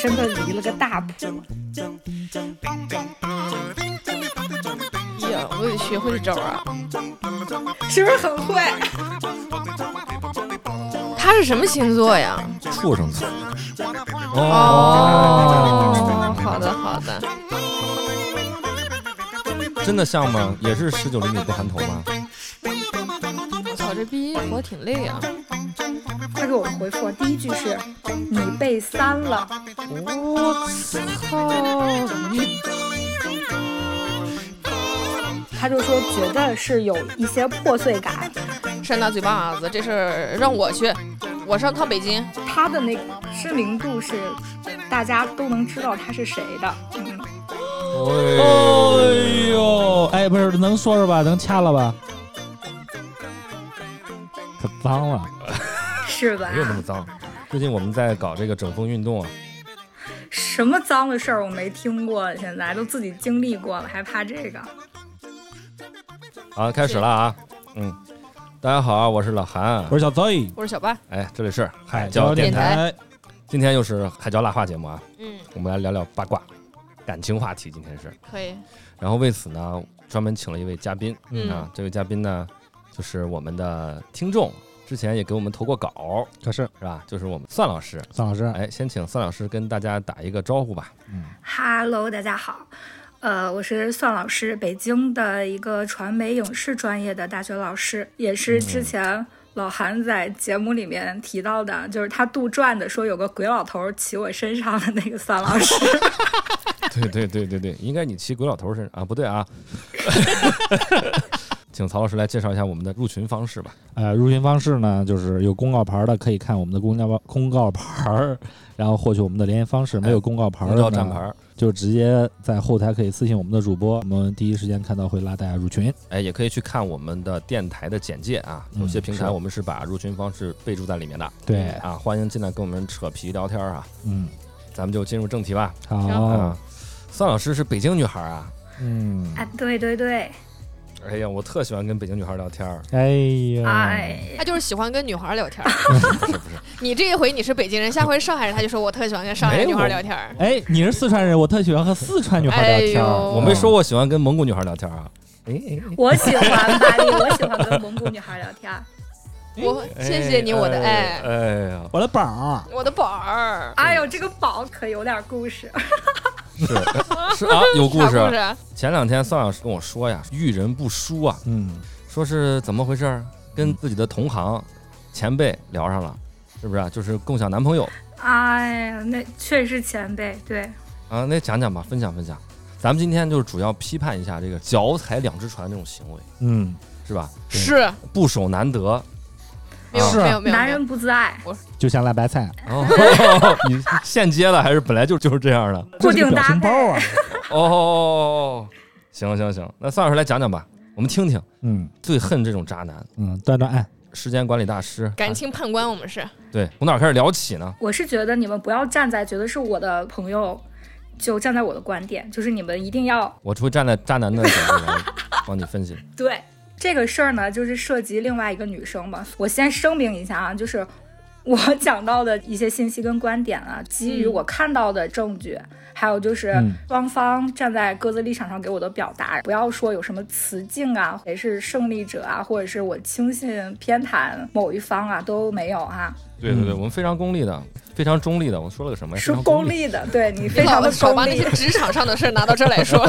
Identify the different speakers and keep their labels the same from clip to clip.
Speaker 1: 真的离了个大谱。
Speaker 2: 呀，我得学会这招啊！
Speaker 1: 是不是很会？
Speaker 2: 他是什么星座呀？
Speaker 3: 畜生座。
Speaker 2: 哦，好的好的，
Speaker 3: 真的像吗？也是十九厘米不含头吗？
Speaker 2: 我操，这毕业活挺累啊！
Speaker 1: 他给我的回复第一句是：“你被三了。
Speaker 2: 我操，你”
Speaker 1: 他就说觉得是有一些破碎感。
Speaker 2: 扇大嘴巴子，这事儿让我去，我上趟北京。
Speaker 1: 他的那知名度是大家都能知道他是谁的。嗯，
Speaker 4: 哎呦，哎，不是，能说说吧？能掐了吧？可脏了，
Speaker 1: 是吧
Speaker 3: 没？哎有那么脏。最近我们在搞这个整风运动啊，
Speaker 1: 什么脏的事儿我没听过，现在都自己经历过了，还怕这个？
Speaker 3: 啊，开始了啊，嗯，大家好啊，我是老韩，
Speaker 4: 我是小 Z，
Speaker 2: 我是小八，
Speaker 3: 哎，这里是
Speaker 4: 海
Speaker 3: 椒
Speaker 4: 椒
Speaker 3: 电
Speaker 4: 电
Speaker 2: 台
Speaker 4: 台，
Speaker 3: 今天又是海椒辣话节目啊，
Speaker 2: 嗯，
Speaker 3: 我们来聊聊八卦，感情话题今天是，
Speaker 2: 可以，
Speaker 3: 然后为此呢，专门请了一位嘉宾、
Speaker 2: 嗯
Speaker 3: 啊，这位嘉宾呢，就是我们的听众，之前也给我们投过稿，
Speaker 4: 可是
Speaker 3: 是吧？就是我们算老师，
Speaker 4: 张老师，
Speaker 3: 哎，先请算老师跟大家打一个招呼吧。
Speaker 1: Hello，大家好，呃，我是算老师，北京的一个传媒影视专业的大学老师，也是之前老韩在节目里面提到的，就是他杜撰的说有个鬼老头骑我身上的那个算老师。
Speaker 3: 对对对对对，应该你骑鬼老头身上啊，不对啊， 请曹老师来介绍一下我们的入群方式吧。
Speaker 4: 呃，入群方式呢，就是有公告牌儿的可以看我们的公交公告牌儿，然后获取我们的联系方式。没有公告牌
Speaker 3: 红
Speaker 4: 儿
Speaker 3: 椒
Speaker 4: 的
Speaker 3: 哎站牌
Speaker 4: 呢，
Speaker 3: 儿，
Speaker 4: 就直接在后台可以私信我们的主播，我们第一时间看到会拉大家入群。
Speaker 3: 哎，也可以去看我们的电台的简介啊。有些
Speaker 4: 嗯
Speaker 3: 平台
Speaker 4: 是
Speaker 3: 我们是把入群方式备注在里面的
Speaker 4: 对，
Speaker 3: 啊，欢迎进来跟我们扯皮聊天儿啊。
Speaker 4: 嗯，
Speaker 3: 咱们就进入正题吧。
Speaker 4: 好
Speaker 2: 哦
Speaker 3: 啊，，算老师是北京女孩啊。
Speaker 4: 嗯，
Speaker 1: 啊，对对对，
Speaker 3: 哎呀，我特喜欢跟北京女孩聊天儿，
Speaker 2: 哦
Speaker 4: 哎呀，
Speaker 1: 哎，
Speaker 2: 他就是喜欢跟女孩聊天儿。
Speaker 3: 不是不是？
Speaker 2: 你这一回你是北京人，下回上海人他就说我特喜欢跟上海人女孩聊天儿。
Speaker 4: 哎，你是四川人，我特喜欢和四川女孩聊天儿。嗯
Speaker 2: 哎呦
Speaker 3: 我没说我喜欢跟蒙古女孩聊天啊。哎哎，哎
Speaker 1: 我喜欢巴黎，我喜欢跟蒙古女孩聊天。
Speaker 2: 我谢谢你，我的
Speaker 3: 哎
Speaker 2: 爱，
Speaker 3: 哎呀，
Speaker 4: 我的宝儿，
Speaker 2: 我的宝儿。
Speaker 1: 哎呦，这个宝可有点故事。
Speaker 3: 是是啊，有故
Speaker 2: 啥
Speaker 3: 事
Speaker 2: 故。事？
Speaker 3: 前两天宋老师跟我说呀，遇人不淑啊，
Speaker 4: 嗯，
Speaker 3: 说是怎么回事儿，跟自己的同行、前辈聊上了，是不是、啊？就是共享男朋友
Speaker 1: 哎呀，那确实前辈，对，
Speaker 3: 啊，那讲讲吧，分享分享。咱们今天就是主要批判一下这个脚踩两只船这种行为，
Speaker 4: 嗯，
Speaker 3: 是吧？
Speaker 2: 是
Speaker 3: 不守难得，
Speaker 2: 没有
Speaker 3: 啊
Speaker 4: 是
Speaker 2: 没有没有
Speaker 1: 男
Speaker 2: 没有，
Speaker 1: 人不自爱，
Speaker 4: 就像辣白菜，
Speaker 3: 哦，你现接了还是本来就就是这样的？
Speaker 1: 固
Speaker 4: 这是
Speaker 1: 定
Speaker 4: 个表
Speaker 1: 搭
Speaker 4: 情包
Speaker 1: 配。
Speaker 4: 啊。
Speaker 3: 哦哦哦哦，行行行，那宋老师来讲讲吧，我们听听
Speaker 4: 嗯
Speaker 3: 最恨这种渣男，
Speaker 4: 嗯，断断案，
Speaker 3: 时间管理大师，
Speaker 2: 感情判官我们是。
Speaker 3: 对，从哪儿开始聊起呢？
Speaker 1: 我是觉得你们不要站在觉得是我的朋友，就站在我的观点，就是你们一定要
Speaker 3: 我会站在渣男的角度来帮你分析。
Speaker 1: 对这个事儿呢，就是涉及另外一个女生嘛。我先声明一下啊，就是我讲到的一些信息跟观点啊，基于
Speaker 2: 嗯
Speaker 1: 我看到的证据，还有就是
Speaker 4: 嗯
Speaker 1: 双方站在各自立场上给我的表达，不要说有什么词境啊，谁是胜利者啊，或者是我轻信偏袒某一方啊，都没有啊，
Speaker 3: 对对对，我们非常功利的，非常中立的。我说了个什么呀？
Speaker 1: 是
Speaker 3: 非常
Speaker 1: 功
Speaker 3: 利。
Speaker 1: 利的，对你
Speaker 2: 你
Speaker 1: 非常
Speaker 2: 老
Speaker 1: 的
Speaker 2: 少
Speaker 1: 功
Speaker 2: 把那
Speaker 1: 利
Speaker 2: 些。职场上的事儿拿到这儿来 说，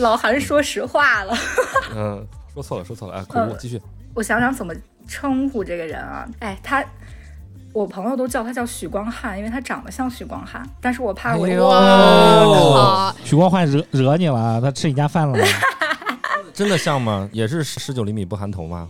Speaker 1: 老韩说实话了。
Speaker 3: 嗯，说错了，说错了。哎，苦
Speaker 1: 嗯
Speaker 3: 无，继续。
Speaker 1: 我想想怎么称呼这个人啊？哎，他，我朋友都叫他叫许光汉，因为他长得像许光汉。但是我怕我、
Speaker 3: 哎呦啊
Speaker 2: 哇靠！
Speaker 4: 许光汉惹惹你了啊，他吃你家饭 了啊。
Speaker 3: 真的像吗？也是十九厘米不含头吗？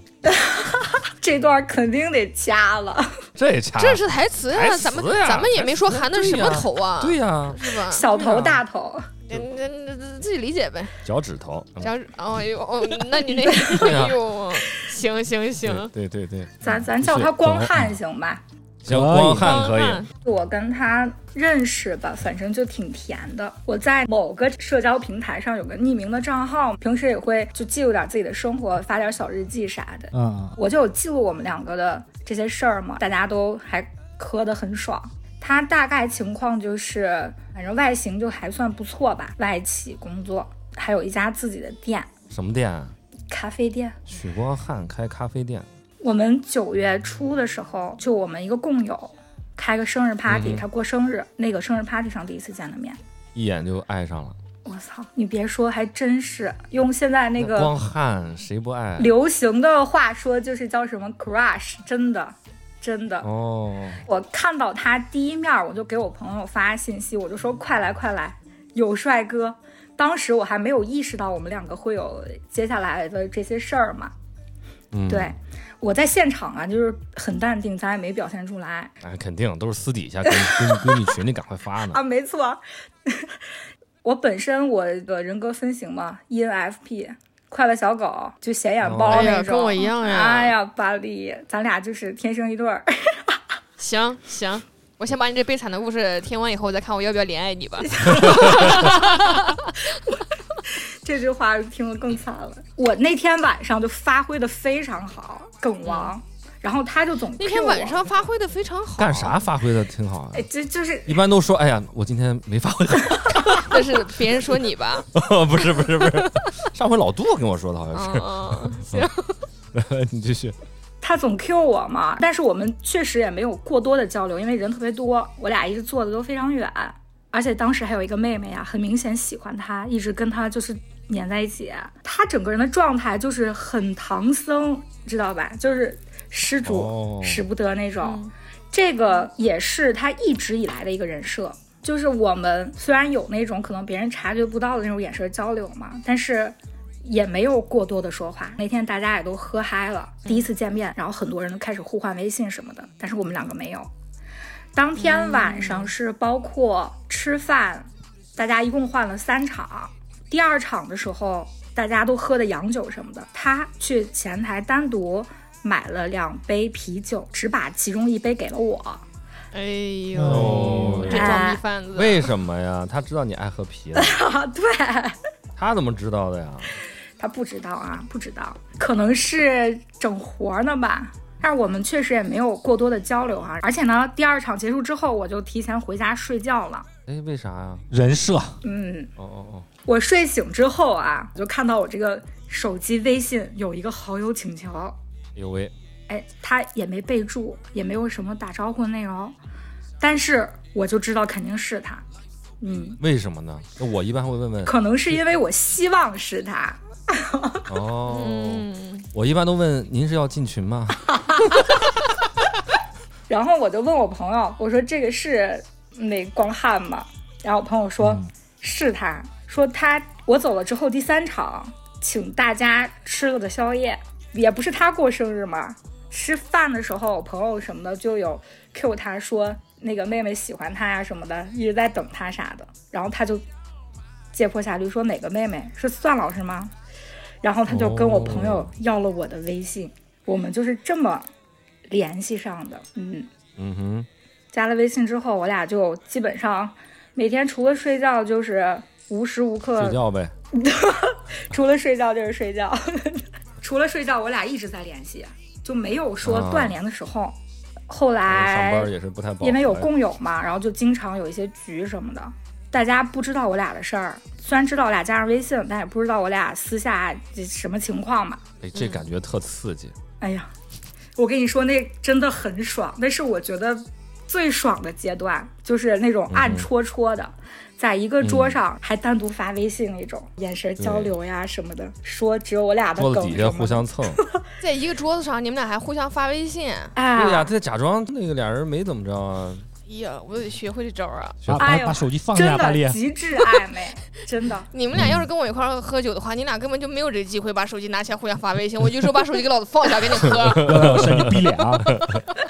Speaker 1: 这段肯定得掐了。
Speaker 3: 这也掐
Speaker 2: 这是台词
Speaker 3: 台
Speaker 2: 啊，
Speaker 3: 词
Speaker 2: 咱们
Speaker 3: 呀
Speaker 2: 咱们也没说含的是什么
Speaker 3: 台词
Speaker 2: 头啊，
Speaker 3: 对呀、
Speaker 2: 是吧？
Speaker 1: 小头大头，
Speaker 2: 那那那那自己理解呗。
Speaker 3: 脚趾头。嗯
Speaker 2: 假如哦呦哦，那 你那
Speaker 3: 对啊
Speaker 2: 哎呦，行行行，
Speaker 3: 对对对对，
Speaker 1: 咱咱叫他光汉行吧。
Speaker 3: 行，
Speaker 4: 可以
Speaker 3: 光汉可
Speaker 2: 光汉
Speaker 3: 以。
Speaker 1: 我跟他认识吧，反正就挺甜的。我在某个社交平台上有个匿名的账号，平时也会就记录点自己的生活，发点小日记啥的。
Speaker 4: 嗯，
Speaker 1: 我就有记录我们两个的这些事儿嘛，大家都还磕得很爽。他大概情况就是，反正外形就还算不错吧，外企工作，还有一家自己的店，
Speaker 3: 什么店啊？
Speaker 1: 咖啡店。
Speaker 3: 许光汉开咖啡店，
Speaker 1: 我们九月初的时候，就我们一个共友开个生日 party，、
Speaker 3: 嗯
Speaker 1: 他过生日，那个生日 party 上第一次见的面。
Speaker 3: 一眼就爱上了。
Speaker 1: 我操，你别说，还真是用现在那个
Speaker 3: 光汉谁不爱？啊
Speaker 1: 流行的话说，就是叫什么 crush，真的，真的。
Speaker 3: 哦，
Speaker 1: 我看到他第一面，我就给我朋友发信息，我就说快来快来，有帅哥。当时我还没有意识到我们两个会有接下来的这些事儿嘛。
Speaker 3: 嗯，
Speaker 1: 对，，我在现场啊，就是很淡定，咱也没表现出来
Speaker 3: 哎，肯定都是私底 下闺女闺女闺女群里赶快发呢
Speaker 1: 啊。。没错， 我本身我的人格分型嘛，ENFP，快乐小狗，就显眼包
Speaker 3: 哦
Speaker 2: 哎
Speaker 1: 那
Speaker 2: 呀，
Speaker 1: 种。
Speaker 2: 跟我一样呀。
Speaker 1: 哎呀，巴黎，咱俩就是天生一对儿。
Speaker 2: 行行，我先把你这悲惨的故事听完以后，再看我要不要怜爱你吧。
Speaker 1: 这句话听得更惨了。我那天晚上就发挥的非常好，梗王，然后他就总
Speaker 2: 嗯那
Speaker 1: cue
Speaker 2: 天
Speaker 1: 我
Speaker 2: 晚，上发挥的非常好，
Speaker 3: 干？啥发挥的挺好啊
Speaker 1: 哎，？这就是
Speaker 3: 一般都说，哎呀，我今天没发挥
Speaker 2: 那是别人说你 吧。
Speaker 3: 好，不是不是不 是，上回老杜跟我说的好像
Speaker 2: 嗯
Speaker 3: 是。
Speaker 2: 嗯，
Speaker 3: 你继续，
Speaker 1: 他总 Q 我嘛，但是我们确实也没有过多的交流，因为人特别多，我俩一直坐的都非常远，而且当时还有一个妹妹呀、很明显喜欢他，一直跟他就是粘在一起。他整个人的状态就是很唐僧，知道吧？就是施主
Speaker 3: 哦
Speaker 1: 使不得那种。这个也是他一直以来的一个人设，就是我们虽然有那种可能别人察觉不到的那种眼神交流嘛，但是也没有过多的说话。那天大家也都喝嗨了，第一次见面，然后很多人都开始互换微信什么的，但是我们两个没有。当天晚上是包括吃饭，大家一共换了三场。第二场的时候，大家都喝的洋酒什么的，他去前台单独买了两杯啤酒，只把其中一杯给了我。
Speaker 2: 哎
Speaker 4: 哦
Speaker 2: 呦，这装逼贩子，
Speaker 3: 为什么呀？他知道你爱喝啤的，
Speaker 1: 啊，对
Speaker 3: 他怎么知道的呀？
Speaker 1: 他不知道啊，不知道，可能是整活呢吧。但是我们确实也没有过多的交流啊，而且呢，第二场结束之后，我就提前回家睡觉了。
Speaker 3: 哎，为啥呀？
Speaker 4: 人设
Speaker 1: 嗯，
Speaker 3: 哦哦
Speaker 1: 我睡醒之后啊，我就看到我这个手机微信有一个好友请求，
Speaker 3: 哦，哎呦喂，
Speaker 1: 哎，他也没备注，也没有什么打招呼内容，但是我就知道肯定是他，嗯，
Speaker 3: 为什么呢？那我一般会问问
Speaker 1: 可能是因为我希望是他，
Speaker 3: 哦，
Speaker 2: 嗯，
Speaker 3: 我一般都问您是要进群吗？
Speaker 1: 然后我就问我朋友，我说这个是那光汉吗？然后我朋友说、是他，说他我走了之后第三场请大家吃了的宵夜，也不是他过生日嘛。吃饭的时候，我朋友什么的就有 Q 他说那个妹妹喜欢他呀、什么的，一直在等他啥的，然后他就借坡下驴说哪个妹妹是算老师吗？然后他就跟我朋友
Speaker 3: 哦
Speaker 1: 要了我的微信，我们就是这么联系上的。嗯，
Speaker 3: 嗯哼，
Speaker 1: 加了微信之后，我俩就基本上每天除了睡觉就是无时无
Speaker 3: 睡
Speaker 1: 刻，
Speaker 3: 觉呗。
Speaker 1: 除了睡觉就是睡觉， 除了睡觉我俩一直在联系，就没有说
Speaker 3: 啊哎
Speaker 1: 断联的时候。后
Speaker 2: 哎
Speaker 3: 上
Speaker 1: 来
Speaker 3: 班也是不太哎保，
Speaker 1: 因为有共友嘛，然后就经常有一些局什么的，大家不知道我俩的事儿，虽然知道我俩加上微信，但也不知道我俩私下这什么情况嘛。
Speaker 3: 哎，这感觉特刺激。
Speaker 1: 哎呀，我跟你说，那真的很爽，那是我觉得最爽的阶段，就是那种
Speaker 3: 嗯
Speaker 1: 暗戳戳的，在一个桌上还单独发微信那种，眼神交流呀什么的，说只有我俩
Speaker 2: 嗯
Speaker 1: 的
Speaker 3: 嗯桌子
Speaker 1: 梗
Speaker 3: 底
Speaker 1: 什
Speaker 3: 下
Speaker 1: 么
Speaker 3: 互
Speaker 1: 的
Speaker 3: 相
Speaker 2: 啊
Speaker 3: 蹭，
Speaker 2: 在一个桌子上，你们俩还互相发微信，
Speaker 3: 对呀，
Speaker 1: 哎，
Speaker 3: 这假装那个俩人没怎么着啊。
Speaker 2: 哎呀，我得学会这招啊！
Speaker 4: 把
Speaker 1: 哎
Speaker 4: 把
Speaker 1: 呦
Speaker 4: 把手机放
Speaker 1: 真
Speaker 4: 下，大力
Speaker 1: 的。极致暧 昧，真的。
Speaker 2: 你们俩要是跟我一块儿喝酒的话，你俩根本就没有这机会把手机拿起来互相发微信。我就说把手机给老子放下，赶紧喝。
Speaker 4: 神经逼脸啊！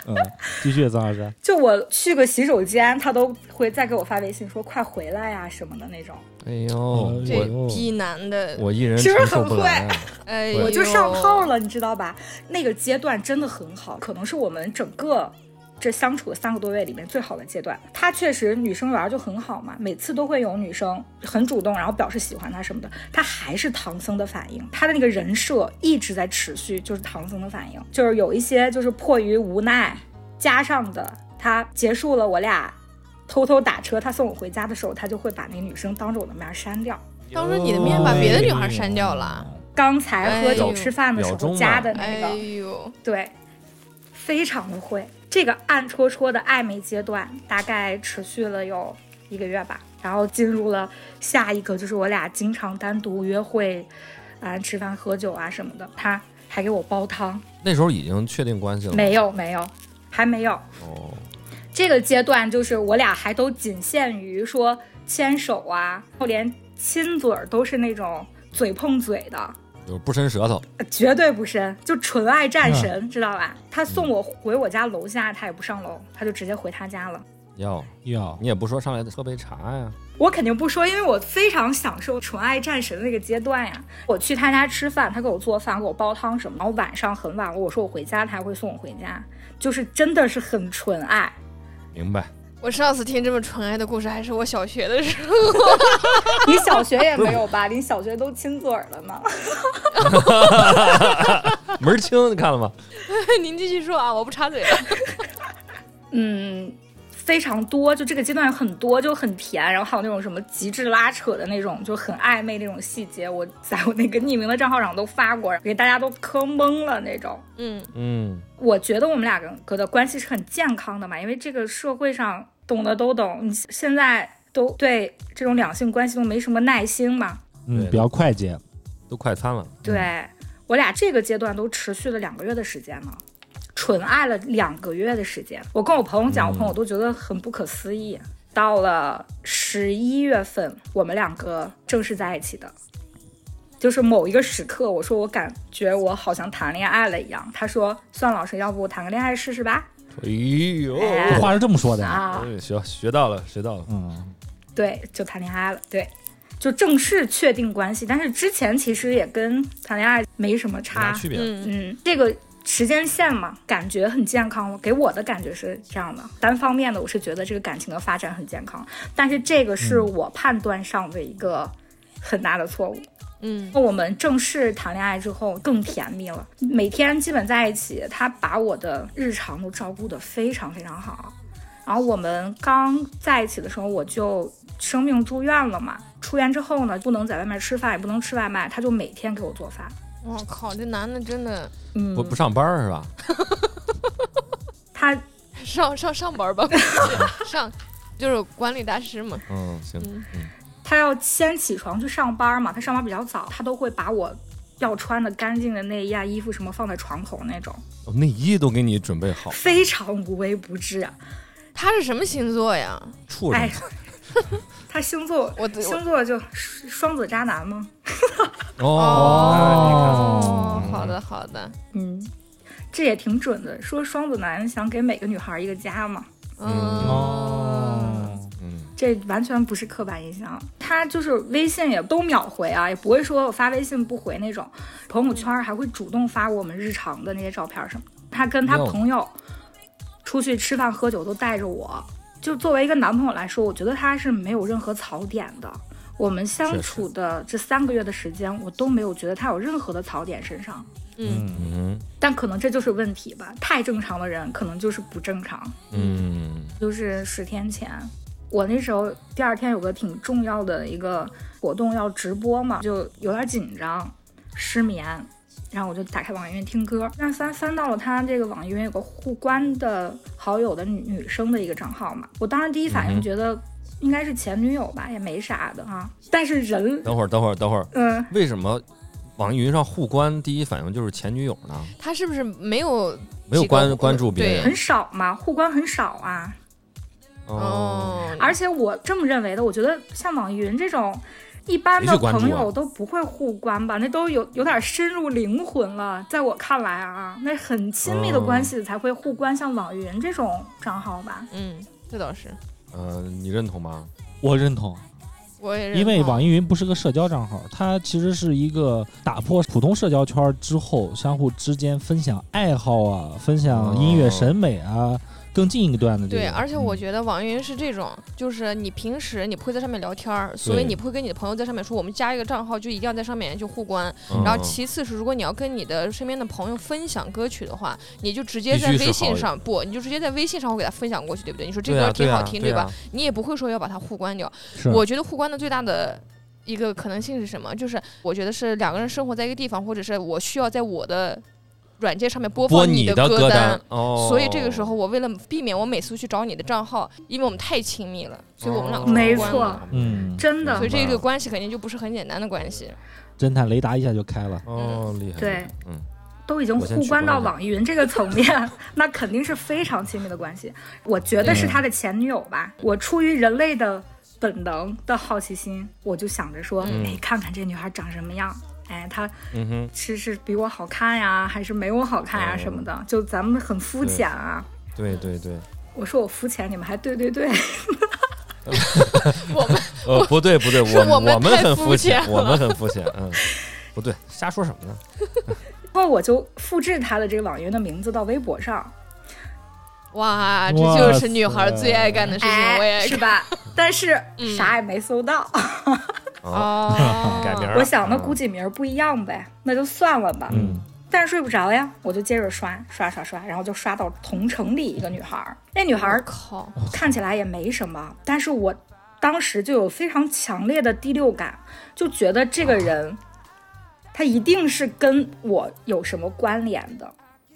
Speaker 4: 嗯，继续，曾老师。
Speaker 1: 就我去个洗手间，他都会再给我发微信说快回来呀、什么的那种。
Speaker 3: 哎呦，我
Speaker 2: 这逼男的，
Speaker 3: 我一人
Speaker 1: 是不
Speaker 3: 承
Speaker 1: 是
Speaker 3: 受
Speaker 1: 很
Speaker 3: 不来啊。
Speaker 2: 哎，
Speaker 1: 我就上套。了，你知道吧？那个阶段真的很好，可能是我们整个这相处三个多月里面最好的阶段。他确实女生缘就很好嘛，每次都会有女生很主动，然后表示喜欢他什么的。他还是唐僧的反应，他的那个人设一直在持续，就是唐僧的反应，就是有一些就是迫于无奈加上的，他结束了我俩偷偷打车，他送我回家的时候，他就会把那女生当着我的面删掉。
Speaker 2: 当着你的面把
Speaker 1: 哎
Speaker 3: 哦
Speaker 2: 别的女孩删掉了，
Speaker 1: 刚才喝
Speaker 2: 哎
Speaker 1: 酒
Speaker 2: 呦
Speaker 1: 吃饭的时
Speaker 3: 表忠
Speaker 1: 候
Speaker 3: 嘛
Speaker 1: 加的那个，
Speaker 2: 哎呦，
Speaker 1: 对，非常的会。这个暗戳戳的暧昧阶段大概持续了有一个月吧，然后进入了下一个，就是我俩经常单独约会，啊、吃饭喝酒啊什么的。他还给我煲汤，
Speaker 3: 那时候已经确定关系了吗，
Speaker 1: 没有没有，还没有。
Speaker 3: 哦，
Speaker 1: 这个阶段就是我俩还都仅限于说牵手啊，连亲嘴儿都是那种嘴碰嘴的，
Speaker 3: 就是不伸舌头，
Speaker 1: 绝对不深，就纯爱战神，知道吧？他送我回我家楼下，他也不上楼，他就直接回他家了。
Speaker 3: 哟，
Speaker 4: 哟，
Speaker 3: 你也不说上来喝杯茶呀？
Speaker 1: 我肯定不说，因为我非常享受纯爱战神的那个阶段呀。我去他家吃饭，他给我做饭，给我煲汤什么。然后晚上很晚，我说我回家，他还会送我回家，就是真的是很纯爱。
Speaker 3: 明白，
Speaker 2: 我上次听这么纯爱的故事还是我小学的时候，
Speaker 1: 你小学也没有吧？你小学都亲嘴儿了呢。
Speaker 3: 门儿清，你看了吗？
Speaker 2: 您继续说啊，我不插嘴了。
Speaker 1: 嗯，非常多，就这个阶段有很多，就很甜，然后还有那种什么极致拉扯的那种，就很暧昧那种细节，我 在我那个匿名的账号上都发过，给大家都磕懵了那种。
Speaker 2: 嗯，
Speaker 3: 嗯，
Speaker 1: 我觉得我们俩个的关系是很健康的嘛，因为这个社会上懂的都懂，你现在都对这种两性关系都没什么耐心嘛，
Speaker 4: 嗯，
Speaker 3: 对
Speaker 4: 比较快捷，
Speaker 3: 都快餐了，
Speaker 1: 对
Speaker 3: 嗯
Speaker 1: 我俩这个阶段都持续了两个月的时间呢，纯爱了两个月的时间。我跟我朋友讲，我
Speaker 3: 嗯
Speaker 1: 朋友都觉得很不可思议。到了十一月份，我们两个正式在一起的，就是某一个时刻，我说我感觉我好像谈恋爱了一样。他说：“算老师，要不谈个恋爱试试吧
Speaker 3: 哎呦，
Speaker 1: 哎
Speaker 4: 话是这么说？”的呀，
Speaker 1: 啊，
Speaker 3: 学学到了，学到了，
Speaker 4: 嗯，
Speaker 1: 对，就谈恋爱了，对，就正式确定关系。但是之前其实也跟谈恋爱没什么
Speaker 3: 没
Speaker 1: 差，
Speaker 3: 啥区别？
Speaker 2: 嗯，
Speaker 1: 嗯，这个时间线嘛，感觉很健康。给我的感觉是这样的，单方面的我是觉得这个感情的发展很健康，但是这个是我判断上的一个很大的错误。
Speaker 2: 嗯，
Speaker 1: 那我们正式谈恋爱之后更甜蜜了，每天基本在一起，他把我的日常都照顾得非常非常好。然后我们刚在一起的时候，我就生病住院了嘛。出院之后呢，不能在外面吃饭，也不能吃外卖，他就每天给我做饭。
Speaker 2: 我靠，这男的真的
Speaker 1: 嗯，
Speaker 3: 不不上班儿是吧？
Speaker 1: 他
Speaker 2: 上上上班吧， 上就是管理大师嘛。
Speaker 3: 嗯，行，
Speaker 2: 嗯
Speaker 1: 他要先起床去上班嘛，他上班比较早，他都会把我要穿的干净的内衣啊、衣服什么放在床头那种，
Speaker 3: 哦内衣都给你准备好，
Speaker 1: 非常无微不至啊。
Speaker 2: 他是什么星座呀？
Speaker 3: 畜生
Speaker 1: 哎， 他星座
Speaker 2: 我我
Speaker 1: 星座就双双子渣男吗？
Speaker 2: 哦
Speaker 3: 哦，
Speaker 2: 好的好的，
Speaker 1: 嗯，这也挺准的，说双子男想给每个女孩一个家嘛。
Speaker 2: 嗯，
Speaker 4: 哦，
Speaker 3: 嗯，
Speaker 1: 这完全不是刻板印象，他就是微信也都秒回啊，也不会说我发微信不回那种，朋友圈还会主动发我们日常的那些照片什么的。他跟他
Speaker 3: 哟
Speaker 1: 朋友出去吃饭喝酒都带着我，就作为一个男朋友来说，我觉得他是没有任何槽点的。我们相
Speaker 3: 确实
Speaker 1: 处的这三个月的时间，我都没有觉得他有任何的槽点身上，
Speaker 2: 嗯，
Speaker 3: 嗯
Speaker 1: 但可能这就是问题吧。太正常的人，可能就是不正常。
Speaker 3: 嗯，
Speaker 1: 就是十天前，我那时候第二天有个挺重要的一个活动要直播嘛，就有点紧张，失眠，然后我就打开网易云听歌，但翻翻到了他这个网易云有个互关的好友的女女生的一个账号嘛，我当时第一反
Speaker 3: 嗯
Speaker 1: 应觉得应该是前女友吧，也没啥的啊，但是人，
Speaker 3: 等会儿，等会儿，等会儿，
Speaker 1: 嗯。
Speaker 3: 为什么网易云上互关第一反应就是前女友呢？
Speaker 2: 他是不是没有
Speaker 3: 没有
Speaker 2: 几
Speaker 3: 关
Speaker 2: 个
Speaker 3: 关注别
Speaker 2: 对
Speaker 3: 人
Speaker 1: 很少嘛，互关很少啊，
Speaker 3: 哦，
Speaker 1: 而且我这么认为的，我觉得像网易云这种一般
Speaker 3: 谁
Speaker 1: 的
Speaker 3: 去关注啊
Speaker 1: 朋友都不会互关吧，那都有有点深入灵魂了。在我看来啊，那很亲密的
Speaker 3: 哦
Speaker 1: 关系才会互关，像网易云这种账号吧。
Speaker 2: 嗯，这倒是，
Speaker 3: 呃嗯，你认同吗？
Speaker 4: 我认同，
Speaker 2: 我也是。
Speaker 4: 因为网易云不是个社交账号，它其实是一个打破普通社交圈之后，相互之间分享爱好啊，分享音乐
Speaker 3: 哦
Speaker 4: 审美啊，更近一段的这个。
Speaker 2: 对，而且我
Speaker 4: 嗯
Speaker 2: 觉得网易云是这种，就是你平时你不会在上面聊天儿，所以
Speaker 4: 对
Speaker 2: 你不会跟你的朋友在上面说，我们加一个账号就一定要在上面就互关。
Speaker 3: 嗯
Speaker 2: 然后其次是，如果你要跟你的身边的朋友分享歌曲的话，你就直接
Speaker 3: 必须
Speaker 2: 在
Speaker 3: 是
Speaker 2: 微
Speaker 3: 好
Speaker 2: 信
Speaker 3: 友
Speaker 2: 上不，你就直接在微信上会给他分享过去，对不对？你说这
Speaker 3: 对啊
Speaker 2: 歌挺
Speaker 3: 对啊
Speaker 2: 好听，
Speaker 3: 对
Speaker 2: 吧？
Speaker 3: 啊
Speaker 2: 你也不会说要把它互关掉。
Speaker 3: 嗯
Speaker 4: 是
Speaker 2: 我觉得互关的最大的一个可能性是什么？就是我觉得是两个人生活在一个地方，或者是我需要在我的软件上面播
Speaker 3: 播
Speaker 2: 放你
Speaker 3: 的
Speaker 2: 歌
Speaker 3: 歌单，哦，
Speaker 2: 所以这个时候，我为了避免我每次去找你的账号，因为我们太亲密了，所以我们俩
Speaker 3: 哦
Speaker 2: 互
Speaker 1: 没
Speaker 2: 关
Speaker 1: 错
Speaker 2: 了
Speaker 4: 嗯，
Speaker 1: 真
Speaker 2: 所
Speaker 1: 的
Speaker 2: 以这个关系肯定就不是很简单的关系。
Speaker 4: 侦探雷达一下就开了。
Speaker 3: 哦，厉害，
Speaker 1: 嗯对，
Speaker 3: 嗯，
Speaker 1: 都已经
Speaker 3: 我先
Speaker 1: 互
Speaker 3: 取
Speaker 1: 关
Speaker 3: 关
Speaker 1: 到
Speaker 3: 了
Speaker 1: 网易云这个层面， 那肯定是非常亲密的关系。我觉得是
Speaker 3: 嗯
Speaker 1: 他的前女友吧。我出于人类的本能的好奇心，我就想着说，
Speaker 3: 嗯
Speaker 1: 哎，看看这女孩长什么样。哎，她
Speaker 3: 嗯哼，
Speaker 1: 是是比我好看呀，还是没我好看呀
Speaker 3: 哦
Speaker 1: 什么的，就咱们很肤
Speaker 3: 对
Speaker 1: 浅啊。
Speaker 3: 对对对，
Speaker 1: 我说我肤浅，你们还对对对，
Speaker 2: 我们
Speaker 3: 呃，不对不 对，
Speaker 2: 是
Speaker 3: 我
Speaker 2: 我们
Speaker 3: 们
Speaker 2: 太
Speaker 3: 很
Speaker 2: 肤
Speaker 3: 肤浅，
Speaker 2: 浅
Speaker 3: 我们很肤浅，嗯，不对，瞎说什么呢？
Speaker 1: 然后我就复制她的这个网易云的名字到微博上，
Speaker 2: 哇，这
Speaker 4: 哇
Speaker 2: 就是女孩
Speaker 4: 塞
Speaker 2: 最爱干的事情，我也
Speaker 1: 哎，是吧？但是
Speaker 2: 嗯
Speaker 1: 啥也没搜到。
Speaker 3: 嗯啊，，
Speaker 2: 哦
Speaker 3: 改名儿了，
Speaker 1: 我想，那
Speaker 3: 嗯
Speaker 1: 估计名儿不一样呗，那就算了吧。
Speaker 4: 嗯，
Speaker 1: 但是睡不着呀，我就接着刷刷刷刷，然后就刷到同城里一个女孩儿。那女孩
Speaker 2: 我
Speaker 1: 儿
Speaker 2: 靠，
Speaker 1: 看起来也没什么，但是我当时就有非常强烈的第六感，就觉得这个人，他一定是跟我有什么关联的。
Speaker 3: 嗯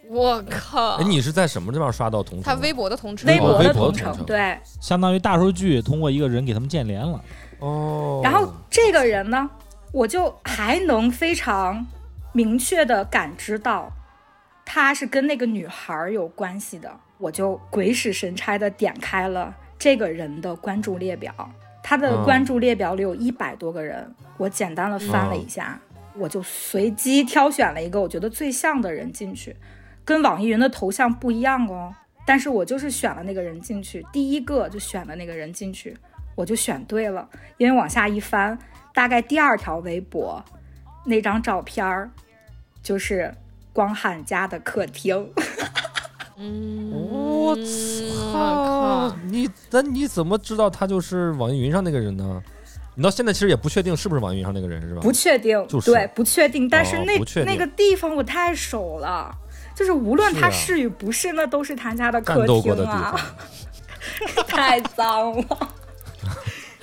Speaker 2: 我靠
Speaker 3: 哎，，你是在什么地方刷到同城
Speaker 2: 他
Speaker 3: 的？
Speaker 2: 微博的同城，
Speaker 1: 微
Speaker 3: 博
Speaker 1: 的
Speaker 3: 哦微博
Speaker 1: 同
Speaker 3: 的同城
Speaker 1: 对。
Speaker 4: 相当于大数据通过一个人给他们建联了。
Speaker 3: 哦，
Speaker 1: 然后这个人呢，我就还能非常明确的感知到，他是跟那个女孩儿有关系的。我就鬼使神差的点开了这个人的关注列表，他的
Speaker 3: 嗯
Speaker 1: 关注列表里有一百多个人，我简单的翻了一下，我就随机挑选了一个我觉得最像的人进去，跟网易云的头像不一样哦。但是我就是选了那个人进去，第一个就选了那个人进去，我就选对了，因为往下一翻，大概第二条微博那张照片儿就是光汉家的客厅，
Speaker 2: 嗯，
Speaker 3: 我操
Speaker 2: 靠，！
Speaker 3: 你那你怎么知道他就是网易云上那个人呢？你到现在其实也不确定是不是网易云上那个人是吧？
Speaker 1: 不确定，
Speaker 3: 就是
Speaker 1: 对，不确定。但是
Speaker 3: 哦
Speaker 1: 那、
Speaker 3: 不确定
Speaker 1: 那个地方我太熟了，就是无论
Speaker 3: 是
Speaker 1: 他
Speaker 3: 啊
Speaker 1: 是与不是，那都是他家的客
Speaker 3: 战斗过的
Speaker 1: 厅
Speaker 3: 地方
Speaker 1: 啊， 太脏了。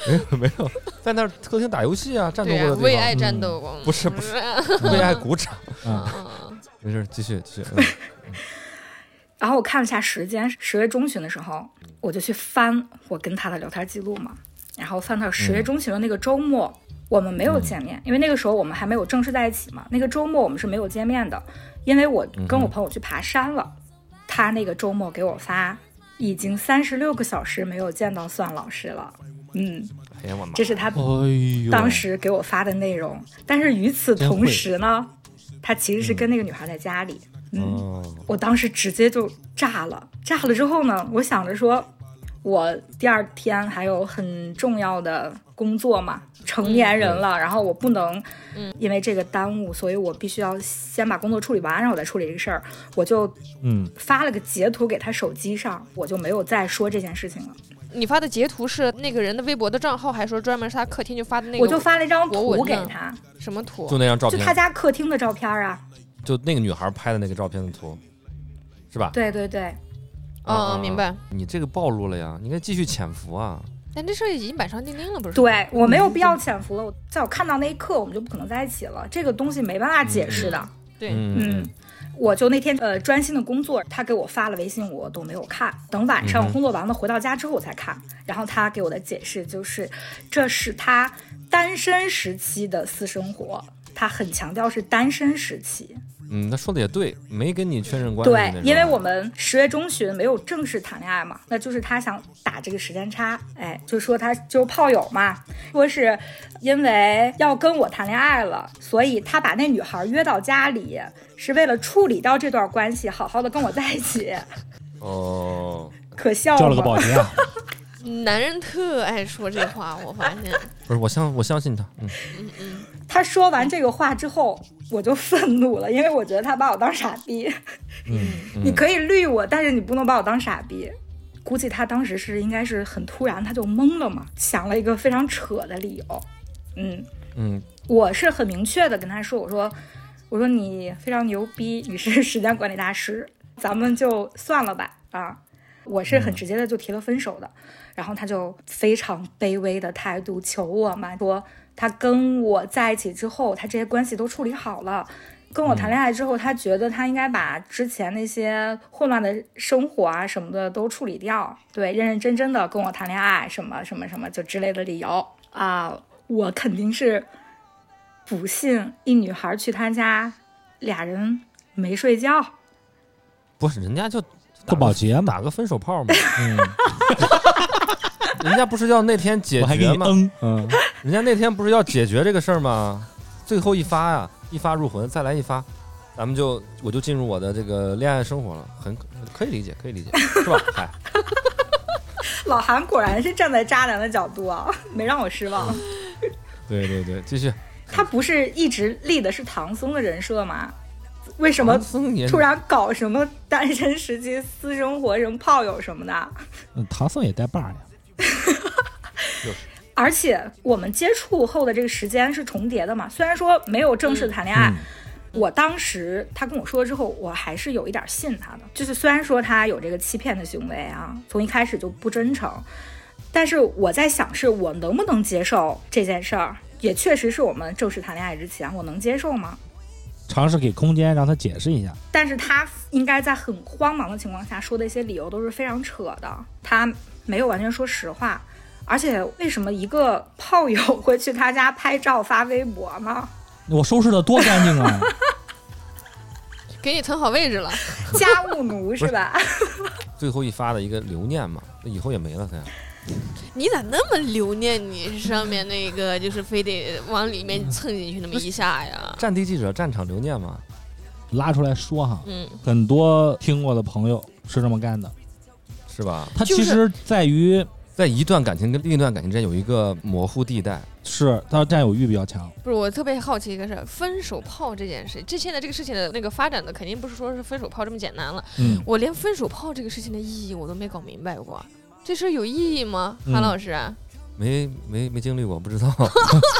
Speaker 3: 没有，在那儿客厅打游戏啊，战斗
Speaker 2: 对
Speaker 3: 过
Speaker 2: 呀
Speaker 3: 的，地
Speaker 2: 为
Speaker 3: 方，嗯
Speaker 2: 爱战斗过，嗯
Speaker 3: 不是 不是为爱鼓掌。
Speaker 4: 嗯
Speaker 3: 没事，继续继续。嗯
Speaker 1: 然后我看了一下时间，十月中旬的时候，我就去翻我跟他的聊天记录嘛，然后翻到十月中旬的那个周末，我们没有见面，因为那个时候我们还没有正式在一起嘛。那个周末我们是没有见面的，因为我跟我朋友去爬山了，他那个周末给我发，已经三十六个小时没有见到算老师了。嗯，
Speaker 3: 哎呀我妈
Speaker 1: 这！是他
Speaker 4: 哎呦，
Speaker 1: 当时给我发的内容。但是与此同时呢，他其实是跟那个女孩在家里。嗯
Speaker 3: 哦，
Speaker 1: 我当时直接就炸了，炸了之后呢，我想着说，我第二天还有很重要的工作嘛，成年人了，
Speaker 2: 嗯
Speaker 1: 然后我不能，因为这个耽误，所以我必须要先把工作处理完，然后我再处理这个事儿。我就
Speaker 4: 嗯，
Speaker 1: 发了个截图给他手机上，我就没有再说这件事情了，
Speaker 2: 你发的截图是那个人的微博的账号，还是说专门是他客厅就发的那个？
Speaker 1: 我就发了一张
Speaker 2: 我
Speaker 1: 图
Speaker 2: 文
Speaker 1: 给
Speaker 2: 呢
Speaker 1: 他，
Speaker 2: 什么图？哦
Speaker 3: 就那张照
Speaker 1: 就
Speaker 3: 片
Speaker 1: 他，家客厅的照片啊，
Speaker 3: 就那个女孩拍的那个照片的图，是吧？
Speaker 1: 对对对，
Speaker 3: 啊
Speaker 2: 嗯，明白。
Speaker 3: 你这个暴露了呀，你应该继续潜伏啊。
Speaker 2: 但这事儿已经板上钉钉了，不是？
Speaker 1: 对我没有必要潜伏了，我在我看到那一刻，我们就不可能在一起了，这个东西没办法解释的。
Speaker 2: 对，
Speaker 3: 嗯
Speaker 1: 嗯，我就那天呃专心的工作，他给我发了微信，我都没有看。等晚上
Speaker 3: 嗯
Speaker 1: 我
Speaker 3: 哼
Speaker 1: 工作完了回到家之后我才看。然后他给我的解释就是，这是他单身时期的私生活，他很强调是单身时期。
Speaker 3: 嗯，他说的也对，没跟你确认关系那
Speaker 1: 对
Speaker 3: 种。，啊
Speaker 1: 因为我们十月中旬没有正式谈恋爱嘛，那就是他想打这个时间差，哎，就说他就是炮友嘛，说是因为要跟我谈恋爱了，所以他把那女孩约到家里，是为了处理掉这段关系，好好的跟我在一起，
Speaker 3: 哦，
Speaker 1: 可笑
Speaker 4: 叫了个
Speaker 1: 吗？
Speaker 4: 保洁啊。
Speaker 2: 嗯男人特爱说这话，我发现，
Speaker 3: 不是我相我相信他，嗯，
Speaker 2: 嗯嗯，
Speaker 1: 他说完这个话之后，我就愤怒了，因为我觉得他把我当傻逼。
Speaker 3: 嗯
Speaker 1: 你可以绿我，但是你不能把我当傻逼。估计他当时是应该是很突然，他就懵了嘛，想了一个非常扯的理由。嗯，
Speaker 3: 嗯，
Speaker 1: 我是很明确的跟他说，我说，我说你非常牛逼， 你是时间管理大师，咱们就算了吧啊！我是很直接的就提了分手的，然后他就非常卑微的态度求我嘛，说他跟我在一起之后，他这些关系都处理好了。跟我谈恋爱之后，他觉得他应该把之前那些混乱的生活啊什么的都处理掉，对，认认真真的跟我谈恋爱，什么什么什么就之类的理由啊、我肯定是不信一女孩去他家，俩人没睡觉，
Speaker 3: 不是人家就
Speaker 4: 过保洁嘛，
Speaker 3: 打个分手炮嘛，
Speaker 4: 嗯，
Speaker 3: 人家不是要那天解
Speaker 4: 我还给
Speaker 3: 决
Speaker 4: 你
Speaker 3: 吗？
Speaker 4: 嗯嗯，
Speaker 3: 人家那天不是要解决这个事儿吗？最后一发呀、一发入魂，再来一发，咱们就我就进入我的这个恋爱生活了，很可以理解，可以理解，是 吧？嗨，
Speaker 1: 老韩果然是站在渣男的角度啊，没让我失望。
Speaker 3: 对对对，继续。
Speaker 1: 他不是一直立的是唐僧的人设吗？为什么
Speaker 3: 唐僧也
Speaker 1: 突然搞什么单身时期私生活、什么炮友什么的？
Speaker 4: 嗯唐僧也带把 儿呀，
Speaker 1: 而且我们接触后的这个时间是重叠的嘛，虽然说没有正式谈恋
Speaker 2: 啊
Speaker 4: 嗯
Speaker 1: 爱，我当时他跟我说之后，我还是有一点信他的，就是虽然说他有这个欺骗的行为啊，从一开始就不真诚，但是我在想，是我能不能接受这件事儿？也确实是我们正式谈恋爱之前，我能接受吗？
Speaker 4: 尝试给空间让他解释一下。
Speaker 1: 但是他应该在很慌忙的情况下说的一些理由都是非常扯的，他没有完全说实话。而且为什么一个炮友 会去他家拍照发微博呢？
Speaker 4: 我收拾的多干 净啊！
Speaker 2: 给你腾好位置了，
Speaker 1: 家务奴是吧？
Speaker 3: 最后一发的一个留念嘛，那以后也没了他呀。
Speaker 2: 你咋那么留念你上面那个，就是非得往里面蹭进去那么一下呀？
Speaker 3: 战地记者战场留念嘛，
Speaker 4: 拉出来说哈，
Speaker 2: 嗯，
Speaker 4: 很多听过的朋友是这么干的。
Speaker 3: 是吧？
Speaker 4: 他
Speaker 2: 就
Speaker 4: 其
Speaker 2: 是
Speaker 4: 实在于
Speaker 3: 在一段感情跟另一段感情之间有一个模糊地带，
Speaker 4: 是他占有欲比较强，
Speaker 2: 不是，我特别好奇一个事儿，分手炮这件事，这现在这个事情的那个发展的，肯定不是说是分手炮这么简单了。
Speaker 4: 嗯，
Speaker 2: 我连分手炮这个事情的意义我都没搞明白过，这事儿有意义吗？
Speaker 4: 嗯
Speaker 2: 韩老师，啊
Speaker 3: 没没没经历过，不知 道。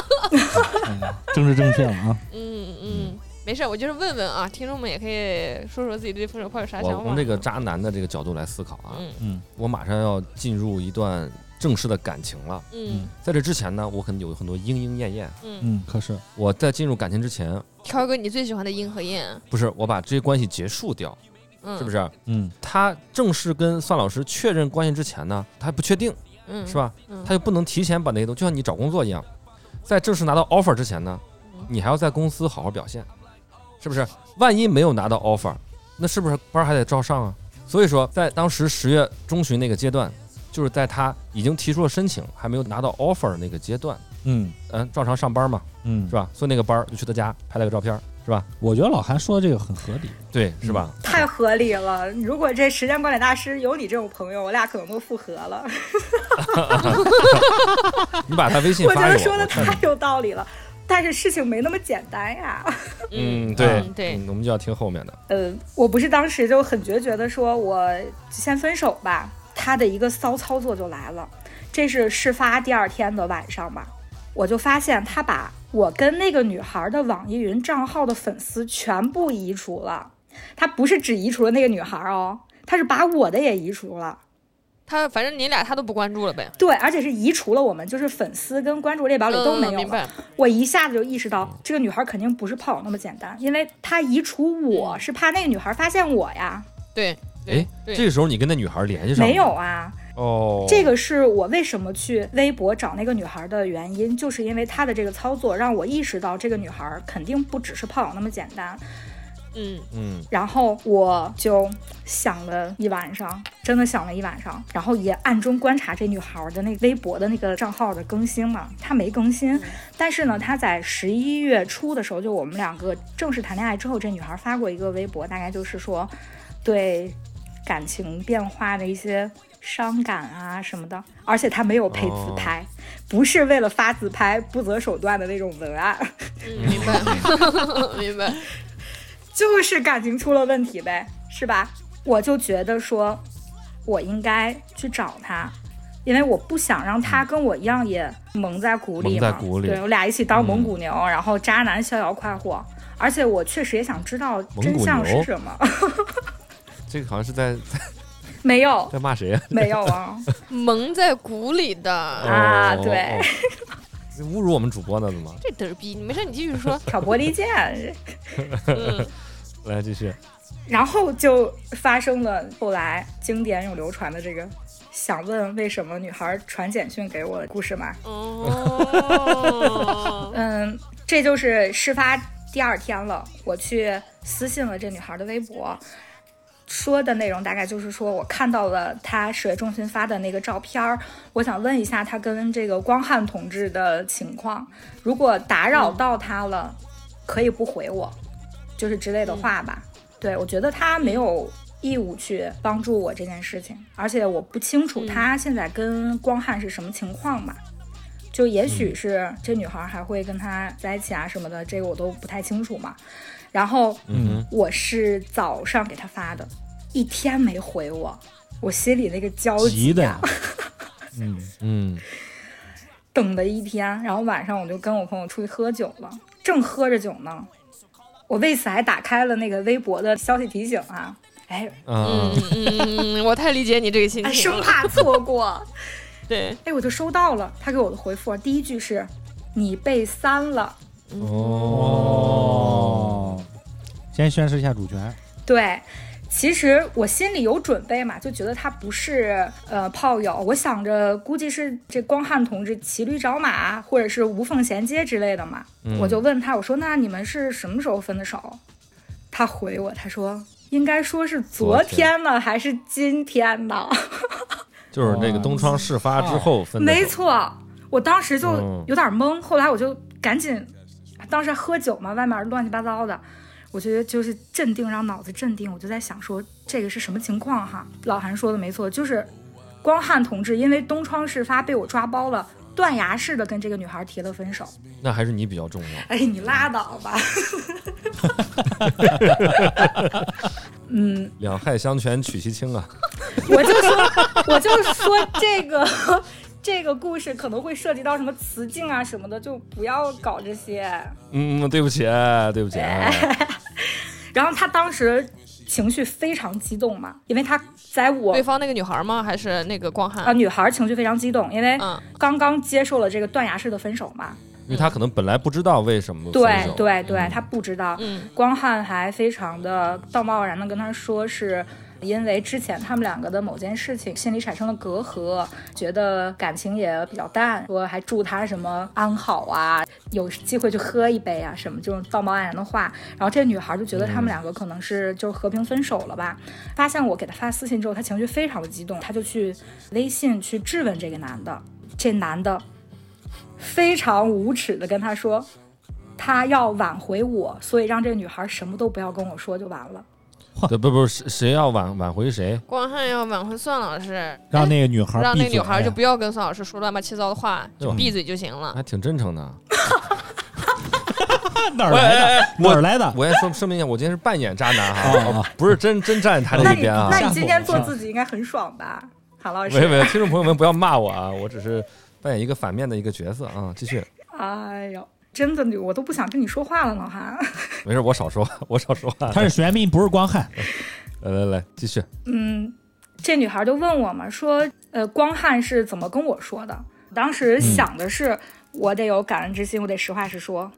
Speaker 4: 哎政治正确了啊！
Speaker 2: 嗯嗯，没事儿，我就是问问啊，听众们也可以说说自己对分手炮有啥想
Speaker 3: 我
Speaker 2: 法。
Speaker 3: 从这个渣男的这个角度来思考啊，
Speaker 2: 嗯
Speaker 4: 嗯，
Speaker 3: 我马上要进入一段正式的感情了。
Speaker 2: 嗯
Speaker 3: 在这之前呢，我可能有很多莺莺燕燕。
Speaker 2: 嗯，
Speaker 4: 嗯，可是
Speaker 3: 我在进入感情之前，
Speaker 2: 挑一个你最喜欢的阴和燕，
Speaker 3: 不是我把这些关系结束掉，
Speaker 2: 嗯，
Speaker 3: 是不？是？
Speaker 4: 嗯，
Speaker 3: 他正式跟算老师确认关系之前呢，他还不确定，
Speaker 2: 嗯，
Speaker 3: 是？吧？
Speaker 2: 嗯
Speaker 3: 他就不能提前把那些东西，就像你找工作一样，在正式拿到 offer 之前呢
Speaker 2: 嗯，
Speaker 3: 你还要在公司好好表现，是不是？万一没有拿到 offer，那是不是班儿还得照上啊？所以说，在当时十月中旬那个阶段，就是在他已经提出了申请，还没有拿到 offer 那个阶段，
Speaker 4: 嗯
Speaker 3: 嗯，照常上班嘛，
Speaker 4: 嗯
Speaker 3: 是，吧？所以那个班儿就去他家拍了个照片儿，是吧？
Speaker 4: 我觉得老韩说的这个很合理。
Speaker 3: 对，是吧？
Speaker 1: 太合理了！如果这时间管理大师有你这种朋友，我俩可能都复合了。
Speaker 3: 嗯 你把他微信
Speaker 1: 我觉
Speaker 3: 发
Speaker 1: 得
Speaker 3: 给我，
Speaker 1: 说的
Speaker 3: 我看
Speaker 1: 太
Speaker 3: 看。
Speaker 1: 有道理了，但是事情没那么简单呀。
Speaker 3: 嗯，对
Speaker 2: 对，对，
Speaker 3: 嗯我们就要听后面的。
Speaker 1: 呃，我不是当时就很决绝的说，我先分手吧。他的一个骚操作就来了，这是事发第二天的晚上吧，我就发现他把我跟那个女孩的网易云账号的粉丝全部移除了。他不是只移除了那个女孩哦，他是把我的也移除了。
Speaker 2: 他反正你俩他都不关注了呗。
Speaker 1: 对，而且是移除了我们，就是粉丝跟关注列表里都没
Speaker 2: 嗯
Speaker 1: 有
Speaker 2: 明
Speaker 1: 了。
Speaker 2: 白。
Speaker 1: 我一下子就意识到，这个女孩肯定不是炮友那么简单，因为她移除我
Speaker 2: 嗯
Speaker 1: 是怕那个女孩发现我呀。
Speaker 2: 对，
Speaker 3: 哎
Speaker 2: 对，对
Speaker 3: 这个时候你跟那女孩联系上了
Speaker 1: 没有啊，
Speaker 3: 哦，
Speaker 1: 这个是我为什么去微博找那个女孩的原因，就是因为她的这个操作让我意识到这个女孩肯定不只是炮友那么简单。
Speaker 2: 嗯
Speaker 3: 嗯，
Speaker 1: 然后我就想了一晚上，真的想了一晚上，然后也暗中观察这女孩的那微博的那个账号的更新嘛，她没更新，但是呢，她在十一月初的时候，就我们两个正式谈恋爱之后，这女孩发过一个微博，大概就是说，对感情变化的一些伤感啊什么的，而且他没有配自拍，不是为了发自拍不择手段的那种文案，
Speaker 2: 嗯明白，明白。
Speaker 1: 就是感情出了问题呗，是吧？我就觉得说，我应该去找他，因为我不想让他跟我一样也蒙在鼓里嘛。
Speaker 3: 嗯蒙在鼓里嗯
Speaker 1: 对我俩一起当蒙古牛，然后渣男逍遥快活。而且我确实也想知道真相是什么。
Speaker 3: 这个好像是在在
Speaker 1: 没有，
Speaker 3: 在骂谁呀、
Speaker 1: 没有啊，
Speaker 2: 蒙在鼓里
Speaker 3: 啊？
Speaker 2: 的
Speaker 1: 啊
Speaker 3: 哦
Speaker 1: 对，。
Speaker 3: 哦哦侮辱我们主播呢？怎么？
Speaker 2: 这嘚儿逼，你没事你继续说
Speaker 1: 挑拨离间。
Speaker 2: 嗯
Speaker 3: 来继续。
Speaker 1: 然后就发生了后来经典有流传的这个，想问为什么女孩传简讯给我的故事吗？
Speaker 2: 哦，
Speaker 1: 嗯，这就是事发第二天了，我去私信了这女孩的微博，说的内容大概就是说我看到了她水中群发的那个照片儿，我想问一下她跟这个光汉同志的情况，如果打扰到她了，可以不回我，就是之类的话吧。对我觉得她没有。义务去帮助我这件事情，而且我不清楚
Speaker 2: 嗯
Speaker 1: 她现在跟光汉是什么情况嘛，就也
Speaker 4: 嗯
Speaker 1: 许是这女孩还会跟他在一起啊什么的，这个我都不太清楚嘛。然后
Speaker 3: 嗯
Speaker 1: 我是早上给他发的，一天没回我，我心里那个焦急
Speaker 2: 啊
Speaker 4: 急的
Speaker 1: 呀、
Speaker 4: 呀，嗯，
Speaker 3: 嗯
Speaker 1: 等了一天，然后晚上我就跟我朋友出去喝酒了，正喝着酒呢，我为此还打开了那个微博的消息提醒啊，哎，
Speaker 3: 啊
Speaker 2: 嗯嗯，我太理解你这个心
Speaker 1: 哎
Speaker 2: 情
Speaker 1: 生
Speaker 2: 了。
Speaker 1: 怕错过，
Speaker 2: 对，
Speaker 1: 哎，我就收到了他给我的回复，第一句是你被删了。
Speaker 4: 哦，先宣示一下主权，
Speaker 1: 对，其实我心里有准备嘛，就觉得他不是呃炮友，我想着估计是这光汉同志骑驴找马，或者是无缝衔接之类的嘛。
Speaker 3: 嗯
Speaker 1: 我就问他，我说那你们是什么时候分的手？他回我，他说应该说是昨
Speaker 3: 昨天
Speaker 1: 天呢，还是今天呢？
Speaker 3: 就是那个东窗事发之后分的手。
Speaker 1: 没错，我当时就
Speaker 3: 嗯
Speaker 1: 有点懵，后来我就赶紧，当时还喝酒嘛，外面乱七八糟的，我觉得就是镇定，让脑子镇定，我就在想说这个是什么情况哈？老韩说的没错，就是光汉同志因为东窗事发被我抓包了。断崖式的跟这个女孩提了分手，
Speaker 3: 那还是你比较重要。
Speaker 1: 哎，你拉倒 吧。 嗯，
Speaker 3: 两害相权取其轻啊。
Speaker 1: 我就说，我就说这个这个故事可能会涉及到什么词境啊什么的，就不要搞这些。
Speaker 3: 嗯，对不起，对不起。
Speaker 1: 然后他当时情绪非常激动嘛，因为他在我
Speaker 2: 对方那个女孩吗？还是那个光
Speaker 1: 啊
Speaker 2: 汉？
Speaker 1: 女孩情绪非常激动，因为
Speaker 2: 嗯，
Speaker 1: 刚刚接受了这个断崖式的分手嘛。
Speaker 3: 因为他可能本来不知道为什么分
Speaker 1: 对
Speaker 3: 手
Speaker 1: 对对，
Speaker 3: 嗯
Speaker 1: 他不知道。
Speaker 2: 嗯
Speaker 1: 光汉还非常的道貌岸然的跟他说是。因为之前他们两个的某件事情，心里产生了隔阂，觉得感情也比较淡，说还祝他什么安好啊， 有机会去喝一杯啊，什么这种道貌岸然的话。然后这女孩就觉得他们两
Speaker 3: 嗯
Speaker 1: 个可能是就是和平分手了吧。发现我给她发私信之后，她情绪非常的激动，她就去微信去质问这个男的。这男的非常无耻的跟她说，他要挽回我，所以让这女孩什么都不要跟我说就完了。
Speaker 3: 对不不是谁要挽挽回谁？
Speaker 2: 光汉要挽回算老师，
Speaker 4: 让那个女孩
Speaker 2: 哎让
Speaker 4: 闭
Speaker 2: 那
Speaker 4: 嘴
Speaker 2: 女孩就不要跟算老师说乱八七糟的话，
Speaker 3: 对哎嗯
Speaker 2: 就
Speaker 3: 吧
Speaker 2: 闭嘴就行了。
Speaker 3: 还挺真 诚的。
Speaker 4: 哪儿来
Speaker 3: 哎哎
Speaker 4: 的
Speaker 3: 哎，
Speaker 4: 哪儿来的？
Speaker 3: 我也说声明一下，我今天是扮演渣男哈，
Speaker 4: 啊
Speaker 3: 哦 不是真真站他这
Speaker 1: 那
Speaker 3: 一
Speaker 1: 你
Speaker 3: 边啊
Speaker 1: 那。
Speaker 4: 吓
Speaker 1: 你
Speaker 4: 唬
Speaker 1: 今天
Speaker 4: 我
Speaker 1: 做
Speaker 4: 了
Speaker 1: 自己应该很爽吧，韩老
Speaker 3: 没有
Speaker 1: 师？
Speaker 3: 没有，听众朋友们不要骂我啊，我只是扮演一个反面的一个角色啊。继续，
Speaker 1: 哎呦，真的，我都不想跟你说话了，老韩。
Speaker 3: 没事，我少说，我少说话。
Speaker 4: 他是玄彬，不是光汉。
Speaker 3: 来来来，继续。
Speaker 1: 嗯，这女孩就问我嘛，说，呃，光汉是怎么跟我说的？当时想的是，我得有感恩之心，我得实话实说。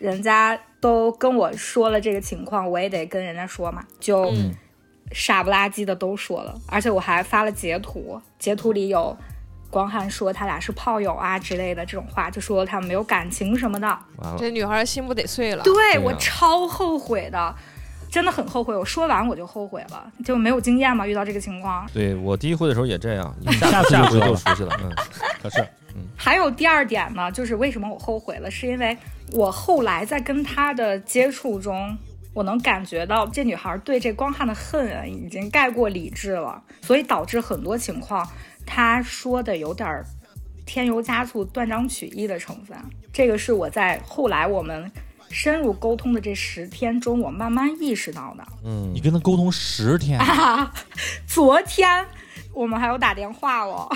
Speaker 1: 人家都跟我说了这个情况，我也得跟人家说嘛，就
Speaker 2: 嗯
Speaker 1: 傻不拉几的都说了，而且我还发了截图，截图里有光汉说他俩是炮友啊之类的这种话，就说他们没有感情什么的。
Speaker 3: 完了，
Speaker 2: 这女孩心不得碎了。
Speaker 1: 对
Speaker 3: 啊
Speaker 1: 我超后悔的，真的很后悔。我说完我就后悔了，就没有经验嘛，遇到这个情况。
Speaker 3: 对我第一回的时候也这样，你
Speaker 4: 下次就
Speaker 3: 下回
Speaker 4: 知道
Speaker 3: 就
Speaker 4: 了
Speaker 3: 熟悉了。嗯，
Speaker 4: 可是
Speaker 1: 还有第二点呢，就是为什么我后悔了，是因为我后来在跟他的接触中，我能感觉到这女孩对这光汉的恨啊已经盖过理智了，所以导致很多情况，她说的有点儿添油加醋、断章取义的成分。这个是我在后来我们深入沟通的这十天中，我慢慢意识到的。
Speaker 3: 嗯
Speaker 4: 你，跟他沟通十天，
Speaker 2: 嗯
Speaker 1: 昨天我们还有打电话哦，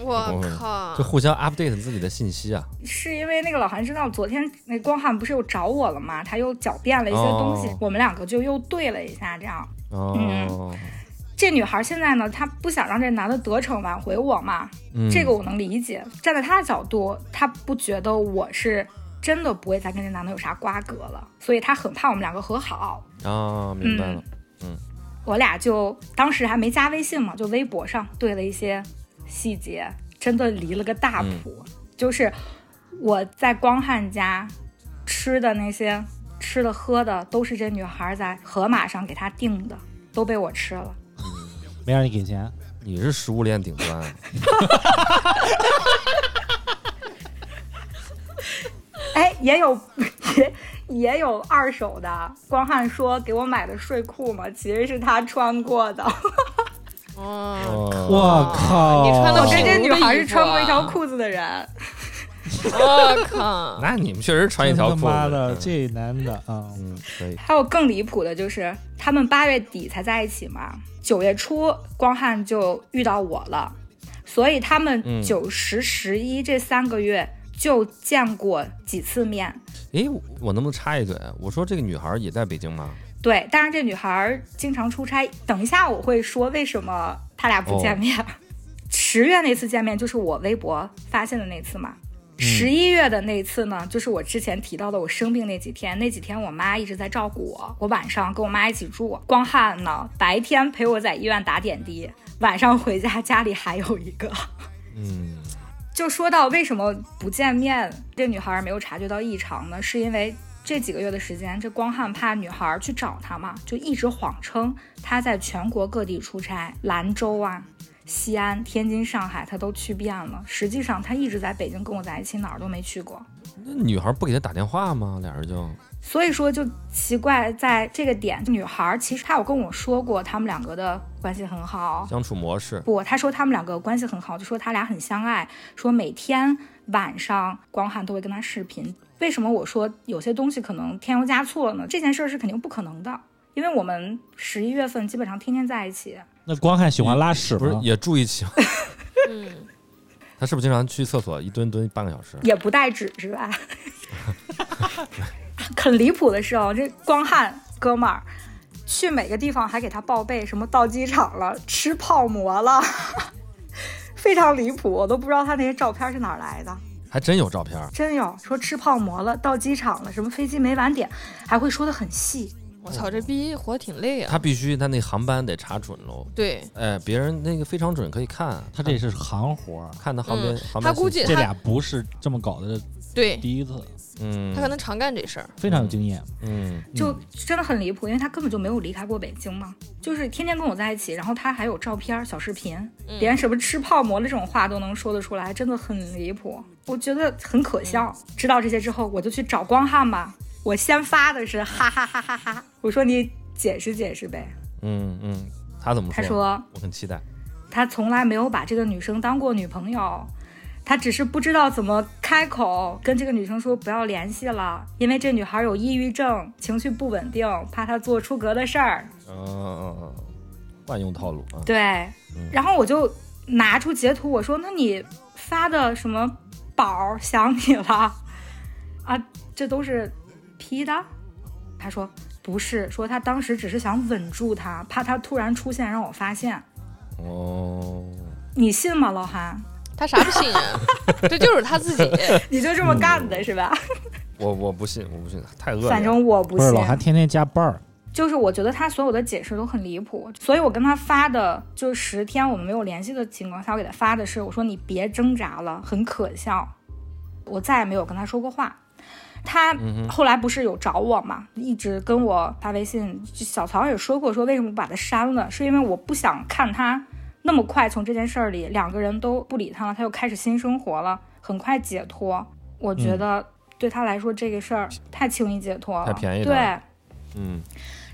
Speaker 2: 我靠
Speaker 3: 就！互相 update 自己的信息啊。
Speaker 1: 是因为那个老韩知道昨天那光汉不是又找我了吗？他又狡辩了一些东西，
Speaker 3: 哦
Speaker 1: 我们两个就又对了一下，这样。
Speaker 3: 哦，
Speaker 1: 嗯这女孩现在呢，她不想让这男的得逞挽回我嘛，
Speaker 3: 嗯，
Speaker 1: 这个我能理解。站在她的角度，她不觉得我是真的不会再跟这男的有啥瓜葛了，所以她很怕我们两个和好。
Speaker 3: 啊，明白了。
Speaker 1: 嗯我俩就当时还没加微信嘛，就微博上对了一些细节，真的离了个大谱。就是我在光汉家吃的那些吃的喝的，都是这女孩在河马上给他订的，都被我吃了。
Speaker 4: 没让你给钱，
Speaker 3: 你是食物链顶端，
Speaker 1: 哎，也有 也也有二手的。光汉说给我买的睡裤嘛，其实是他穿过的。
Speaker 2: 哦嗯，
Speaker 3: 哦，
Speaker 4: 我靠！
Speaker 2: 你穿的
Speaker 1: 我
Speaker 2: 是
Speaker 1: 跟这女孩
Speaker 2: 我的
Speaker 1: 是
Speaker 2: 衣服啊
Speaker 1: 穿过一条裤子的人。
Speaker 2: 我靠！
Speaker 3: 那你们确实穿一条
Speaker 4: 真
Speaker 3: 裤
Speaker 4: 他妈
Speaker 3: 子
Speaker 4: 的，
Speaker 3: 嗯
Speaker 4: 这男的啊，
Speaker 3: 嗯，可以。
Speaker 1: 还有更离谱的就是，他们八月底才在一起嘛，九月初光汉就遇到我了，所以他
Speaker 3: 嗯
Speaker 1: 们九十、十一这三个月就见过几次面。
Speaker 3: 诶，我我能不能插一嘴？啊我说这个女孩也在北京吗？
Speaker 1: 对，但是这女孩儿经常出差。等一下我会说为什么他俩不见面。 十、月那次见面就是我微博发现的那次嘛。十一月的那次呢，就是我之前提到的我生病那几天，那几天我妈一直在照顾我，我晚上跟我妈一起住，光汉呢白天陪我在医院打点滴，晚上回家家里还有一个。
Speaker 3: 嗯，
Speaker 1: 就说到为什么不见面，这女孩没有察觉到异常呢？是因为这几个月的时间，这光汉怕女孩去找他嘛，就一直谎称他在全国各地出差，兰州啊、西安、天津、上海他都去遍了。实际上他一直在北京跟我在一起，哪儿都没去过。
Speaker 3: 那女孩不给他打电话吗？俩人就
Speaker 1: 所以说就奇怪，在这个点，女孩其实她有跟我说过，他们两个的关系很好，
Speaker 3: 相处模式，
Speaker 1: 不，他说他们两个关系很好，就说他俩很相爱，说每天晚上光汉都会跟他视频。为什么我说有些东西可能添油加醋了呢？这件事儿是肯定不可能的，因为我们十一月份基本上天天在一起。
Speaker 4: 那光汉喜欢拉屎
Speaker 3: 不是
Speaker 4: 吗？
Speaker 3: 也住一起吗？
Speaker 2: 嗯，
Speaker 3: 他是不是经常去厕所一蹲蹲半个小时？
Speaker 1: 也不带纸是吧？ 很离谱的是哦，这光汉哥们儿去每个地方还给他报备，什么到机场了，吃泡馍了， 非常离谱，我都不知道他那些照片是哪儿来的。
Speaker 3: 还真有照片儿，
Speaker 1: 真有说吃泡馍了，到机场了，什么飞机没晚点，还会说的很细。
Speaker 2: 我操，这逼活得挺累啊！
Speaker 3: 他必须他那航班得查准喽。
Speaker 2: 对，
Speaker 3: 哎，别人那个非常准，可以看
Speaker 4: 他这是行活儿，
Speaker 3: 看他航边
Speaker 2: 嗯，
Speaker 3: 航
Speaker 2: 他
Speaker 3: 班
Speaker 2: 估
Speaker 3: 信
Speaker 2: 计
Speaker 4: 这
Speaker 2: 他
Speaker 4: 俩不是这么搞的
Speaker 2: 对
Speaker 4: 第一次，
Speaker 3: 息嗯，
Speaker 2: 他可能常干这事儿。
Speaker 4: 非常有经验。
Speaker 3: 嗯
Speaker 1: 就真的很离谱，因为他根本就没有离开过北京嘛，就是天天跟我在一起，然后他还有照片、小视频，连什么吃泡馍这种话都能说得出来，真的很离谱，我觉得很可笑。知道这些之后，我就去找光汉吧。我先发的是哈哈哈哈哈，我说你解释解释呗。
Speaker 3: 嗯嗯，他怎么
Speaker 1: 他说
Speaker 3: 我很期待。
Speaker 1: 他从来没有把这个女生当过女朋友，他只是不知道怎么开口跟这个女生说不要联系了，因为这女孩有抑郁症，情绪不稳定，怕她做出格的事儿。
Speaker 3: 嗯嗯嗯，惯用套路啊。
Speaker 1: 对，然后我就拿出截图，我说：“那你发的什么宝儿想你了啊？这都是 P 的？”他说：“不是，说他当时只是想稳住她，怕她突然出现让我发现。
Speaker 3: 哦，”
Speaker 1: 你信吗，老韩？
Speaker 2: 他啥不信啊？这就是他 自己。
Speaker 1: 你就这么干的是吧？
Speaker 3: 我我不信，我不信，太恶劣了。
Speaker 1: 反正我不
Speaker 4: 不是
Speaker 1: 信，
Speaker 4: 老韩天天加班儿，
Speaker 1: 就是我觉得他所有的解释都很离谱，所以我跟他发的就十天我们没有联系的情况下，我给他发的是我说你别挣扎了，很可笑。我再也没有跟他说过话。他
Speaker 3: 嗯
Speaker 1: 后来不是有找我嘛，一直跟我发微信。小曹也说过，说为什么不把他删了，是因为我不想看他那么快从这件事儿里两个人都不理他了，他又开始新生活了，很快解脱。我觉得对他来说这个事儿太轻易解脱了，
Speaker 3: 嗯太便宜他
Speaker 1: 对
Speaker 3: 了，嗯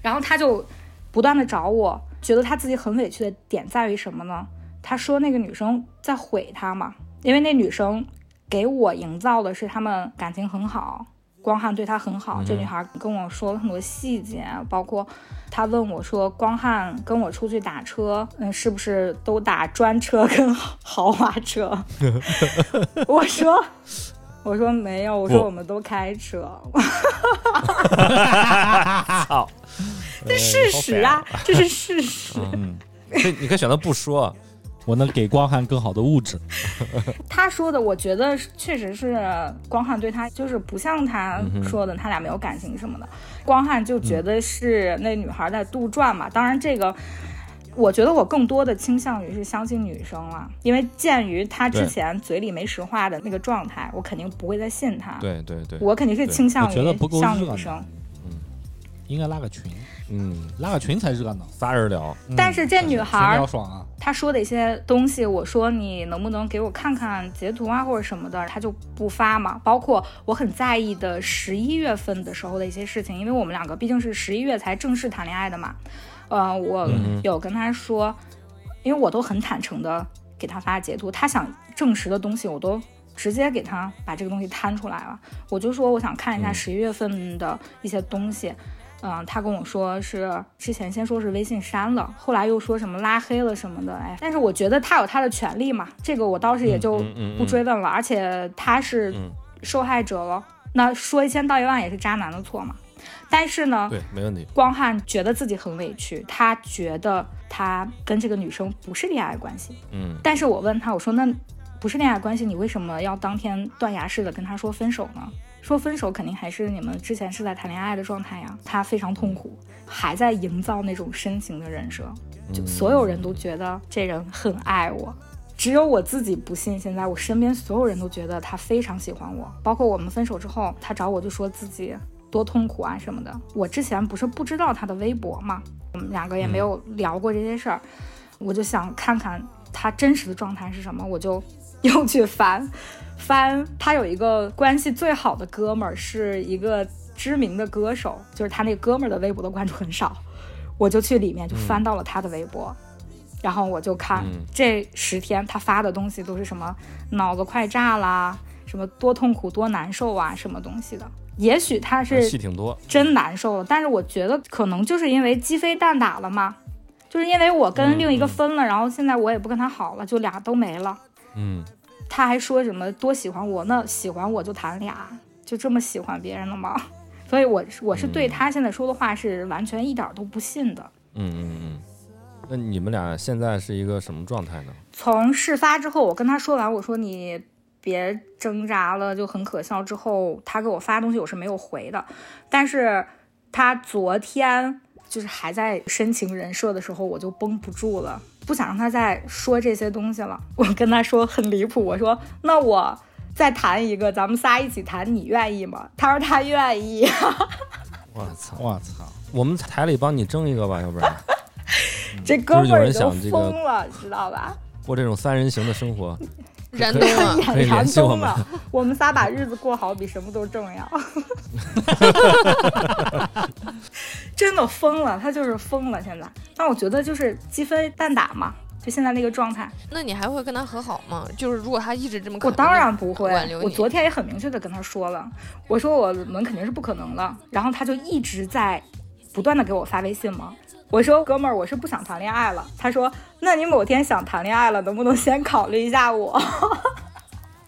Speaker 1: 然后他就不断的找我，觉得他自己很委屈的点在于什么呢？他说那个女生在毁他嘛，因为那女生给我营造的是他们感情很好，光汉对她很好。这
Speaker 3: 嗯
Speaker 1: 女孩跟我说了很多细节，包括她问我说，光汉跟我出去打车，嗯，是不是都打专车跟豪豪华车？ 我说。我说没有，我说哎
Speaker 3: 不
Speaker 1: 我们都开车，
Speaker 3: 好，
Speaker 1: 这事实啊，这是事实。
Speaker 4: 嗯，
Speaker 3: 这你可以选择不说，啊
Speaker 4: 我能给光汉更好的物质。
Speaker 1: 他说的，我觉得确实是光汉对他就是不像他
Speaker 3: 嗯
Speaker 1: 说的，他俩没有感情什么的。光汉就觉得是那女孩在杜撰
Speaker 3: 嗯
Speaker 1: 嘛。当然，这个我觉得我更多的倾向于是相信女生了，因为鉴于他之
Speaker 3: 对
Speaker 1: 前嘴里没实话的那个状态，我肯定不会再信他。
Speaker 3: 对对对，
Speaker 1: 啊我肯定是
Speaker 3: 对
Speaker 1: 倾向
Speaker 4: 我
Speaker 1: 于
Speaker 4: 觉得不够
Speaker 1: 像
Speaker 4: 热闹嗯
Speaker 1: 女生。
Speaker 4: 应该拉个群，
Speaker 3: 嗯，
Speaker 4: 拉个群才热闹。
Speaker 3: 仨人聊，
Speaker 2: 嗯
Speaker 1: 但是这女孩
Speaker 4: 比
Speaker 1: 儿
Speaker 4: 较爽 啊，
Speaker 1: 他说的一些东西，我说你能不能给我看看截图啊或者什么的，他就不发嘛。包括我很在意的十一月份的时候的一些事情，因为我们两个毕竟是十一月才正式谈恋爱的嘛。呃，我
Speaker 3: 嗯
Speaker 1: 有跟他说，因为我都很坦诚的给他发截图，他想证实的东西我都直接给他把这个东西摊出来了。我就说我想看一下
Speaker 3: 嗯
Speaker 1: 十一月份的一些东西，嗯、他跟我说是之前先说是微信删了，后来又说什么拉黑了什么的，哎，但是我觉得他有他的权利嘛，这个我倒是也就
Speaker 3: 嗯嗯，
Speaker 1: 不追问了，而且他是
Speaker 3: 嗯
Speaker 1: 受害者了，那说一千道一万也是渣男的错嘛。但是呢，
Speaker 3: 对，没问题，
Speaker 1: 光汉觉得自己很委屈，他觉得他跟这个女生不是恋爱关系，
Speaker 3: 嗯
Speaker 1: 但是我问他，我说那不是恋爱关系，你为什么要当天断崖式的跟他说分手呢？说分手肯定还是你们之前是在谈恋爱的状态呀。他非常痛苦，还在营造那种深情的人设，
Speaker 3: 嗯
Speaker 1: 就所有人都觉得这人很爱我。只有我自己不信，现在我身边所有人都觉得他非常喜欢我，包括我们分手之后，他找我就说自己多痛苦啊什么的。我之前不是不知道他的微博嘛，我们两个也没有聊过这些事儿，我就想看看他真实的状态是什么，我就 又去翻翻。他有一个关系最好的哥们儿，是一个知名的歌手，就是他那哥们儿的微博的关注很少，我就去里面就翻到了他的微博，然后我就看
Speaker 3: 嗯
Speaker 1: 这十天他发的东西都是什么脑子快炸啦，什么多痛苦多难受啊，什么东西的。也许他是
Speaker 3: 戏挺多，
Speaker 1: 真难受了。但是我觉得可能就是因为鸡飞蛋打了嘛，就是因为我跟另一个分了，然后现在我也不跟他好了，就俩都没了。
Speaker 3: 嗯
Speaker 1: 他还说什么多喜欢我，那喜欢我就谈俩，就这么喜欢别人了吗？ 所以我，我是对他现在说的话是完全一点儿都不信的。
Speaker 3: 嗯嗯嗯，那你们俩现在是一个什么状态呢？
Speaker 1: 从事发之后，我跟他说完，我说你别挣扎了，就很可笑。之后他给我发东西，我是没有回的。但是他昨天就是还在深情人设的时候，我就绷不住了，不想让他再说这些东西了。我跟他说很离谱，我说那我再谈一个，咱们仨一起谈，你愿意吗？他说他愿意。
Speaker 3: 我操，
Speaker 4: 我操！
Speaker 3: 我们台里帮你争一个吧，要 不然
Speaker 1: 这哥们儿已经
Speaker 3: 就是有人想这个
Speaker 1: 疯了，知道吧？
Speaker 3: 过这种三人行的生活，
Speaker 2: 燃冬啊，
Speaker 3: 可以联系我
Speaker 1: 疯
Speaker 3: 们
Speaker 1: 了，我们仨把日子过好比什么都重要。 真的疯了，他就是疯了。现在，但我觉得就是鸡飞蛋打嘛，就现在那个状态。
Speaker 2: 那你还会跟他和好吗？就是如果他一直这么可
Speaker 1: 我
Speaker 2: 能，
Speaker 1: 当然不会
Speaker 2: 挽留，你
Speaker 1: 我昨天也很明确的跟他说了，我说我们肯定是不可能了。然后他就一直在不断的给我发微信嘛。我说哥们儿，我是不想谈恋爱了。他说，那你某天想谈恋爱了，能不能先考虑一下我？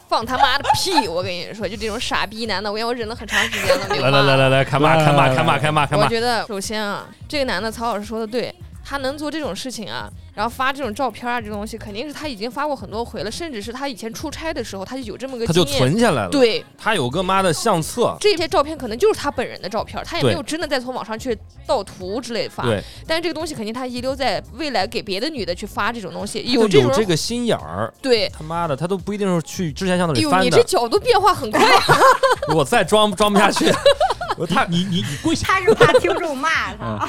Speaker 2: 放他妈的屁！我跟你说，就这种傻逼男的，我让我忍了很长时 间了，没有
Speaker 3: 来来
Speaker 2: 骂
Speaker 3: 来来来，开骂开骂开骂开骂开
Speaker 2: 我
Speaker 3: 骂，
Speaker 2: 觉得首先啊，这个男的曹老师说的对，他能做这种事情啊，然后发这种照片啊，这种东西肯定是他已经发过很多回了，甚至是他以前出差的时候他就有这么个
Speaker 3: 他就
Speaker 2: 经验。
Speaker 3: 存下来了，，
Speaker 2: 对，
Speaker 3: 他有个妈的相册，
Speaker 2: 这些照片可能就是他本人的照片，他也
Speaker 3: 对
Speaker 2: 没有真的再从网上去盗图之类发。
Speaker 3: 对，
Speaker 2: 但是这个东西肯定他遗留在未来给别的女的去发这种东西，
Speaker 3: 就
Speaker 2: 这种
Speaker 3: 有这个心眼儿，
Speaker 2: 对。
Speaker 3: 他妈的，他都不一定是去之前相册
Speaker 2: 哎
Speaker 3: 里
Speaker 2: 呦，
Speaker 3: 翻
Speaker 2: 你这
Speaker 3: 的，
Speaker 2: 角度变化很快，
Speaker 3: 我再装装不 下去，我太
Speaker 4: 你你你跪下！
Speaker 1: 他是怕听众骂他。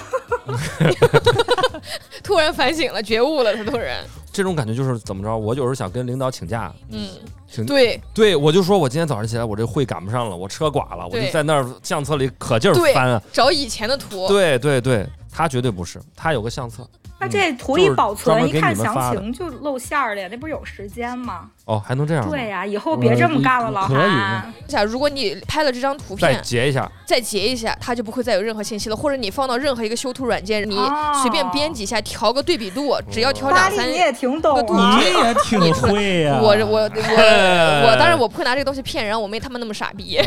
Speaker 2: 突然反省了，觉悟了，他突然。
Speaker 3: 这种感觉就是怎么着？我有时候想跟领导请假，
Speaker 2: 嗯，
Speaker 3: 请
Speaker 2: 对
Speaker 3: 对我就说我今天早上起来我这会赶不上了，我车剐了，我
Speaker 2: 对
Speaker 3: 就在那儿相册里可劲儿
Speaker 2: 对
Speaker 3: 翻啊。
Speaker 2: 找以前的图，
Speaker 3: 对对对，他绝对不是，他有个相册
Speaker 1: 那这图
Speaker 3: 嗯就
Speaker 1: 一
Speaker 3: 是
Speaker 1: 保存，
Speaker 3: 专门
Speaker 1: 一
Speaker 3: 给
Speaker 1: 看
Speaker 3: 你们
Speaker 1: 详
Speaker 3: 发的
Speaker 1: 情就露馅儿了呀，那不是有时间吗？
Speaker 3: 哦，还能这样吗？
Speaker 1: 对呀、啊以后别这么干了，
Speaker 3: 嗯
Speaker 1: 老
Speaker 4: 可以
Speaker 1: 韩。
Speaker 2: 想如果你拍了这张图
Speaker 3: 再
Speaker 2: 片，
Speaker 3: 截一下，
Speaker 2: 再截一下，它就不会再有任何信息了，或者你放到任何一个修图软件，你
Speaker 1: 哦
Speaker 2: 随便编辑一下，调个对比度，只要调
Speaker 1: 巴
Speaker 2: 两
Speaker 1: 力
Speaker 2: 三
Speaker 1: 你。也挺懂
Speaker 2: 个
Speaker 1: 啊
Speaker 2: 图，
Speaker 3: 嗯
Speaker 4: 你也挺会呀、
Speaker 2: 我我 我我当然我不会拿这个东西骗人，我没他们那么傻逼。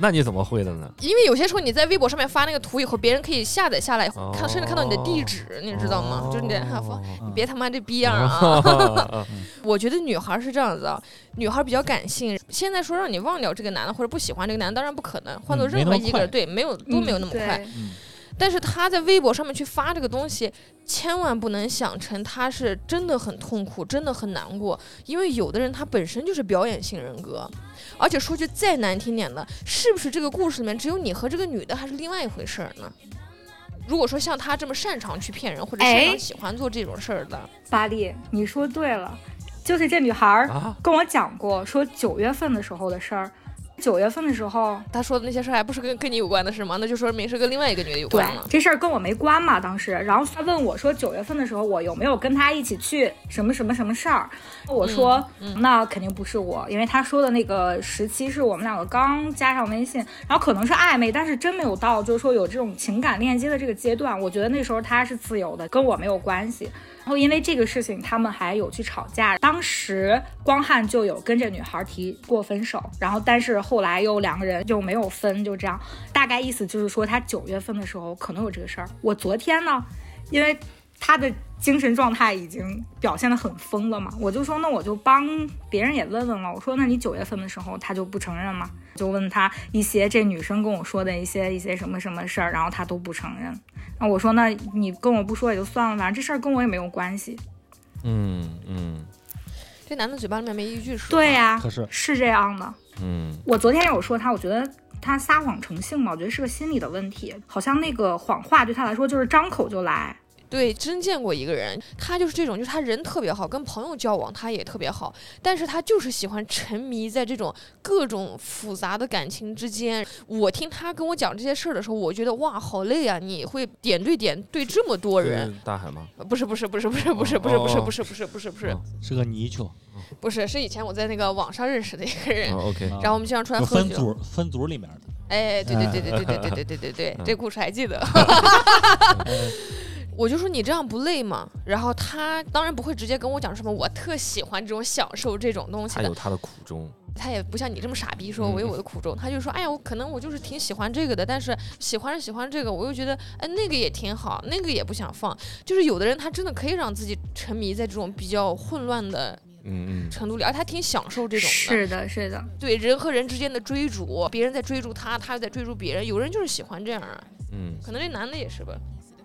Speaker 3: 那你怎么会的呢？
Speaker 2: 因为有些时候你在微博上面发那个图以后，别人可以下载下来，
Speaker 3: 哦
Speaker 2: 看甚至看到你的地址，你知道
Speaker 4: 哦
Speaker 2: 吗？就是你
Speaker 1: 哦
Speaker 2: 的哈佛，
Speaker 4: 嗯
Speaker 2: 别他妈这逼样 啊！
Speaker 3: 啊！
Speaker 2: 我觉得女孩是这样子啊，女孩比较感性。现在说让你忘掉这个男的或者不喜欢这个男的，当然不可能。换做
Speaker 4: 嗯没
Speaker 2: 任
Speaker 4: 那
Speaker 2: 何
Speaker 4: 么
Speaker 2: 一个
Speaker 4: 快
Speaker 2: 人，对，没有都没有那么快。
Speaker 1: 嗯
Speaker 2: 但是他在微博上面去发这个东西，千万不能想成他是真的很痛苦，真的很难过，因为有的人他本身就是表演性人格。而且说句再难听点的，是不是这个故事里面只有你和这个女的，还是另外一回事儿呢？如果说像他这么擅长去骗人，或者
Speaker 1: 哎
Speaker 2: 擅长喜欢做这种事儿的，
Speaker 1: 对巴力，你说对了，就是这女孩儿
Speaker 3: 啊，
Speaker 1: 跟我讲过，说九月份的时候的事儿。九月份的时候，
Speaker 2: 他说的那些事儿还不是跟跟你有关的事吗？那就说明是跟另外一个女的有
Speaker 1: 对
Speaker 2: 关了。
Speaker 1: 这事儿跟我没关嘛，当时。然后他问我说，九月份的时候我有没有跟他一起去什么什么什么事儿？我说、那肯定不是我，因为他说的那个时期是我们两个刚加上微信，然后可能是暧昧，但是真没有到就是说有这种情感链接的这个阶段。我觉得那时候他是自由的，跟我没有关系。然后因为这个事情，他们还有去吵架。当时光汉就有跟这女孩提过分手，然后但是后来又两个人又没有分，就这样。大概意思就是说，他九月份的时候可能有这个事儿。我昨天呢，因为他的精神状态已经表现得很疯了嘛，我就说那我就帮别人也问问了。我说那你九月份的时候他就不承认嘛？就问他一些这女生跟我说的一些一些什么什么事儿，然后他都不承认。那我说那你跟我不说也就算了，反正这事儿跟我也没有关系。
Speaker 3: 嗯嗯
Speaker 2: 这男的嘴巴里面没一句实话。
Speaker 1: 对呀、
Speaker 4: 可是
Speaker 1: 是这样的。
Speaker 3: 嗯，
Speaker 1: 我昨天有说他，我觉得他撒谎成性嘛，我觉得是个心理的问题，好像那个谎话对他来说就是张口就来。
Speaker 2: 对，真见过一个人，他就是这种，就是他人特别好，跟朋友交往他也特别好，但是他就是喜欢沉迷在这种各种复杂的感情之间。我听他跟我讲这些事儿的时候，我觉得哇，好累啊！你会点对点对这么多人，
Speaker 3: 大海吗？
Speaker 2: 不是不是不是不是不是不是不是不是不是不是不是
Speaker 3: 哦
Speaker 4: 是个泥鳅，
Speaker 2: 不是是以前我在那个网上认识的一个人，
Speaker 3: 嗯，OK，
Speaker 4: 啊
Speaker 2: 然后我们经常出来
Speaker 4: 有
Speaker 2: 喝
Speaker 4: 分
Speaker 2: 酒，
Speaker 4: 组分组里面 的，
Speaker 2: 哎，对对对对对对对对对对对，这故事还记得。我就说你这样不累吗？然后他当然不会直接跟我讲什么，我特喜欢这种享受这种东西
Speaker 3: 他
Speaker 2: 的
Speaker 3: 有。他的苦衷。
Speaker 2: 他也不像你这么傻逼，说
Speaker 3: 嗯
Speaker 2: 我有我的苦衷。他就说，哎呀，我可能我就是挺喜欢这个的，但是喜欢是喜欢这个，我又觉得，哎，那个也挺好，那个也不想放。就是有的人他真的可以让自己沉迷在这种比较混乱的
Speaker 3: 嗯嗯，
Speaker 2: 程度里，而他挺享受这种的。
Speaker 1: 是的，是的，
Speaker 2: 对人和人之间的追逐，别人在追逐他，他又在追逐别人。有人就是喜欢这样啊，
Speaker 3: 嗯，
Speaker 2: 可能这男的也是吧。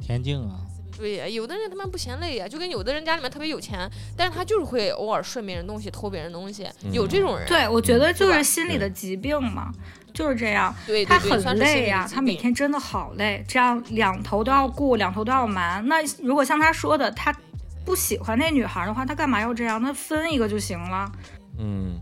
Speaker 4: 田径 啊，
Speaker 2: 对呀，有的人他妈不嫌累呀，就跟有的人家里面特别有钱，但是他就是会偶尔顺别人东西，偷别人东西，
Speaker 3: 嗯
Speaker 2: 有这种人。
Speaker 1: 对，我觉得就
Speaker 2: 对吧
Speaker 1: 是心理的疾病嘛，就是这样。
Speaker 2: 对对
Speaker 1: 他
Speaker 2: 对
Speaker 1: 很累呀、他每。
Speaker 2: 算是心理疾病
Speaker 1: 天真的好累，这样两头都要顾，两头都要瞒。那如果像他说的，他不喜欢那女孩的话，他干嘛要这样？那分一个就行了。
Speaker 3: 嗯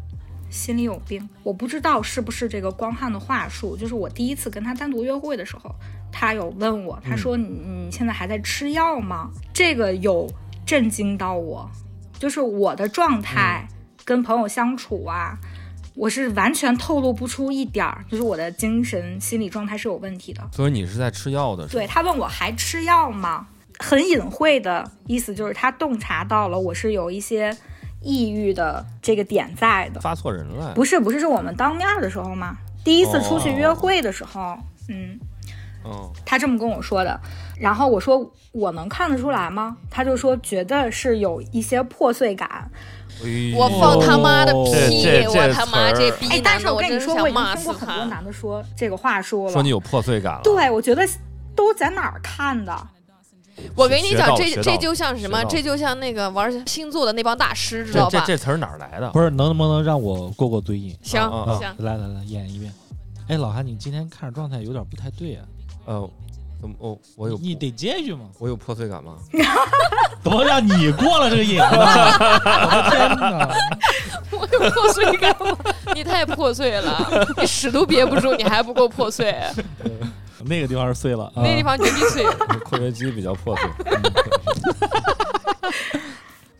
Speaker 1: 心里有病，我不知道是不是这个光汉的话术。就是我第一次跟他单独约会的时候，他有问我，他说你你现在还在吃药吗？这个有震惊到我，就是我的状态跟朋友相处啊，我是完全透露不出一点儿，就是我的精神心理状态是有问题的。
Speaker 3: 所以你是在吃药的，是吧
Speaker 1: 对，他问我还吃药吗？很隐晦的意思就是他洞察到了我是有一些抑郁的这个点在的。
Speaker 3: 发错人了。
Speaker 1: 不是不是，是我们当面儿的时候嘛，第一次出
Speaker 4: 哦
Speaker 1: 去约会的时候，嗯，
Speaker 3: 嗯，
Speaker 1: 他这么跟我说的。然后我说我能看得出来吗？他就说觉得是有一些破碎感。
Speaker 3: 哎呦
Speaker 2: 我放他妈的
Speaker 3: 这
Speaker 2: 屁！
Speaker 3: 哦这
Speaker 2: 我他妈
Speaker 3: 这
Speaker 2: 这
Speaker 3: 词
Speaker 2: 逼
Speaker 3: 儿
Speaker 1: 哎，但
Speaker 2: 男
Speaker 1: 是
Speaker 2: 的，
Speaker 1: 跟
Speaker 2: 真
Speaker 1: 你
Speaker 2: 是
Speaker 1: 说，我
Speaker 2: 想
Speaker 1: 已经
Speaker 2: 骂
Speaker 1: 听
Speaker 2: 死
Speaker 1: 过很多
Speaker 2: 他。
Speaker 1: 男的说这个话术了。
Speaker 3: 说你有破碎感了。
Speaker 1: 对，我觉得都在哪儿看的？
Speaker 2: 我跟你
Speaker 3: 学
Speaker 2: 讲，
Speaker 3: 到
Speaker 2: 这
Speaker 3: 学
Speaker 2: 这
Speaker 3: 到
Speaker 2: 就像什么？
Speaker 3: 学到
Speaker 2: 这就像那个玩星座的那帮大师，知
Speaker 3: 这
Speaker 2: 道
Speaker 3: 这
Speaker 2: 吧？
Speaker 3: 这词儿哪儿来的？
Speaker 4: 不是能不能让我过过嘴瘾？
Speaker 2: 行
Speaker 3: 啊啊啊
Speaker 2: 行，
Speaker 4: 来来来，演一遍。哎，老韩，你今天看着状态有点不太对啊。
Speaker 3: 呃，怎么我我有
Speaker 4: 你得接一句嘛，
Speaker 3: 我有破碎感 吗？
Speaker 4: 怎么让你过了这个瘾了？我的天哪！
Speaker 2: 我有破碎感吗？ 你太破碎了，你屎都憋不住，你还不够破碎？
Speaker 3: 啊
Speaker 4: 那个地方是碎了，啊
Speaker 2: 那地方绝壁碎。
Speaker 3: 扩约肌比较破碎。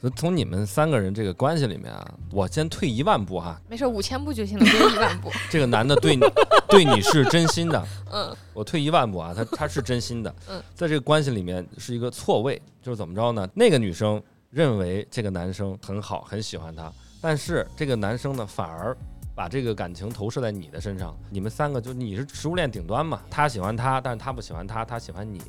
Speaker 3: 所以从你们三个人这个关系里面啊，我先退一万步哈、
Speaker 2: 没事，五千步就行了，别一万步。
Speaker 3: 这个男的 对你对你是真心的，
Speaker 2: 嗯，
Speaker 3: 我退一万步啊，他他是真心的，
Speaker 2: 嗯，
Speaker 3: 在这个关系里面是一个错位，就是怎么着呢？那个女生认为这个男生很好，很喜欢他，但是这个男生呢，反而把这个感情投射在你的身上，你们三个就你是食物链顶端嘛，他喜欢他，但是他不喜欢他，他喜欢你，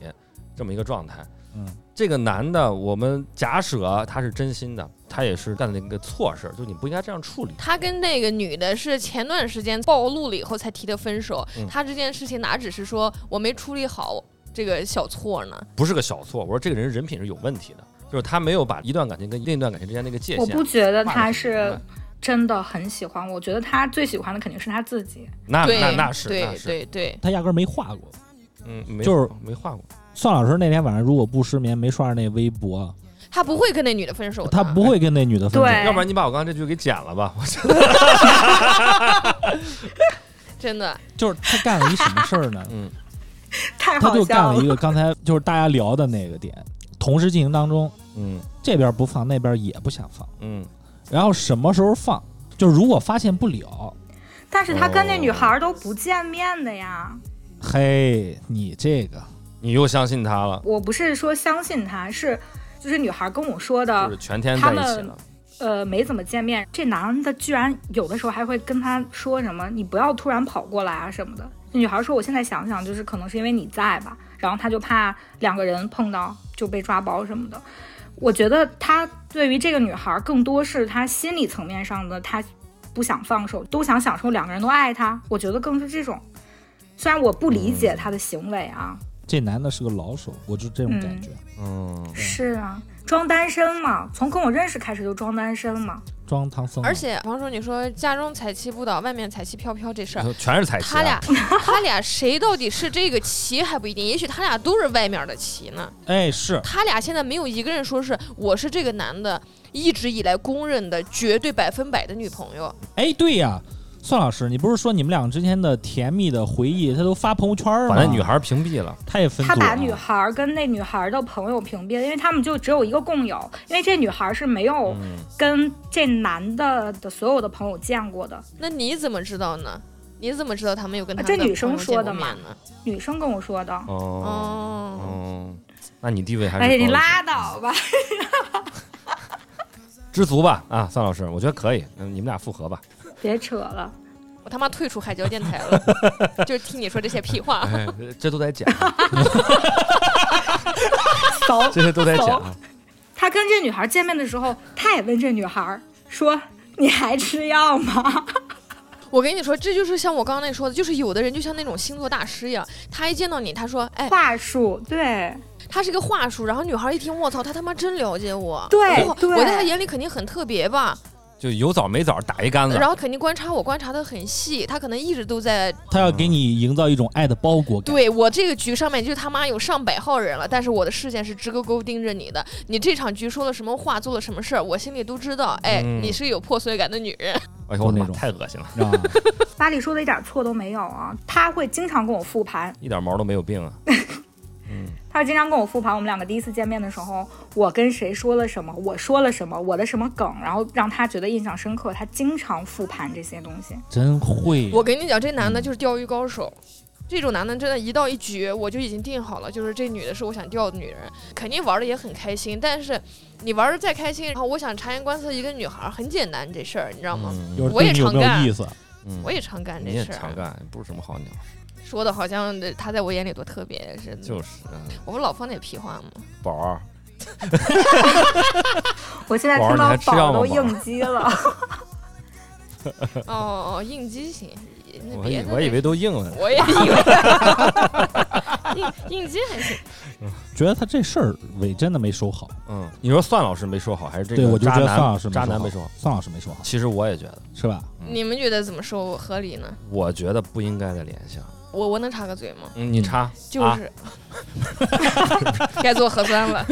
Speaker 3: 这么一个状态。
Speaker 4: 嗯，
Speaker 3: 这个男的，我们假设啊他是真心的，他也是干了一个错事，就你不应该这样处理。
Speaker 2: 他跟那个女的是前段时间暴露了以后才提的分手，
Speaker 3: 嗯
Speaker 2: 他这件事情哪只是说我没处理好这个小错呢？
Speaker 3: 不是个小错，我说这个人人品是有问题的，就是他没有把一段感情跟另一段感情之间那个界
Speaker 1: 我
Speaker 3: 限
Speaker 1: 不。觉得
Speaker 3: 画得
Speaker 1: 他
Speaker 3: 很
Speaker 1: 是真的很喜欢我，我觉得他最喜欢的肯定是他自己。
Speaker 3: 那
Speaker 2: 对，
Speaker 3: 那那是那
Speaker 2: 对
Speaker 3: 是，
Speaker 2: 对对，
Speaker 4: 他压根儿没画过。
Speaker 3: 嗯，没
Speaker 4: 就是
Speaker 3: 没画过，
Speaker 4: 算老师那天晚上如果不失眠，没刷着那微博，
Speaker 2: 他不会跟那女的分手的，
Speaker 4: 他不会跟那女的分手。
Speaker 1: 对
Speaker 3: 要不然你把我刚才这句给剪了吧。我 觉得？
Speaker 2: 真的。
Speaker 4: 就是他干了一什么事儿呢
Speaker 3: 嗯，
Speaker 1: 太
Speaker 4: 他
Speaker 1: 好
Speaker 4: 就干
Speaker 1: 笑
Speaker 4: 了
Speaker 1: 了
Speaker 4: 一。个刚才就是大家聊的那个点，同时进行当中，
Speaker 3: 嗯
Speaker 4: 这边不放，那边也不想放，
Speaker 3: 嗯，
Speaker 4: 然后什么时候放？就如果发现不了，
Speaker 1: 但是他跟那女
Speaker 3: 哦
Speaker 1: 孩儿都不见面的呀。
Speaker 4: 嘿，你这个
Speaker 3: 你又相信他了，
Speaker 1: 我不是说相信他，是就是女孩儿跟我说的，
Speaker 3: 就是全天在一起
Speaker 1: 啊他
Speaker 3: 了
Speaker 1: 们。呃，没怎么见面，这男的居然有的时候还会跟她说什么“你不要突然跑过来啊”什么的。女孩说：“我现在想想，就是可能是因为你在吧。”然后他就怕两个人碰到就被抓包什么的。我觉得他对于这个女孩更多是他心理层面上的，他不想放手，都想享受两个人都爱他。我觉得更是这种。虽然我不理解他的行为啊，
Speaker 4: 这男的是个老手，我就这种感觉，
Speaker 3: 嗯，
Speaker 1: 是啊，装单身嘛，从跟我认识开始就装单身嘛。
Speaker 4: 装唐僧。啊
Speaker 2: 而且王叔，你说家中彩旗不倒，外面彩旗飘飘这事儿。
Speaker 3: 全是彩旗、
Speaker 2: 他俩
Speaker 3: 啊，，
Speaker 2: 他俩谁到底是这个旗还不一定，也许他俩都是外面的旗呢。
Speaker 4: 哎是，
Speaker 2: 他俩现在没有一个人说是我是这个男的一直以来公认的绝对百分百的女朋友。
Speaker 4: 哎对呀，算老师，你不是说你们俩之间的甜蜜的回忆，他都发朋友圈吗？
Speaker 3: 把那女孩屏蔽了。
Speaker 4: 他也分
Speaker 1: 他
Speaker 4: 组啊
Speaker 1: 把
Speaker 4: 了。
Speaker 1: 女孩儿跟那女孩儿的朋友屏蔽了，因为他们就只有一个共友，因为这女孩儿是没有
Speaker 3: 嗯，
Speaker 1: 跟这男的的所有的朋友见过的。
Speaker 2: 那你怎么知道呢？你怎么知道他们有跟他
Speaker 1: 啊这
Speaker 2: 们的
Speaker 1: 女生
Speaker 2: 朋友
Speaker 1: 说
Speaker 2: 见过
Speaker 1: 的嘛
Speaker 2: 面呢？
Speaker 1: 女生跟我说的，
Speaker 3: 哦
Speaker 2: 哦，
Speaker 3: 哦，那你地位还是
Speaker 1: 而哎且你
Speaker 3: 高一些
Speaker 1: 拉倒吧，
Speaker 3: 知足吧啊，范老师，我觉得可以，嗯，你们俩复合吧。
Speaker 1: 别扯了。
Speaker 2: 我他妈退出海椒电台了， 就是听你说这些屁话。
Speaker 3: 哎，这都得剪，啊
Speaker 1: 走。
Speaker 3: 这些都得剪啊。
Speaker 1: 他跟这女孩儿见面的时候，他也问这女孩儿说：“你还吃药吗
Speaker 2: 我跟你说，这就是像我刚刚那说的，就是有的人就像那种星座大师一样，他一见到你，他说，？”哎，
Speaker 1: 话术对，
Speaker 2: 他是个话术，然后女孩一听，我操，他他妈真了解我，
Speaker 1: 对
Speaker 2: 我
Speaker 1: 对
Speaker 2: 我在他眼里肯定很特别吧，
Speaker 3: 就有枣没枣打一竿子
Speaker 2: 然。后肯定观察我观察的很细，他可能一直都在
Speaker 4: 他要给你营造一种爱的包裹感。
Speaker 2: 对我这个局上面就他妈有上百号人了，但是我的视线是直勾勾盯着你的。你这场局说了什么话，做了什么事儿，我心里都知道。哎，
Speaker 3: 嗯
Speaker 2: 你是有破碎感的女人。
Speaker 3: 哎呦我的妈
Speaker 4: 就那种
Speaker 3: 太恶心了，
Speaker 4: 啊，
Speaker 1: 巴里说的一点错都没有啊。他会经常跟我复盘，
Speaker 3: 一点毛都没有病啊。
Speaker 1: 他经常跟我复盘我们两个第一次见面的时候，我跟谁说了什么，我说了什么，我的什么梗，然后让他觉得印象深刻。他经常复盘这些东西。
Speaker 4: 真会。
Speaker 2: 我跟你讲，这男
Speaker 3: 嗯
Speaker 2: 的就是钓鱼高手。这种男的真的，一到一局我就已经定好了，就是这女的是我想钓的女人，肯定玩的也很开心。但是你玩的再开心，然后我想察言观色一个女孩，很简单这事儿，你知道吗？
Speaker 4: 就
Speaker 3: 嗯
Speaker 4: 是
Speaker 2: 我也
Speaker 4: 对你有没
Speaker 2: 常干
Speaker 4: 有意思？啊
Speaker 3: 嗯
Speaker 2: 我也常干
Speaker 3: 你
Speaker 2: 这
Speaker 3: 也
Speaker 2: 事
Speaker 3: 常
Speaker 2: 儿，啊
Speaker 3: 干，不是什么好鸟，
Speaker 2: 说的好像他在我眼里多特别似的。
Speaker 3: 就是嗯
Speaker 2: 我们老放点屁话嘛。
Speaker 3: 宝儿，
Speaker 1: 我现在
Speaker 3: 宝儿
Speaker 1: 听
Speaker 3: 你
Speaker 1: 到
Speaker 3: 还吃药
Speaker 1: 宝
Speaker 3: 吗
Speaker 1: 都
Speaker 3: 宝儿
Speaker 1: 应激了。
Speaker 2: 哦哦，应激型，那
Speaker 3: 我
Speaker 2: 别
Speaker 3: 以
Speaker 2: 的
Speaker 3: 我以
Speaker 2: 那
Speaker 3: 为都硬了。
Speaker 2: 我也 以为应应激还行，
Speaker 4: 觉得他这事儿尾真的没收好。
Speaker 3: 嗯，你说算老师没说好，还是这
Speaker 4: 对，
Speaker 3: 个
Speaker 4: 我就
Speaker 3: 渣
Speaker 4: 觉得
Speaker 3: 男
Speaker 4: 范老师没
Speaker 3: 渣
Speaker 4: 说
Speaker 3: 男
Speaker 4: 好
Speaker 3: 没说好？
Speaker 4: 范老师没说好，
Speaker 3: 其实我也觉得，
Speaker 4: 是吧？
Speaker 3: 嗯
Speaker 2: 你们觉得怎么说合理呢？
Speaker 3: 我觉得不应该再联系了。啊
Speaker 2: 我我能插个嘴吗？
Speaker 3: 嗯，你插
Speaker 2: 就
Speaker 3: 啊
Speaker 2: 是、该做核酸了。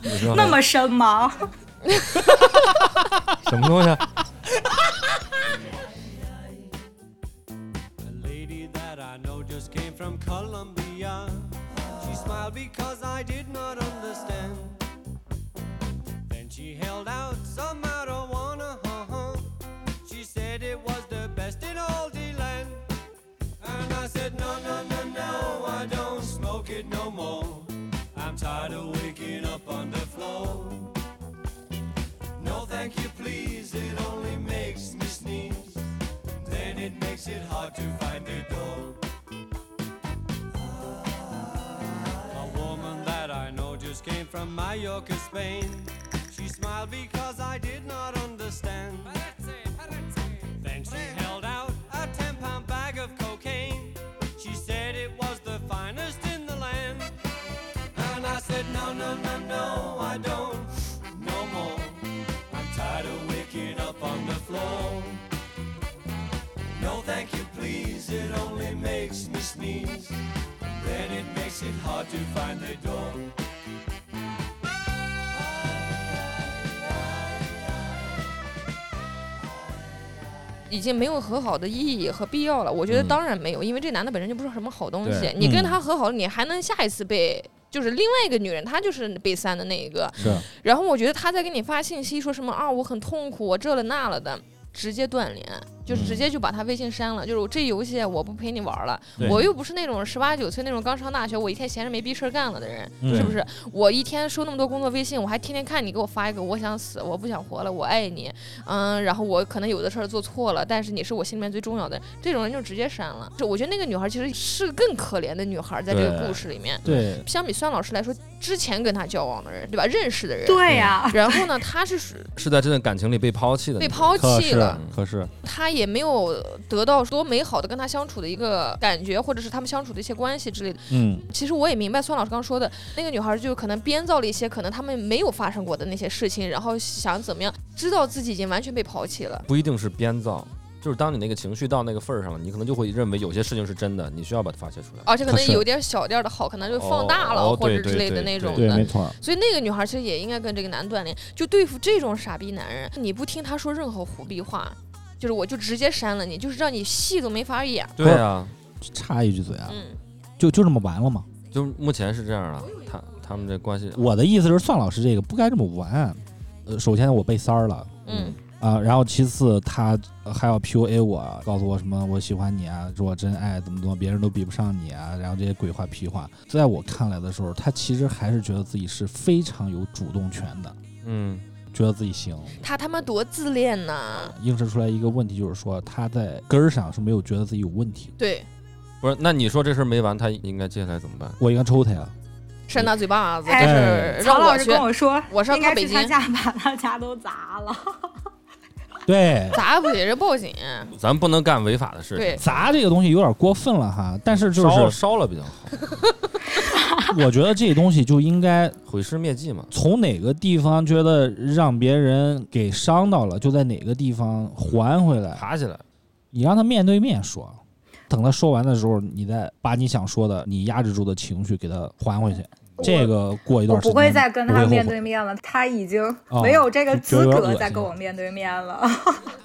Speaker 3: 你说
Speaker 1: 那么深吗？
Speaker 3: 什么东西？啊
Speaker 5: A lady that I know just came from Colombia. She smiled because I did not understand. Then she held out some marijuana. huh-huh. She said it was the best in all the land. And I said, No, no, no, no, I don't smoke it no more. I'm tired of waking up on the floor. No, thank you, please, it only makes me sneeze then it makes it hard to find the door. A woman that I know just came from Mallorca, Spain. She smiled because I did not understand. Then she held out a 10 pound bag of cocaine. She said it was the finest in the land. And I said, No, no, no, no, I don't. No more. I'm tired of waking up on the floor. No, thank you, please. It only makes me sneeze. Then it makes it hard to find the door.
Speaker 2: 已经没有和好的意义和必要了。我觉得当然没有，因为这男的本身就不是什么好东西
Speaker 3: 嗯对。
Speaker 2: 你跟
Speaker 4: 嗯
Speaker 2: 他和好了，你还能下一次被。就是另外一个女人，她就是被删的那一个。
Speaker 4: 是
Speaker 2: 然后我觉得她在给你发信息说什么啊，我很痛苦，我这了那了的，直接断联，就是直接就把她微信删了。就是我这游戏我不陪你玩了，
Speaker 3: 嗯对
Speaker 2: 我又不是那种十八九岁那种刚上大学，我一天闲着没逼事儿干了的人，
Speaker 4: 嗯
Speaker 2: 是不是？我一天收那么多工作微信，我还天天看你给我发一个我想死，我不想活了，我爱你，嗯，然后我可能有的事儿做错了，但是你是我心里面最重要的人，这种人就直接删了。就我觉得那个女孩其实是个更可怜的女孩，在这个
Speaker 3: 对
Speaker 2: 故事里面，
Speaker 4: 对，
Speaker 2: 相比算老师来说，之前跟她交往的人，对吧？认识的人，
Speaker 1: 对呀、
Speaker 2: 然后呢，她是属
Speaker 3: 是在这段感情里被抛弃的那
Speaker 2: 被
Speaker 3: 种，
Speaker 2: 抛
Speaker 4: 可
Speaker 2: 弃了
Speaker 4: 是，啊可是
Speaker 2: 他也没有得到多美好的跟他相处的一个感觉，或者是他们相处的一些关系之类的。
Speaker 4: 嗯，
Speaker 2: 其实我也明白孙老师刚说的，那个女孩就可能编造了一些可能他们没有发生过的那些事情，然后想怎么样，知道自己已经完全被抛弃了。
Speaker 3: 不一定是编造，就是当你那个情绪到那个份儿上了，你可能就会认为有些事情是真的，你需要把它发泄出来。
Speaker 2: 而啊且可
Speaker 4: 可
Speaker 2: 能
Speaker 4: 是
Speaker 2: 有点小点儿的好，可能就放大了、
Speaker 3: 哦哦
Speaker 2: 或者
Speaker 3: 对
Speaker 2: 之类的
Speaker 3: 对
Speaker 2: 那
Speaker 3: 对
Speaker 2: 种
Speaker 4: 对，没
Speaker 2: 的。
Speaker 4: 错儿，
Speaker 2: 所以那个女孩其实也应该跟这个男断联，就对付这种傻逼男人，你不听他说任何虎逼话，就是我就直接删了你，就是让你戏都没法演。
Speaker 3: 对啊，
Speaker 4: 插一句嘴啊，
Speaker 2: 嗯，
Speaker 4: 就就这么完了嘛。
Speaker 3: 就目前是这样了，他他们这关系，
Speaker 4: 我的意思是，算老师这个不该这么玩。呃，首先我被三儿了。
Speaker 2: 嗯
Speaker 4: 啊、然后其次他呃还要 PUA 我，告诉我什么我喜欢你啊，是我真爱，怎么怎么，别人都比不上你啊，然后这些鬼话屁话，在我看来的时候，他其实还是觉得自己是非常有主动权的，
Speaker 3: 嗯，
Speaker 4: 觉得自己行，
Speaker 2: 他他妈多自恋呐！
Speaker 4: 映射出来一个问题，就是说他在根儿上是没有觉得自己有问题，
Speaker 2: 对，
Speaker 3: 不是，那你说这事儿没完，他应该接下来怎么办？
Speaker 4: 我应该抽他呀，
Speaker 2: 扇他嘴巴子，
Speaker 1: 哎
Speaker 2: 这是
Speaker 1: 曹
Speaker 2: 让
Speaker 1: 老
Speaker 2: 我
Speaker 1: 师
Speaker 2: 去
Speaker 1: 跟我说，
Speaker 2: 我是要
Speaker 1: 应该
Speaker 2: 靠北
Speaker 1: 去他
Speaker 2: 京
Speaker 1: 家把他家都砸了。
Speaker 4: 对，
Speaker 2: 咋不给人报警？
Speaker 3: 咱不能干违法的事情，
Speaker 2: 对，
Speaker 4: 砸这个东西有点过分了哈，但是就
Speaker 3: 烧
Speaker 4: 是
Speaker 3: 烧了比较好，
Speaker 4: 我觉得这东西就应该
Speaker 3: 毁尸灭迹嘛。
Speaker 4: 从哪个地方觉得让别人给伤到了，就在哪个地方还回来。
Speaker 3: 爬起来，
Speaker 4: 你让他面对面说，等他说完的时候，你再把你想说的、你压制住的情绪给他还回去。这个过一
Speaker 1: 我
Speaker 4: 段时间
Speaker 1: 不会再跟
Speaker 4: 不
Speaker 1: 他
Speaker 4: 会后
Speaker 1: 面
Speaker 4: 悔
Speaker 1: 对面了，他已经
Speaker 4: 哦
Speaker 1: 没有这个资
Speaker 4: 就觉得有点恶
Speaker 1: 格
Speaker 4: 心
Speaker 1: 再跟我面对面了。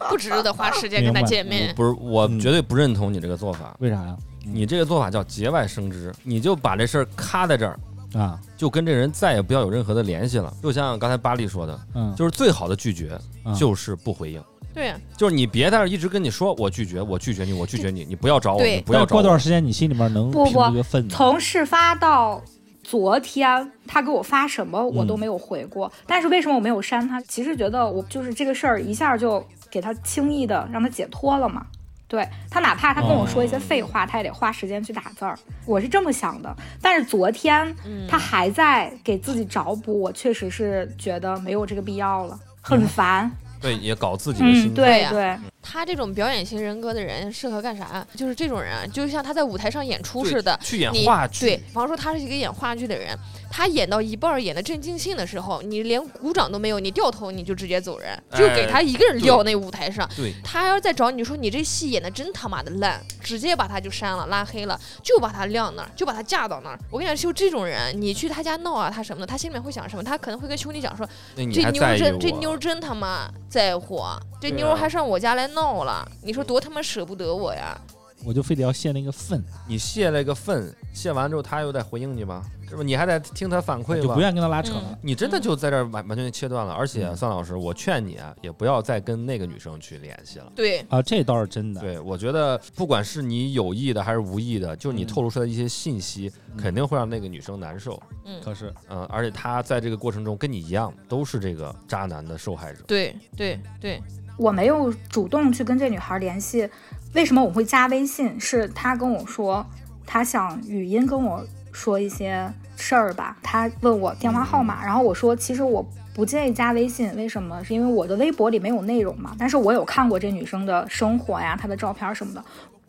Speaker 2: 不值得花时间跟他见面
Speaker 3: 我。不是，我
Speaker 4: 嗯
Speaker 3: 绝对不认同你这个做法，
Speaker 4: 为啥呀？
Speaker 3: 你这个做法叫节外生枝，你就把这事儿咔在这儿，
Speaker 4: 啊，
Speaker 3: 就跟这人再也不要有任何的联系了。就像刚才巴力说的，
Speaker 4: 嗯，
Speaker 3: 就是最好的拒绝
Speaker 4: 嗯
Speaker 3: 就是不回应，
Speaker 1: 啊
Speaker 2: 对，
Speaker 3: 就是你别在这儿一直跟你说我拒绝，我拒绝你，我拒绝你，你不要找我，
Speaker 2: 对
Speaker 3: 你不要
Speaker 4: 但
Speaker 3: 找
Speaker 4: 过
Speaker 3: 我。
Speaker 4: 段时间你心里面能
Speaker 1: 不
Speaker 4: 平
Speaker 1: 不
Speaker 4: 一个愤怒。
Speaker 1: 从事发到昨天，他给我发什么我都没有回过，但是为什么我没有删他？其实觉得我就是这个事儿一下就给他轻易的让他解脱了嘛。对他，哪怕他跟我说一些废话，他也得花时间去打字儿。我是这么想的，但是昨天
Speaker 2: 嗯
Speaker 1: 他还在给自己找补，我确实是觉得没有这个必要了，很烦。
Speaker 3: 对，也搞自己的
Speaker 1: 嗯，
Speaker 3: 心态。
Speaker 1: 对
Speaker 2: 呀
Speaker 1: 对，
Speaker 2: 他这种表演型人格的人适合干啥？就是这种人啊，就像他在舞台上演出似的，
Speaker 3: 去演
Speaker 2: 你
Speaker 3: 话剧，
Speaker 2: 对，比方说他是一个演话剧的人，他演到一半儿演的正尽兴的时候，你连鼓掌都没有，你掉头你就直接走人，就给
Speaker 3: 哎
Speaker 2: 他一个人
Speaker 3: 对
Speaker 2: 撂那舞台上。
Speaker 3: 对
Speaker 2: 他要是再找你说你这戏演的真他妈的烂，直接把他就删了，拉黑了，就把他晾那儿，就把他架到那儿。我跟你讲，就这种人，你去他家闹啊，他什么的，他心里面会想什么？他可能会跟兄弟讲说，
Speaker 3: 那你
Speaker 2: 这
Speaker 3: 还
Speaker 2: 妞儿
Speaker 3: 在意
Speaker 2: 真
Speaker 3: 我
Speaker 2: 这妞儿真他妈在乎啊，这
Speaker 3: 对
Speaker 2: 妞儿
Speaker 3: 啊
Speaker 2: 还上我家来闹了，你说多他妈舍不得我呀？
Speaker 4: 我就非得要泄那个愤，
Speaker 3: 你泄了个愤，泄完之后他又在回应你吗？是吧？你还得听他反馈
Speaker 4: 就
Speaker 3: 吗
Speaker 4: 不？愿意跟他拉扯
Speaker 2: 嗯
Speaker 4: 了。
Speaker 3: 你真的就在这儿完完全切断了，而且
Speaker 4: 嗯
Speaker 3: 宋老师，我劝你啊，也不要再跟那个女生去联系了。
Speaker 2: 对，
Speaker 4: 啊，这倒是真的。
Speaker 3: 对，我觉得不管是你有意的还是无意的，就是你
Speaker 4: 嗯
Speaker 3: 透露出来的一些信息，
Speaker 4: 嗯
Speaker 3: 肯定会让那个女生难受。
Speaker 2: 嗯，
Speaker 4: 可是
Speaker 3: 嗯，而且她在这个过程中跟你一样，都是这个渣男的受害者。
Speaker 2: 对对对，
Speaker 1: 我没有主动去跟这女孩联系，为什么我会加微信？是她跟我说，她想语音跟我说一些事儿吧。她问我电话号码，然后我说其实我不建议加微信，为什么？是因为我的微博里没有内容嘛。但是我有看过这女生的生活呀，她的照片什么的。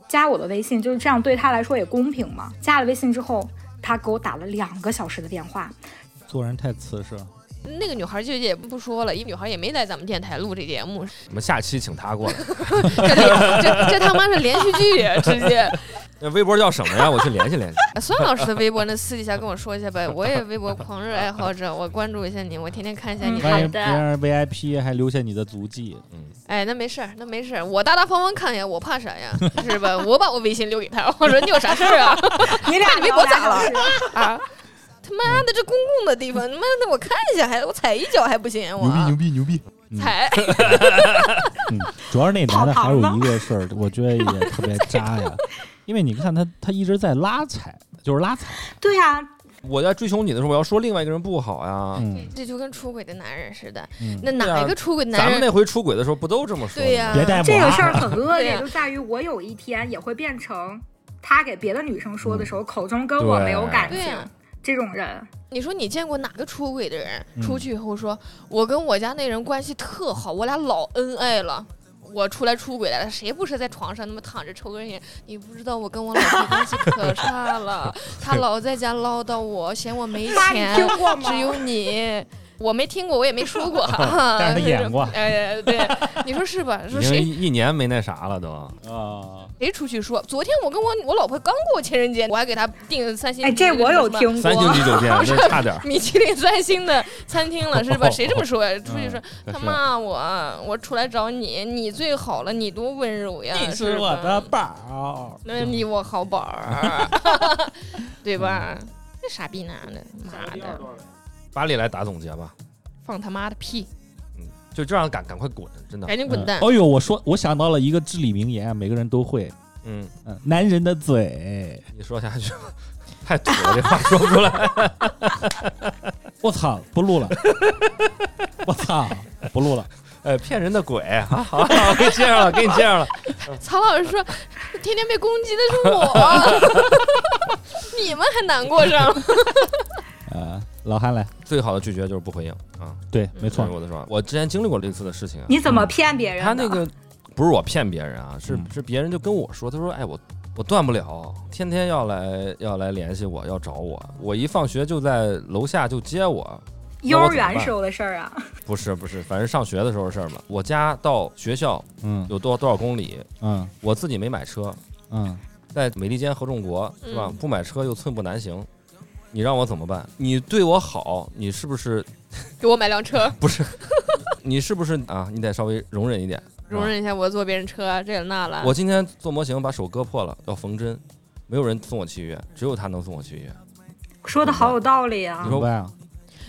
Speaker 1: 加我的微信就是这样，对她来说也公平嘛。加了微信之后，她给我打了两个小时的电话，
Speaker 4: 做人太瓷实了，
Speaker 2: 那个女孩就也不说了，因为女孩也没来咱们电台录这节目，
Speaker 3: 我们下期请她过 来。
Speaker 2: 这这这他妈是连续剧，啊直接。
Speaker 3: 那微博叫什么呀？我去联系联系。
Speaker 2: 孙老师的微博，那私底下跟我说一下呗，我也微博狂热爱好者，我关注一下你，我天天看一下你
Speaker 1: 嗯好
Speaker 4: 万
Speaker 2: 的。
Speaker 4: 一
Speaker 1: 的
Speaker 4: 别人 VIP 还留下你的足迹，
Speaker 3: 嗯，
Speaker 2: 哎，那没事儿，那没事儿，我大大方方看呀，我怕啥呀？是吧？我把我微信留给他，我说你有啥事儿啊？
Speaker 1: 你俩
Speaker 2: 你微博咋了
Speaker 1: 聊俩小时？
Speaker 2: 啊，他妈的这公共的地方，他妈的我看一下还我踩一脚还不行，我啊
Speaker 4: 逼牛逼！嗯
Speaker 2: 踩
Speaker 4: 嗯，主要是那男的还有
Speaker 1: 跑堂
Speaker 4: 一个事儿，我觉得也特别渣 呀，因为你看他，他一直在拉踩，就是拉踩，
Speaker 1: 对呀、
Speaker 3: 我在追求你的时候，我要说另外一个人不好呀。
Speaker 4: 嗯
Speaker 2: 这就跟出轨的男人似的。
Speaker 4: 嗯，
Speaker 2: 那哪一个出轨
Speaker 3: 啊咱
Speaker 2: 男
Speaker 3: 们
Speaker 2: 人？
Speaker 3: 那回出轨的时候不都这么说吗？
Speaker 2: 对呀、
Speaker 4: 别带我
Speaker 1: 嗯这个
Speaker 4: 啊
Speaker 1: 事儿很恶
Speaker 2: 对
Speaker 1: 劣，
Speaker 2: 啊
Speaker 1: 就在于我有一天也会变成他给别的女生说
Speaker 3: 嗯
Speaker 1: 的时候，口中跟我没有感
Speaker 2: 对啊
Speaker 1: 情
Speaker 2: 呀
Speaker 1: 这种人。
Speaker 2: 你说你见过哪个出轨的人
Speaker 4: 嗯
Speaker 2: 出去以后说，我跟我家那人关系特好，我俩老恩爱了。我出来出轨来了，谁不是在床上那么躺着抽根烟？你不知道我跟我老婆关系可差 了，他老在家唠叨我，嫌我没
Speaker 1: 妈，你听
Speaker 2: 钱，
Speaker 1: 过吗？
Speaker 2: 只有你，我没听过，我也没说过，
Speaker 4: 但是他演过
Speaker 2: 哎，对，你说是吧？
Speaker 3: 已
Speaker 2: 说
Speaker 3: 经
Speaker 2: 谁
Speaker 3: 一年没那啥了都。
Speaker 4: 啊，
Speaker 2: 谁出去说？昨天我跟我我老婆刚过情人节，我还给她订三星
Speaker 1: 哎，
Speaker 2: 级
Speaker 1: 这
Speaker 2: 那个
Speaker 1: 我
Speaker 2: 什
Speaker 1: 有
Speaker 2: 么
Speaker 1: 听
Speaker 3: 三星
Speaker 1: 过。
Speaker 3: 级酒店那差点儿。
Speaker 2: 米其林三星的餐厅了， 是吧？谁这么说呀？出去说
Speaker 3: 嗯
Speaker 2: 他
Speaker 3: 是
Speaker 2: 骂我，我出来找你，你最好了，你多温柔
Speaker 1: 呃
Speaker 2: 呀！是吧
Speaker 4: 宝
Speaker 2: 那
Speaker 1: 嗯
Speaker 2: 你我好宝儿， 对吧？
Speaker 3: 嗯
Speaker 2: 这傻逼男的，妈的，
Speaker 3: 巴里来打总结吧，嗯
Speaker 2: 放他妈的屁，
Speaker 3: 就这样赶赶快滚，真的。
Speaker 2: 赶紧滚蛋！
Speaker 4: 哦呦，我说我想到了一个至理名言，啊每个人都会，
Speaker 3: 嗯，
Speaker 4: 嗯，男人的嘴，
Speaker 3: 你说下去吧，太土了，这话说不出来。
Speaker 4: 我操，不录 了，我操，不录了，
Speaker 3: 呃，骗人的鬼啊！好好， 好给你介绍了，给你介绍了。
Speaker 2: 曹老 师说，天天被攻击的是我，你们还难过上了？
Speaker 4: 呃，老韩来，
Speaker 3: 最好的拒绝就是不回应啊，
Speaker 4: 对，没错
Speaker 3: 这是，我的说法。我之前经历过类似的事情啊，
Speaker 1: 你怎么骗别人的？
Speaker 3: 他那个不是我骗别人啊，是
Speaker 4: 嗯
Speaker 3: 是别人就跟我说，他说，哎，我我断不了，天天要来要来联系我，要找我，我一放学就在楼下就接我，
Speaker 1: 幼儿
Speaker 3: 那我怎么
Speaker 1: 园
Speaker 3: 办
Speaker 1: 时候的事儿啊，
Speaker 3: 不是不是，反正上学的时候的事儿嘛。我家到学校
Speaker 4: 嗯
Speaker 3: 有多多少公里，
Speaker 4: 嗯
Speaker 3: 我自己没买车，
Speaker 4: 嗯，
Speaker 3: 在美利坚合众国是吧
Speaker 2: 嗯？
Speaker 3: 不买车又寸步难行，你让我怎么办？你对我好，你是 不是
Speaker 2: 给我买辆车，
Speaker 3: 你是不是啊？你得稍微容忍一点，是吧
Speaker 2: 容。忍一下，我坐别人车，这了那了。
Speaker 3: 我今天做模型把手割破了，要缝针，没有人送我去医院，只有他能送我去医院。
Speaker 1: 说的好有道理啊
Speaker 3: 你。
Speaker 4: 明
Speaker 3: 说
Speaker 4: 白啊，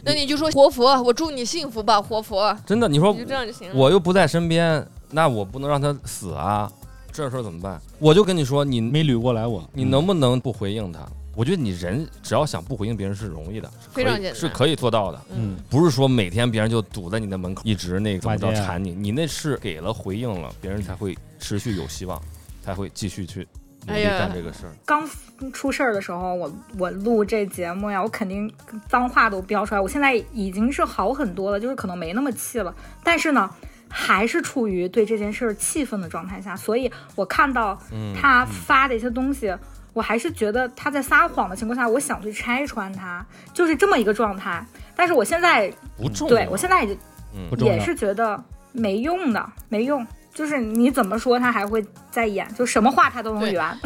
Speaker 2: 那你就说活佛，我祝你幸福吧，活佛，
Speaker 3: 真的，你说
Speaker 2: 你就这样就行了。
Speaker 3: 我又不在身边，那我不能让他死啊，这事儿怎么办？我就跟你说，你
Speaker 4: 没捋过来我，
Speaker 3: 你能不能不回应他？我觉得你人只要想不回应别人是容易的，是可
Speaker 2: 非
Speaker 3: 以
Speaker 2: 常简单
Speaker 3: 是可以做到的。
Speaker 4: 嗯，
Speaker 3: 不是说每天别人就堵在你的门口，一直那个怎么着
Speaker 4: 骂街啊
Speaker 3: 缠你，你那是给了回应了，别人才会持续有希望，才会继续去努
Speaker 2: 哎
Speaker 3: 力
Speaker 2: 呀
Speaker 3: 干这个事儿。
Speaker 1: 刚出事儿的时候，我我录这节目呀，我肯定脏话都飙出来。我现在已经是好很多了，就是可能没那么气了。但是呢，还是处于对这件事儿气愤的状态下，所以我看到
Speaker 3: 嗯
Speaker 1: 他发的一些东西，我还是觉得他在撒谎的情况下，我想去拆穿他，就是这么一个状态。但是我现在
Speaker 3: 不重要。
Speaker 1: 对我现在也
Speaker 3: 嗯
Speaker 4: 不重要
Speaker 1: 也是觉得没用的，没用。就是你怎么说他还会再演，就什么话他都能
Speaker 2: 对
Speaker 1: 圆。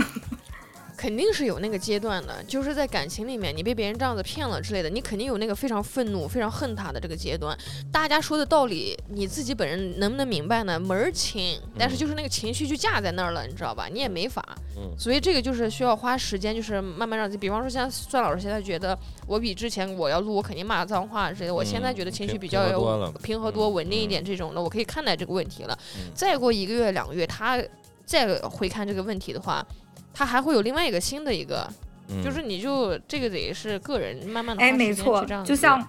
Speaker 2: 肯定是有那个阶段的，就是在感情里面，你被别人这样子骗了之类的，你肯定有那个非常愤怒、非常恨他的这个阶段。大家说的道理，你自己本人能不能明白呢？门儿清，但是就是那个情绪就架在那儿了，你知道吧？你也没法。
Speaker 3: 嗯
Speaker 2: 所以这个就是需要花时间，就是慢慢让自己。比方说，像算老师现在觉得，我比之前我要录，我肯定骂脏话之类的。我现在觉得情绪
Speaker 3: 嗯平
Speaker 2: 比较
Speaker 3: 平和多
Speaker 2: 有
Speaker 3: 了
Speaker 2: 平和多、
Speaker 3: 嗯
Speaker 2: 稳定一点这种的，我可以看待这个问题了。
Speaker 3: 嗯
Speaker 2: 再过一个月、两个月，他再回看这个问题的话，他还会有另外一个新的一个，
Speaker 3: 嗯
Speaker 2: 就是你就这个得是个人慢慢的。
Speaker 1: 哎，没错
Speaker 2: 这样，子
Speaker 1: 就像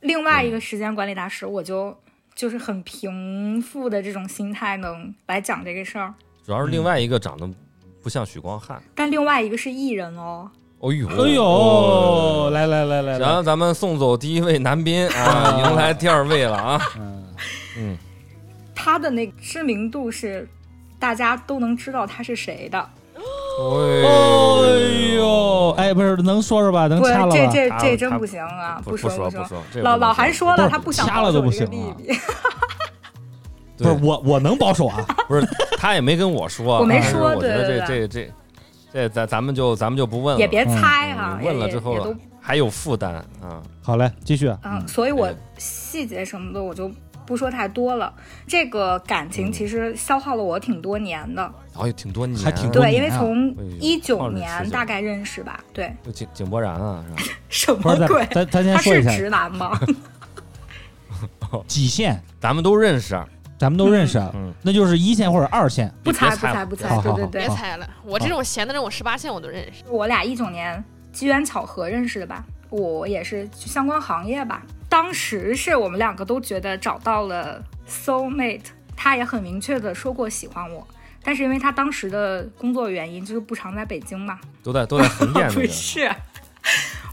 Speaker 1: 另外一个时间管理大师，我就就是很平复的这种心态能来讲这个事儿。
Speaker 3: 主要是另外一个长得不像许光汉。
Speaker 1: 但另外一个是艺人哦，
Speaker 3: 哦呦，哦
Speaker 4: 哎呦，来来来来
Speaker 3: 然
Speaker 4: 来
Speaker 3: 后，咱们送走第一位男宾啊，迎来第二位了啊。
Speaker 4: 嗯，
Speaker 3: 嗯，
Speaker 1: 他的那个知名度是大家都能知道他是谁的。
Speaker 4: 哎呦，哎，不是能说说吧？能
Speaker 1: 不，
Speaker 4: 掐了
Speaker 1: 这
Speaker 4: 吧？
Speaker 1: 这
Speaker 3: 他
Speaker 1: 这真
Speaker 3: 他
Speaker 1: 不行啊！
Speaker 3: 不
Speaker 1: 说
Speaker 3: 说
Speaker 1: 说，
Speaker 3: 说，这个
Speaker 1: 老
Speaker 3: 不能
Speaker 1: 老韩说
Speaker 4: 不
Speaker 1: 了，
Speaker 4: 是
Speaker 1: 他不想
Speaker 4: 掐了都
Speaker 1: 保守这
Speaker 4: 不
Speaker 1: 个
Speaker 4: 行啊
Speaker 1: 利弊。
Speaker 4: 不是
Speaker 3: 对
Speaker 4: 我，我能保守 啊。
Speaker 3: 不是他也没跟我说，
Speaker 1: 我没
Speaker 3: 但是
Speaker 1: 说
Speaker 3: 我觉得
Speaker 1: 对
Speaker 3: 这
Speaker 1: 对
Speaker 3: 这这这咱咱们就咱们就不问了，
Speaker 1: 也别猜哈、
Speaker 3: 嗯
Speaker 1: 也
Speaker 3: 问了之后
Speaker 1: 也也都
Speaker 3: 还有负担啊。
Speaker 4: 好嘞，继续。
Speaker 1: 嗯，所以我
Speaker 3: 对
Speaker 1: 细节什么的我就不说太多了。这个感情其实消耗了我挺多年的，
Speaker 3: 哎呦，挺多年，
Speaker 4: 还挺多
Speaker 1: 对，因为
Speaker 4: 年啊
Speaker 1: 从
Speaker 3: 哎呦
Speaker 1: 一
Speaker 3: 二
Speaker 1: 九
Speaker 3: 十
Speaker 1: 年
Speaker 3: 四
Speaker 1: 大概认识吧，对，
Speaker 3: 就井井柏然啊，是吧？
Speaker 1: 什
Speaker 4: 不
Speaker 1: 么
Speaker 4: 是，咱
Speaker 1: 鬼？
Speaker 4: 咱咱先
Speaker 1: 他
Speaker 4: 说一
Speaker 1: 是
Speaker 4: 下
Speaker 1: 直男 吗？
Speaker 4: 几线，
Speaker 3: 咱们都认识，
Speaker 4: 咱们都认识，啊
Speaker 3: 嗯，
Speaker 4: 那就是一线或者二线。
Speaker 1: 不猜
Speaker 3: 别
Speaker 1: 不
Speaker 3: 猜
Speaker 1: 猜不猜，
Speaker 3: 了别
Speaker 4: 猜
Speaker 1: 对对
Speaker 4: 了好
Speaker 1: 对
Speaker 2: 别
Speaker 4: 好，
Speaker 2: 猜了，我这种闲的让我十八线我都认识。
Speaker 1: 我俩一九年机缘巧合认识的吧，我也是相关行业吧。当时是我们两个都觉得找到了 soul mate，他也很明确的说过喜欢我，但是因为他当时的工作原因，就是不常在北京嘛，
Speaker 3: 都在都在横 店那
Speaker 1: 不
Speaker 3: 个，
Speaker 1: 是，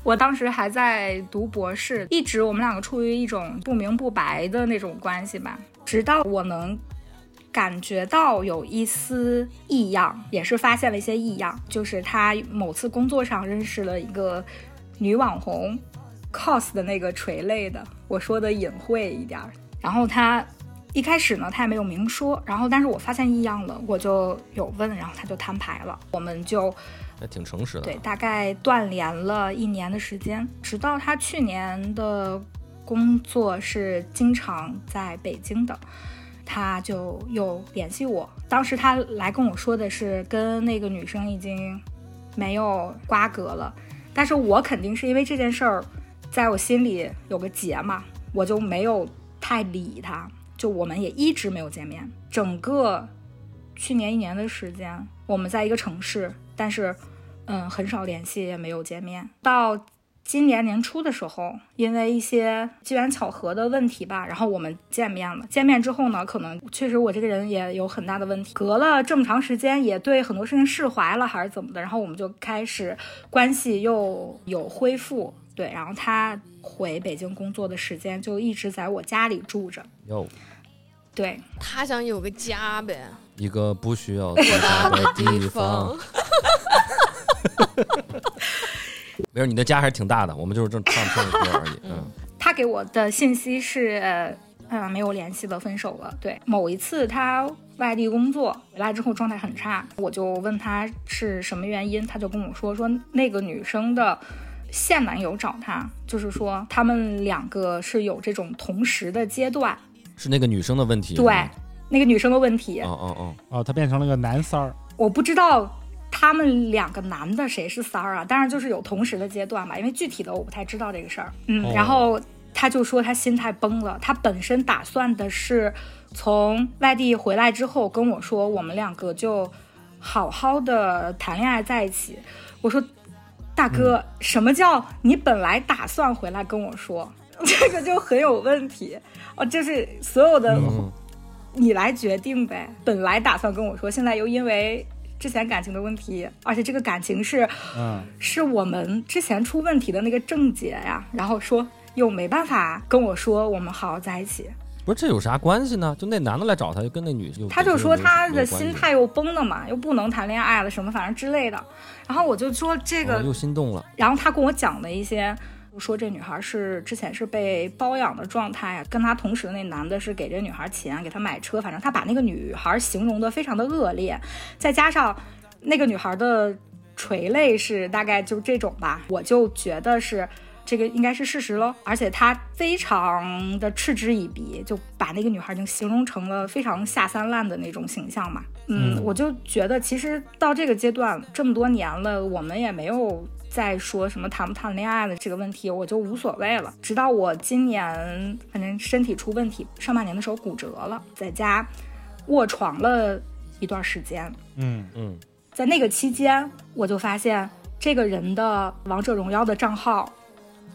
Speaker 1: 我当时还在读博士，一直我们两个处于一种不明不白的那种关系吧，直到我能。感觉到有一丝异样，也是发现了一些异样，就是他某次工作上认识了一个女网红，cos 的那个垂泪的，我说的隐晦一点儿。然后他一开始呢，他也没有明说，然后但是我发现异样了，我就有问，然后他就摊牌了，我们就
Speaker 3: 还挺诚实的
Speaker 1: 对，，大概断联了一年的时间，直到他去年的工作是经常在北京的，他就又联系我。当时他来跟我说的是跟那个女生已经没有瓜葛了，但是我肯定是因为这件事儿，在我心里有个结嘛，我就没有太理他，就我们也一直没有见面。整个去年一年的时间，我们在一个城市，但是嗯，很少联系，也没有见面。到今年年初的时候，因为一些机缘巧合的问题吧，然后我们见面了。见面之后呢，可能确实我这个人也有很大的问题，隔了这么长时间，也对很多事情释怀了，还是怎么的。然后我们就开始关系又有恢复，对。然后他回北京工作的时间就一直在我家里住着，
Speaker 3: 哟，
Speaker 1: 对。
Speaker 2: 他想有个家呗，
Speaker 3: 一个不需要自
Speaker 2: 大
Speaker 3: 杀的
Speaker 2: 的
Speaker 3: 地
Speaker 2: 地
Speaker 3: 方
Speaker 2: 方。。
Speaker 3: 没事，你的家还是挺大的，我们就是正唱唱个歌而已。嗯，
Speaker 1: 他给我的信息是，嗯、没有联系了，分手了。对，某一次他外地工作回来之后状态很差，我就问他是什么原因，他就跟我说说那个女生的现男友找他，就是说他们两个是有这种同时的阶段，
Speaker 3: 是那个女生的问题。
Speaker 1: 对那个女生的问题，
Speaker 3: 嗯，哦哦哦，
Speaker 4: 哦，他变成了个男三儿，
Speaker 1: 我不知道。他们两个男的谁是三儿啊？当然就是有同时的阶段吧，因为具体的我不太知道这个事儿。嗯，
Speaker 4: 哦
Speaker 1: 然后他就说他心态崩了，他本身打算的是从外地回来之后跟我说，我们两个就好好的谈恋爱在一起。我说，大哥，什么叫你本来打算回来跟我说？ 这个就很有问题哦，就是所有的
Speaker 3: 嗯
Speaker 1: 你来决定呗。本来打算跟我说，现在又因为之前感情的问题，而且这个感情是
Speaker 4: 嗯，
Speaker 1: 是我们之前出问题的那个症结呀，然后说又没办法跟我说我们好好在一起。
Speaker 3: 不是这有啥关系呢？就那男的来找她，就跟那女有
Speaker 1: 他就说他的心。
Speaker 3: 有有关系
Speaker 1: 态又崩了嘛，又不能谈恋爱了什么，反正之类的。然后我就说这个
Speaker 3: 哦又心动了，
Speaker 1: 然后他跟我讲的一些，说这女孩是之前是被包养的状态，啊跟他同时的那男的是给这女孩钱，啊给她买车，反正他把那个女孩形容的非常的恶劣，再加上那个女孩的垂泪是大概就是这种吧，我就觉得是。这个应该是事实喽，而且他非常的嗤之以鼻，就把那个女孩已经形容成了非常下三滥的那种形象嘛。嗯，我就觉得其实到这个阶段这么多年了，我们也没有再说什么谈不谈恋爱的这个问题，我就无所谓了。直到我今年反正身体出问题，上半年的时候骨折了，在家卧床了一段时间，
Speaker 4: 嗯，
Speaker 3: 嗯，
Speaker 1: 在那个期间，我就发现这个人的王者荣耀的账号。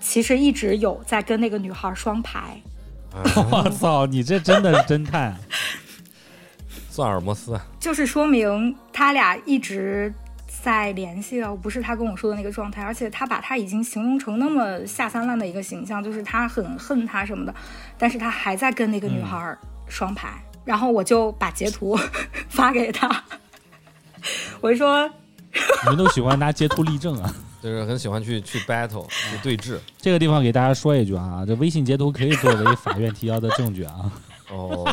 Speaker 1: 其实一直有在跟那个女孩双排，
Speaker 4: 我操，你这真的是侦探，啊
Speaker 3: 算尔摩斯，啊
Speaker 1: 就是说明他俩一直在联系啊，不是他跟我说的那个状态，而且他把他已经形容成那么下三滥的一个形象，就是他很恨他什么的，但是他还在跟那个女孩儿双排，然后我就把截图 发给他，我就说
Speaker 4: 你们都喜欢拿截图例证啊。
Speaker 3: 就是很喜欢去去 battle 去对 峙。
Speaker 4: 这个地方给大家说一句啊，这微信截图可以作为法院提交的证据啊，
Speaker 3: 哦，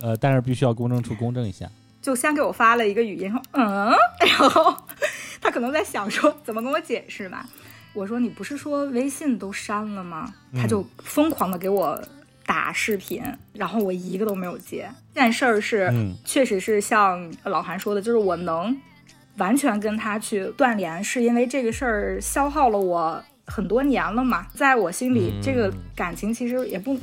Speaker 4: 呃，但是必须要公证处公证一下。
Speaker 1: 就先给我发了一个语音说嗯， 然后他可能在想说怎么跟我解释吧。我说你不是说微信都删了吗？他就疯狂的给我打视频，然后我一个都没有接。这件事儿是、
Speaker 4: 嗯
Speaker 1: 确实是像老韩说的，就是我能完全跟他去断联，是因为这个事儿消耗了我很多年了嘛，在我心里，这个感情其实也不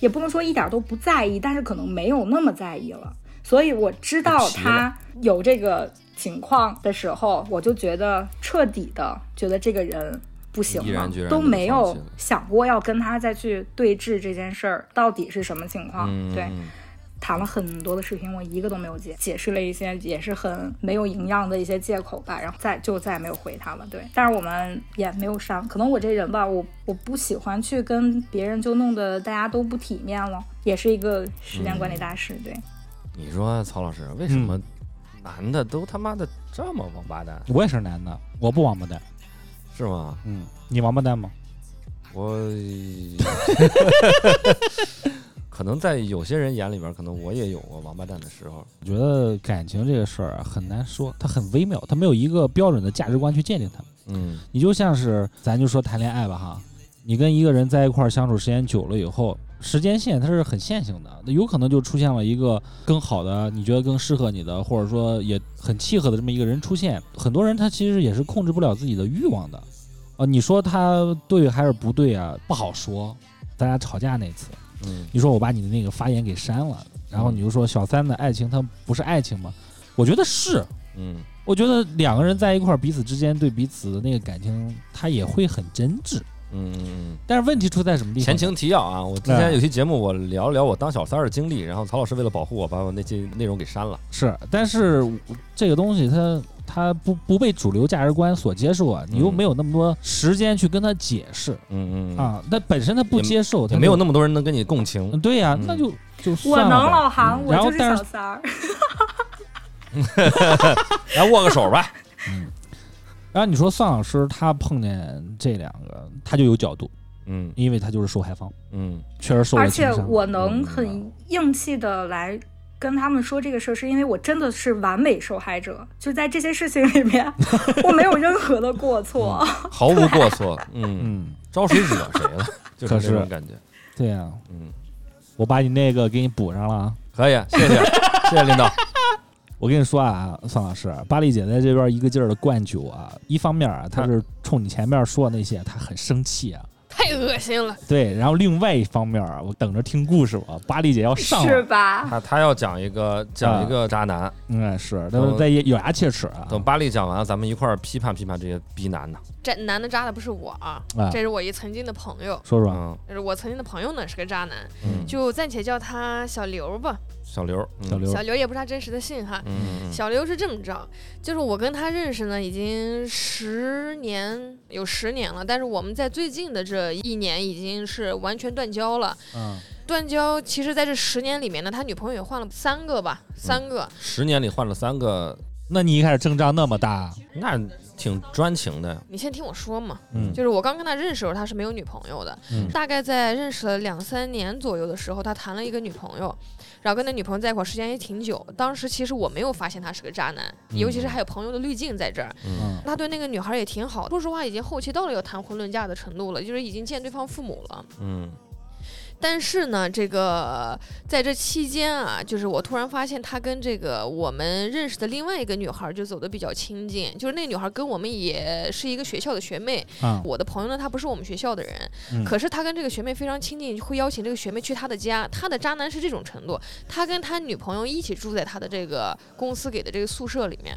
Speaker 1: 也不能说一点都不在意，但是可能没有那么在意了。所以我知道
Speaker 3: 急
Speaker 1: 他有这个情况的时候，我就觉得彻底的觉得这个人不行
Speaker 3: 毅
Speaker 1: 了
Speaker 3: 然决，然
Speaker 1: 都
Speaker 3: 地
Speaker 1: 没
Speaker 3: 放
Speaker 1: 有
Speaker 3: 弃了
Speaker 1: 想过要跟他再去对峙这件事儿到底是什么情况。
Speaker 3: 嗯，
Speaker 1: 对，谈了很多的视频，我一个都没有接，解释了一些也是很没有营养的一些借口吧，然后再就再也没有回他了。对，但是我们也没有删，可能我这人吧，我我不喜欢去跟别人就弄得大家都不体面了，也是一个时间管理大师。
Speaker 4: 嗯
Speaker 1: 对，
Speaker 3: 你说曹老师为什么男的都他妈的这么王八蛋
Speaker 4: 我也是男的，我不王八蛋，
Speaker 3: 是吗？
Speaker 4: 嗯，你王八蛋吗？
Speaker 3: 我 可能在有些人眼里边，可能我也有过王八蛋的时候。
Speaker 4: 我觉得感情这个事儿啊很难说，它很微妙，它没有一个标准的价值观去界定它。
Speaker 3: 嗯
Speaker 4: 你就像是咱就说谈恋爱吧哈，你跟一个人在一块儿相处时间久了以后，时间线它是很线性的，有可能就出现了一个更好的，你觉得更适合你的，或者说也很契合的这么一个人出现。很多人他其实也是控制不了自己的欲望的，啊，你说他对还是不对啊？不好说。咱俩吵架那次，
Speaker 3: 嗯，
Speaker 4: 你说我把你的那个发言给删了，然后你就说小三的爱情它不是爱情吗？我觉得是，
Speaker 3: 嗯，
Speaker 4: 我觉得两个人在一块儿，彼此之间对彼此的那个感情，他也会很真挚。
Speaker 3: 嗯嗯
Speaker 4: 但是问题出在什么地
Speaker 3: 嗯，
Speaker 4: 方？
Speaker 3: 前情提要啊，我之
Speaker 4: 哎
Speaker 3: 前有期节目我聊了聊我当小三儿的经历，然后曹老师为了保护我，把我那期内容给删了。
Speaker 4: 是，但是这个东西它它不不被主流价值观所接受啊，你又
Speaker 3: 嗯
Speaker 4: 没有那么多时间去跟他解释、
Speaker 3: 嗯嗯，
Speaker 4: 啊。那本身他不
Speaker 3: 也
Speaker 4: 接受，
Speaker 3: 也
Speaker 4: 他
Speaker 3: 没有
Speaker 4: 就
Speaker 3: 那么多人能跟你共情。
Speaker 4: 嗯对呀、
Speaker 3: 嗯
Speaker 4: 那就就
Speaker 1: 我
Speaker 4: 算
Speaker 1: 能
Speaker 4: 了呗。
Speaker 1: 老韩，
Speaker 3: 嗯
Speaker 1: 我
Speaker 4: 然后
Speaker 1: 就是
Speaker 4: 但是
Speaker 1: 小三儿。
Speaker 3: 来握个手吧。
Speaker 4: 然后你说尚老师他碰见这两个，他就有角度，
Speaker 3: 嗯
Speaker 4: 因为他就是受害方，
Speaker 3: 嗯
Speaker 4: 确实受了嗯
Speaker 1: 而
Speaker 4: 情
Speaker 1: 且
Speaker 4: 伤。
Speaker 1: 我能很硬气的来跟他们说这个事儿，是因为我真的是完美受害者，就在这些事情里面， 我没有任何的过错。
Speaker 3: 毫无过错。嗯，
Speaker 4: 嗯，
Speaker 3: 招谁惹谁 了？就是
Speaker 4: 可是
Speaker 3: 那种感觉。
Speaker 4: 对呀、
Speaker 3: 嗯，
Speaker 4: 我把你那个给你补上了啊。
Speaker 3: 可以，谢谢， 谢谢领导。
Speaker 4: 我跟你说啊，范老师，巴丽姐在这边一个劲儿的灌酒啊。一方面啊，她是冲你前面说的那些，她很生气啊。
Speaker 2: 太恶心了。
Speaker 4: 对，然后另外一方面啊，我等着听故事吧。巴丽姐要上
Speaker 1: 是
Speaker 4: 了，
Speaker 1: 吧？
Speaker 3: 他他要讲一个
Speaker 4: 啊
Speaker 3: 讲一个渣男，
Speaker 4: 嗯，是，但是在咬牙切齿啊。
Speaker 3: 等巴力讲完了，咱们一块儿批判批判这些逼男的。
Speaker 2: 这男的渣的不是我啊，
Speaker 4: 啊，
Speaker 2: 这是我一曾经的朋友，
Speaker 4: 说说，
Speaker 3: 嗯
Speaker 2: 就是我曾经的朋友呢是个渣男，
Speaker 3: 嗯，
Speaker 2: 就暂且叫他小刘吧。
Speaker 3: 小刘，嗯
Speaker 4: 小，刘
Speaker 2: 小刘也不是他真实的姓哈。
Speaker 3: 嗯，嗯
Speaker 2: 小刘是这么着，就是我跟他认识呢，已经十年有十年了，但是我们在最近的这一年已经是完全断交了。
Speaker 4: 嗯，
Speaker 2: 断交其实在这十年里面呢，他女朋友也换了三个吧，三个。
Speaker 3: 十年里换了三个，
Speaker 4: 那你一开始阵仗那么大，
Speaker 3: 那挺专情的，
Speaker 2: 你先听我说嘛，
Speaker 4: 嗯
Speaker 2: 就是我刚跟他认识的时候，他是没有女朋友的，
Speaker 4: 嗯
Speaker 2: 大概在认识了两三年左右的时候，他谈了一个女朋友，然后跟那女朋友在一块儿时间也挺久。当时其实我没有发现他是个渣男，
Speaker 3: 嗯
Speaker 2: 尤其是还有朋友的滤镜在这儿。
Speaker 4: 嗯
Speaker 2: 他对那个女孩也挺好，说实话，已经后期到了要谈婚论嫁的程度了，就是已经见对方父母了。
Speaker 3: 嗯
Speaker 2: 但是呢，这个在这期间啊，就是我突然发现他跟这个我们认识的另外一个女孩就走得比较亲近，就是那女孩跟我们也是一个学校的学妹。
Speaker 4: 啊，
Speaker 2: 我的朋友呢，她不是我们学校的人，
Speaker 4: 嗯
Speaker 2: 可是她跟这个学妹非常亲近，会邀请这个学妹去她的家。她的渣男是这种程度，他跟他女朋友一起住在他的这个公司给的这个宿舍里面，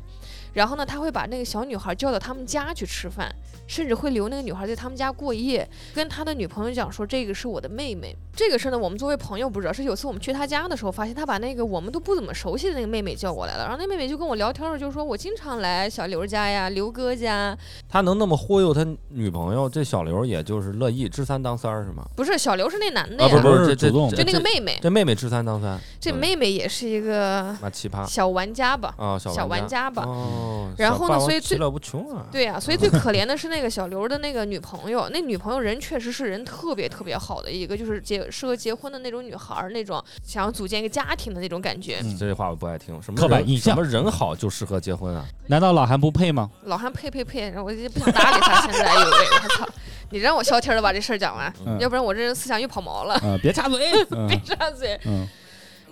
Speaker 2: 然后呢，他会把那个小女孩叫到他们家去吃饭，甚至会留那个女孩在他们家过夜，跟他的女朋友讲说这个是我的妹妹。这个事呢，我们作为朋友不知道，是有次我们去他家的时候，发现他把那个我们都不怎么熟悉的那个妹妹叫过来了，然后那妹妹就跟我聊天儿，就说我经常来小刘家呀、刘哥家，
Speaker 3: 他能那么忽悠他女朋友，这小刘也就是乐意知三当三儿是吗？
Speaker 2: 不是小刘是那男的
Speaker 3: 啊，
Speaker 2: 呀，
Speaker 3: 不是不
Speaker 4: 他
Speaker 3: 是，这
Speaker 4: 是
Speaker 3: 这
Speaker 4: 主动
Speaker 3: 这
Speaker 2: 就那个
Speaker 3: 这
Speaker 2: 妹妹，
Speaker 3: 这妹妹知三当三，
Speaker 2: 这
Speaker 3: 嗯
Speaker 2: 妹妹也是一个
Speaker 3: 那奇葩
Speaker 2: 小玩家吧。
Speaker 3: 啊，小
Speaker 2: 小玩家吧
Speaker 3: 哦，
Speaker 2: 然后呢
Speaker 3: 小霸王
Speaker 2: 所以
Speaker 3: 其
Speaker 2: 最
Speaker 3: 乐无穷啊，
Speaker 2: 对呀、所以最可怜的是那个小刘的那个女朋友，那女朋友人确实是人特别特别好的一个，就是结适合结婚的那种女孩儿，那种想要组建一个家庭的那种感觉。
Speaker 4: 嗯
Speaker 3: 这话我不爱听，什么
Speaker 4: 刻板
Speaker 3: 人
Speaker 4: 印象
Speaker 3: 什么人好就适合结婚啊？
Speaker 4: 难道老韩不配吗？
Speaker 2: 老汉呸呸呸，然后我就不想搭理他。现在，哎呦喂，我操！你让我消停的把这事儿讲完，
Speaker 4: 嗯
Speaker 2: 要不然我这人思想又跑毛了。
Speaker 4: 啊，别插嘴，
Speaker 2: 别
Speaker 4: 嗯
Speaker 2: 插嘴。
Speaker 4: 嗯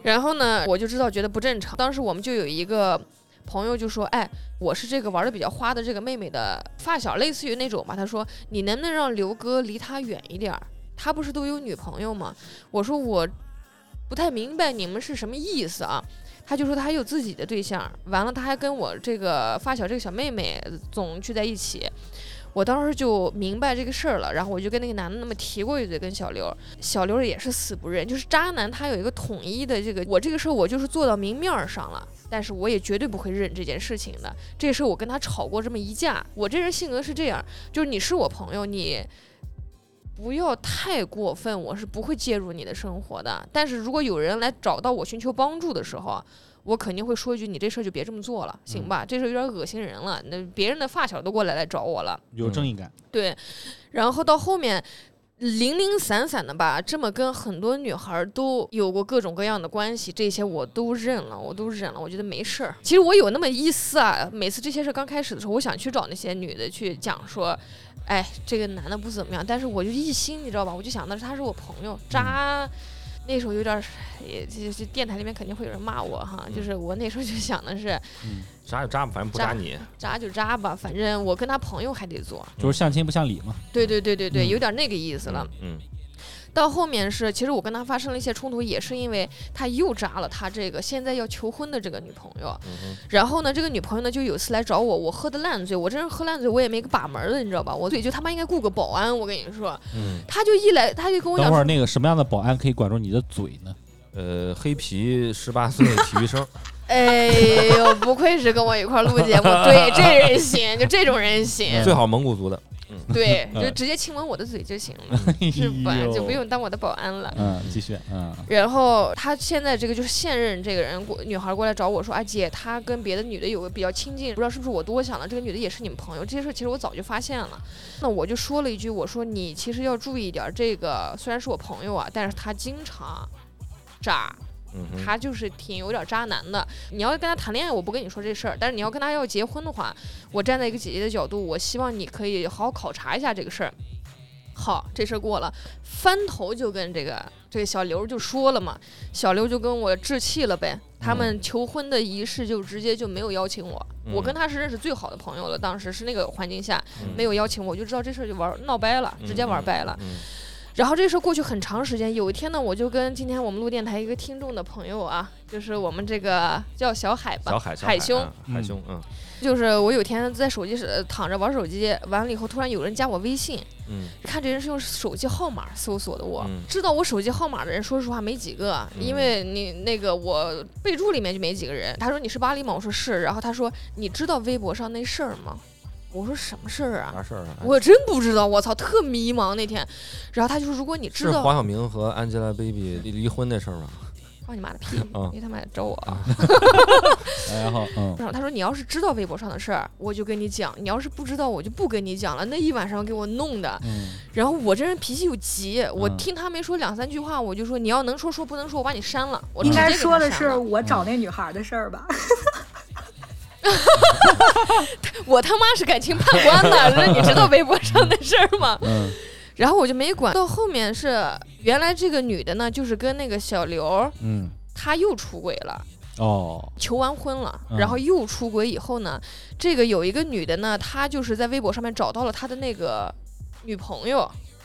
Speaker 2: 然后呢，我就知道觉得不正常。当时我们就有一个朋友就说：“哎，我是这个玩的比较花的这个妹妹的发小，类似于那种吧。”他说：“你能不能让刘哥离她远一点儿？他不是都有女朋友吗？”我说：“我不太明白你们是什么意思啊。”他就说他还有自己的对象，完了他还跟我这个发小这个小妹妹总聚在一起。我当时就明白这个事儿了，然后我就跟那个男的那么提过一嘴，跟小刘，小刘也是死不认，就是渣男，他有一个统一的这个，我这个事儿我就是做到明面儿上了，但是我也绝对不会认这件事情的。这事儿我跟他吵过这么一架，我这人性格是这样，就是你是我朋友，你不要太过分，我是不会介入你的生活的。但是如果有人来找到我寻求帮助的时候，啊我肯定会说一句：“你这事儿就别这么做了，行吧？这事儿有点恶心人了。那别人的发小都过来来找我了。”
Speaker 4: 有正义感，
Speaker 2: 对，然后到后面零零散散的吧，这么跟很多女孩儿都有过各种各样的关系，这些我都认了，我都忍了，我觉得没事儿。其实我有那么一丝啊，每次这些事儿刚开始的时候，我想去找那些女的去讲说。哎，这个男的不怎么样，但是我就一心，你知道吧？我就想到他是我朋友，渣。
Speaker 4: 嗯
Speaker 2: 那时候有点儿，也这这电台里面肯定会有人骂我哈，
Speaker 4: 嗯
Speaker 2: 就是我那时候就想的是，
Speaker 3: 渣就渣吧，反正不
Speaker 2: 渣
Speaker 3: 渣你，
Speaker 2: 渣就渣吧，反正我跟他朋友还得做。
Speaker 4: 嗯就是相亲不像礼嘛，
Speaker 2: 对对对对对，
Speaker 4: 嗯
Speaker 2: 有点那个意思了。
Speaker 3: 嗯，
Speaker 2: 到后面是，其实我跟他发生了一些冲突，也是因为他又渣了他这个现在要求婚的这个女朋友。
Speaker 3: 嗯嗯
Speaker 2: 然后呢，这个女朋友呢就有一次来找我，我喝的烂醉，我这人喝烂醉我也没个把门儿的，你知道吧？我嘴就他妈应该雇个保安，我跟你说，
Speaker 3: 嗯
Speaker 2: 他就一来他就跟我
Speaker 4: 等
Speaker 2: 讲
Speaker 4: 会儿
Speaker 2: 说，
Speaker 4: 那个什么样的保安可以管住你的嘴呢？
Speaker 3: 嗯，呃，黑皮十八岁体育 生，
Speaker 2: 哎呦，不愧是跟我一块儿录节目，对这人行，就这种人行，
Speaker 3: 最好蒙古族的，
Speaker 4: 嗯
Speaker 2: 对，就直接亲吻我的嘴就行了，
Speaker 4: 哎
Speaker 2: 是吧？就不用当我的保安了。
Speaker 4: 嗯，继续，嗯
Speaker 2: 然后他现在这个就是现任这个人过女孩过来找我说，啊姐，他跟别的女的有个比较亲近，不知道是不是我多想了，这个女的也是你们朋友，这些事儿其实我早就发现了。那我就说了一句，我说你其实要注意一点儿，这个虽然是我朋友啊，但是他经常渣，
Speaker 3: 嗯哼，
Speaker 2: 他就是挺有点渣男的。你要跟他谈恋爱，我不跟你说这事儿，但是你要跟他要结婚的话，我站在一个姐姐的角度，我希望你可以好好考察一下这个事儿。好，这事儿过了，翻头就跟这个这个小刘就说了嘛，小刘就跟我置气了呗。他们求婚的仪式就直接就没有邀请我，
Speaker 3: 嗯
Speaker 2: 我跟他是认识最好的朋友了，当时是那个环境下
Speaker 3: 嗯
Speaker 2: 没有邀请我，我就知道这事儿就玩闹掰了，直接玩掰了。
Speaker 3: 嗯
Speaker 2: 然后这事儿过去很长时间，有一天呢，我就跟今天我们录电台一个听众的朋友啊，就是我们这个叫小海吧，
Speaker 3: 小海小
Speaker 2: 海兄，
Speaker 3: 嗯海兄，嗯
Speaker 2: 就是我有天在手机上呃躺着玩手机，完了以后突然有人加我微信，
Speaker 3: 嗯
Speaker 2: 看这人是用手机号码搜索的我，
Speaker 3: 嗯
Speaker 2: 知道我手机号码的人，说实话没几个，
Speaker 3: 嗯
Speaker 2: 因为你那个我备注里面就没几个人。他说你是巴黎吗？我说是。然后他说你知道微博上那事儿吗？我说什么事儿啊？
Speaker 3: 啥事儿啊？
Speaker 2: 我真不知道，我操，特迷茫那天。然后他就说，如果你知
Speaker 3: 是
Speaker 2: 道，
Speaker 3: 黄晓明和 Angelababy 离离婚那事儿吗？
Speaker 2: 放你妈的屁
Speaker 3: 啊，
Speaker 2: 别他妈来找我啊！
Speaker 4: 然后 嗯，
Speaker 2: 然后他说：“你要是知道微博上的事儿，我就跟你讲；你要是不知道，我就不跟你讲了。”那一晚上给我弄的。
Speaker 4: 嗯
Speaker 2: 然后我这人脾气又急，我
Speaker 4: 嗯
Speaker 2: 听他没说两三句话，我就说：“你要能说说，不能说我把你删了。”我
Speaker 1: 应
Speaker 2: 直接
Speaker 1: 该
Speaker 2: 给他
Speaker 1: 说的
Speaker 2: 删
Speaker 1: 是
Speaker 2: 了
Speaker 1: 我找那女孩的事儿吧？
Speaker 2: 我他妈是感情判官呢，那你知道微博上的事儿吗？
Speaker 4: 嗯
Speaker 2: 然后我就没管。到后面是原来这个女的呢，就是跟那个小刘儿，
Speaker 4: 嗯，
Speaker 2: 她又出轨了。
Speaker 4: 哦，
Speaker 2: 求完婚了，
Speaker 4: 嗯
Speaker 2: 然后又出轨以后呢，这个有一个女的呢，她就是在微博上面找到了她的那个女朋友，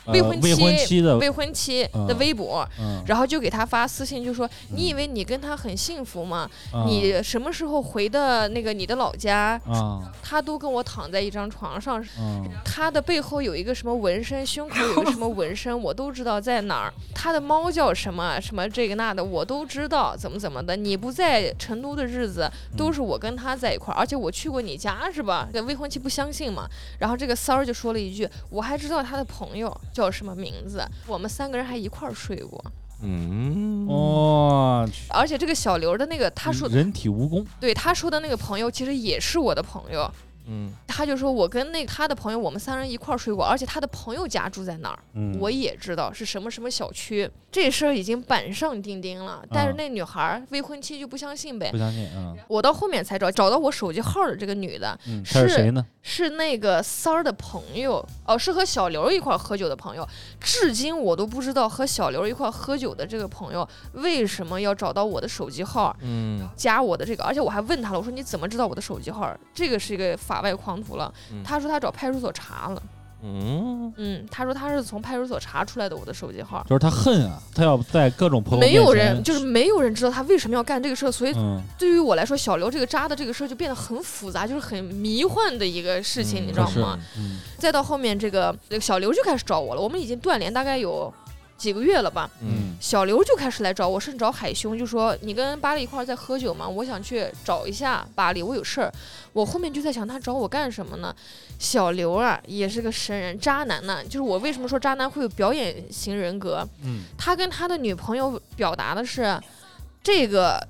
Speaker 4: 呃
Speaker 2: 未婚
Speaker 4: 未婚
Speaker 2: 妻
Speaker 4: 妻的，
Speaker 2: 未婚妻的微博，
Speaker 4: 呃嗯，
Speaker 2: 然后就给她发私信，就说、你以为你跟他很幸福吗？
Speaker 4: 嗯
Speaker 2: 你什么时候回的那个你的老家？
Speaker 4: 啊
Speaker 2: 他都跟我躺在一张床上，
Speaker 4: 嗯
Speaker 2: 他的背后有一个什么纹身，胸口有个什么纹身，我都知道在哪儿。他的猫叫什么什么这个那的，我都知道，怎么怎么的。你不在成都的日子，都是我跟他在一块儿，而且我去过你家是吧？这未婚妻不相信嘛。然后这个三儿就说了一句，我还知道他的朋友叫什么名字，我们三个人还一块儿睡过。
Speaker 3: 嗯，
Speaker 4: 哦，去
Speaker 2: 而且这个小刘的那个他说，
Speaker 4: 人体蜈蚣，
Speaker 2: 对他说的那个朋友，其实也是我的朋友。
Speaker 3: 嗯，
Speaker 2: 他就说，我跟那个他的朋友，我们三人一块儿睡过，而且他的朋友家住在哪儿。
Speaker 4: 嗯
Speaker 2: 我也知道是什么什么小区，这事儿已经板上钉钉了。但是那女孩儿未婚妻就不相信呗
Speaker 4: 不。相信，嗯
Speaker 2: 我到后面才找找到我手机号的这个女的，
Speaker 4: 嗯，他是
Speaker 2: 是
Speaker 4: 谁呢？
Speaker 2: 是那个三儿的朋友，哦，是和小刘一块儿喝酒的朋友。至今我都不知道和小刘一块儿喝酒的这个朋友为什么要找到我的手机号，
Speaker 3: 嗯，
Speaker 2: 加我的这个，而且我还问他了，我说你怎么知道我的手机号？这个是一个法外狂徒了。
Speaker 3: 嗯
Speaker 2: 他说他找派出所查了，
Speaker 3: 嗯，
Speaker 2: 嗯，他说他是从派出所查出来的我的手机号。
Speaker 4: 就是他恨啊，他要在各种朋友
Speaker 2: 没有
Speaker 4: 面前
Speaker 2: 人，就是没有人知道他为什么要干这个事儿，所以
Speaker 4: 嗯，
Speaker 2: 对于我来说，小刘这个渣的这个事儿就变得很复杂，就是很迷幻的一个事情，
Speaker 3: 嗯
Speaker 2: 你知道
Speaker 4: 是
Speaker 2: 吗？？
Speaker 4: 嗯
Speaker 2: 再到后面，这个这个小刘就开始找我了，我们已经断联大概有几个月了吧。
Speaker 3: 嗯，
Speaker 2: 小刘就开始来找我，甚至找海兄，就说你跟巴黎一块儿在喝酒吗？我想去找一下巴黎，我有事儿。我后面就在想他找我干什么呢？小刘啊，也是个神人，渣男呢、就是我为什么说渣男会有表演型人格？
Speaker 4: 嗯
Speaker 2: 他跟他的女朋友表达的是，这个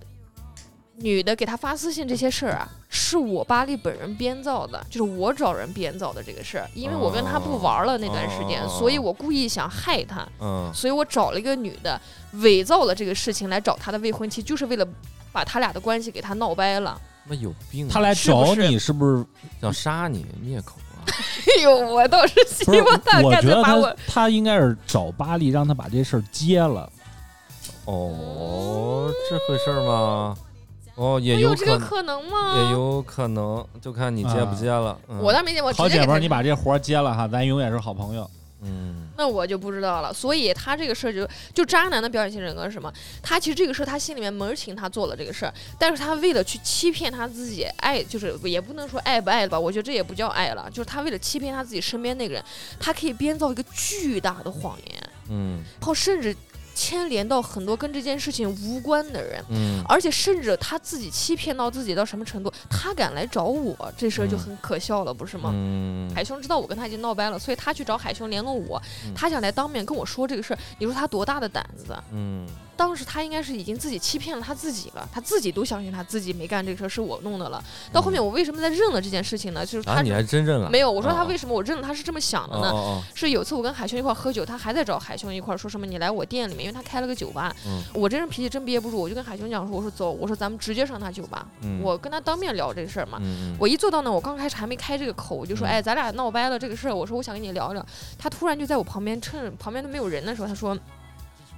Speaker 2: 女的给他发私信这些事儿啊，是我巴力本人编造的，就是我找人编造的这个事儿，因为我跟他不玩了那段时间，
Speaker 3: 哦
Speaker 2: 所以我故意想害他，
Speaker 3: 嗯，
Speaker 2: 所以我找了一个女的伪造了这个事情来找他的未婚妻，就是为了把他俩的关系给他闹掰了。
Speaker 3: 他妈有病啊，
Speaker 4: 他来
Speaker 2: 是不
Speaker 4: 找
Speaker 2: 是
Speaker 4: 你是不是？
Speaker 3: 想杀你灭口啊！
Speaker 2: 哎呦， 我倒是希
Speaker 4: 不是，
Speaker 2: 望他
Speaker 4: 我
Speaker 2: 干
Speaker 4: 觉
Speaker 2: 脆
Speaker 4: 得
Speaker 2: 把我
Speaker 4: 他他应该是找巴黎，让他把这事儿接了。
Speaker 3: 哦，这回事儿吗？哦，也
Speaker 2: 哎
Speaker 3: 有
Speaker 2: 呦这
Speaker 3: 可
Speaker 2: 个
Speaker 3: 能，
Speaker 2: 可能吗？
Speaker 3: 也有可能，就看你接不接了。嗯
Speaker 2: 啊我倒没见
Speaker 1: 哦
Speaker 2: 过，
Speaker 4: 好
Speaker 2: 直接
Speaker 4: 姐
Speaker 2: 给
Speaker 4: 们
Speaker 2: 他
Speaker 4: 儿，你把这活儿接了哈，咱永远是好朋友。
Speaker 3: 嗯
Speaker 2: 那我就不知道了。所以他这个事儿就就渣男的表演型人格是什么？他其实这个事儿他心里面门儿清，他做了这个事儿，但是他为了去欺骗他自己爱，就是也不能说爱不爱了吧，我觉得这也不叫爱了，就是他为了欺骗他自己身边那个人，他可以编造一个巨大的谎言，
Speaker 3: 嗯
Speaker 2: 然后甚至牵连到很多跟这件事情无关的人。
Speaker 3: 嗯，
Speaker 2: 而且甚至他自己欺骗到自己到什么程度，他敢来找我，这事儿就
Speaker 3: 嗯
Speaker 2: 很可笑了，不是吗？
Speaker 3: 嗯，
Speaker 2: 海兄知道我跟他已经闹掰了，所以他去找海兄联络我，
Speaker 3: 嗯
Speaker 2: 他想来当面跟我说这个事儿。你说他多大的胆子啊？
Speaker 3: 嗯
Speaker 2: 当时他应该是已经自己欺骗了他自己了，他自己都相信他自己没干这个事儿是我弄的了。到后面
Speaker 3: 嗯
Speaker 2: 我为什么在认了这件事情呢？就是
Speaker 3: 啊，
Speaker 2: 他
Speaker 3: 你还真认了？
Speaker 2: 没有，我说
Speaker 3: 哦
Speaker 2: 他
Speaker 3: 哦
Speaker 2: 为什么我认了，他是这么想的
Speaker 3: 哦
Speaker 2: 呢？
Speaker 3: 哦
Speaker 2: 是有次我跟海兄一块儿喝酒，他还在找海兄一块儿说什么你来我店里面，因为他开了个酒吧。
Speaker 3: 嗯
Speaker 2: 我这人脾气真憋不住，我就跟海兄讲说，我说走，我说咱们直接上他酒吧，
Speaker 3: 嗯
Speaker 2: 我跟他当面聊这个事儿嘛。
Speaker 3: 嗯嗯
Speaker 2: 我一坐到那，我刚开始还没开这个口，我就说，
Speaker 3: 嗯
Speaker 2: 哎，咱俩闹掰了这个事儿，我说我想跟你聊聊。他突然就在我旁边，趁旁边都没有人的时候，他说：“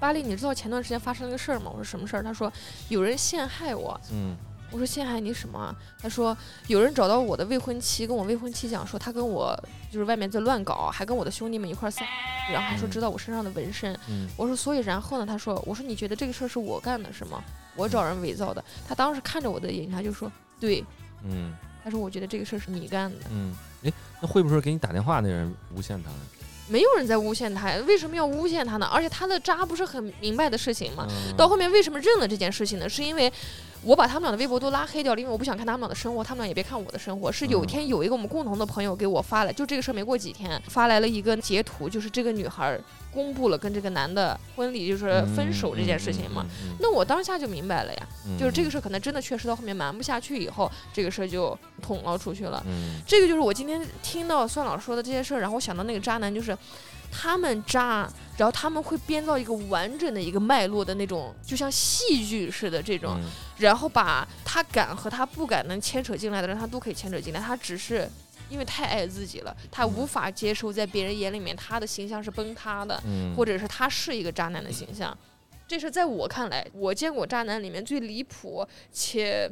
Speaker 2: 巴力，你知道前段时间发生了个事儿吗？”我说：“什么事儿？”他说：“有人陷害我。
Speaker 3: 嗯”，
Speaker 2: 我说陷害你什么啊？他说有人找到我的未婚妻，跟我未婚妻讲说他跟我就是外面在乱搞，还跟我的兄弟们一块儿散，然后还说
Speaker 3: 嗯
Speaker 2: 知道我身上的纹身。
Speaker 3: 嗯
Speaker 2: 我说所以然后呢？他说我说你觉得这个事儿是我干的是吗？我找人伪造的。他当时看着我的眼睛，他就说对，
Speaker 3: 嗯
Speaker 2: 他说我觉得这个事儿是你干的。
Speaker 3: 嗯，哎，那会不会给你打电话那人诬陷他呢？
Speaker 2: 没有人在诬陷他，为什么要诬陷他呢？而且他的渣不是很明白的事情吗？
Speaker 3: 嗯
Speaker 2: 啊到后面为什么认了这件事情呢？是因为我把他们俩的微博都拉黑掉了，因为我不想看他们俩的生活，他们俩也别看我的生活。是有一
Speaker 3: 嗯
Speaker 2: 天有一个我们共同的朋友给我发来，就这个事儿没过几天，发来了一个截图，就是这个女孩儿公布了跟这个男的婚礼就是分手这件事情嘛。，
Speaker 3: 嗯
Speaker 2: 那我当下就明白了呀，
Speaker 3: 嗯
Speaker 2: 就是这个事儿可能真的确实到后面瞒不下去，以后这个事儿就捅捞出去了。
Speaker 3: 嗯
Speaker 2: 这个就是我今天听到算老师说的这些事儿，然后我想到那个渣男，就是他们渣，然后他们会编造一个完整的一个脉络的那种，就像戏剧似的这种，
Speaker 3: 嗯
Speaker 2: 然后把他敢和他不敢能牵扯进来的人，他都可以牵扯进来，他只是。因为太爱自己了，他
Speaker 3: 嗯
Speaker 2: 无法接受在别人眼里面他的形象是崩塌的，
Speaker 3: 嗯，
Speaker 2: 或者是他是一个渣男的形象。这是在我看来，我见过渣男里面最离谱且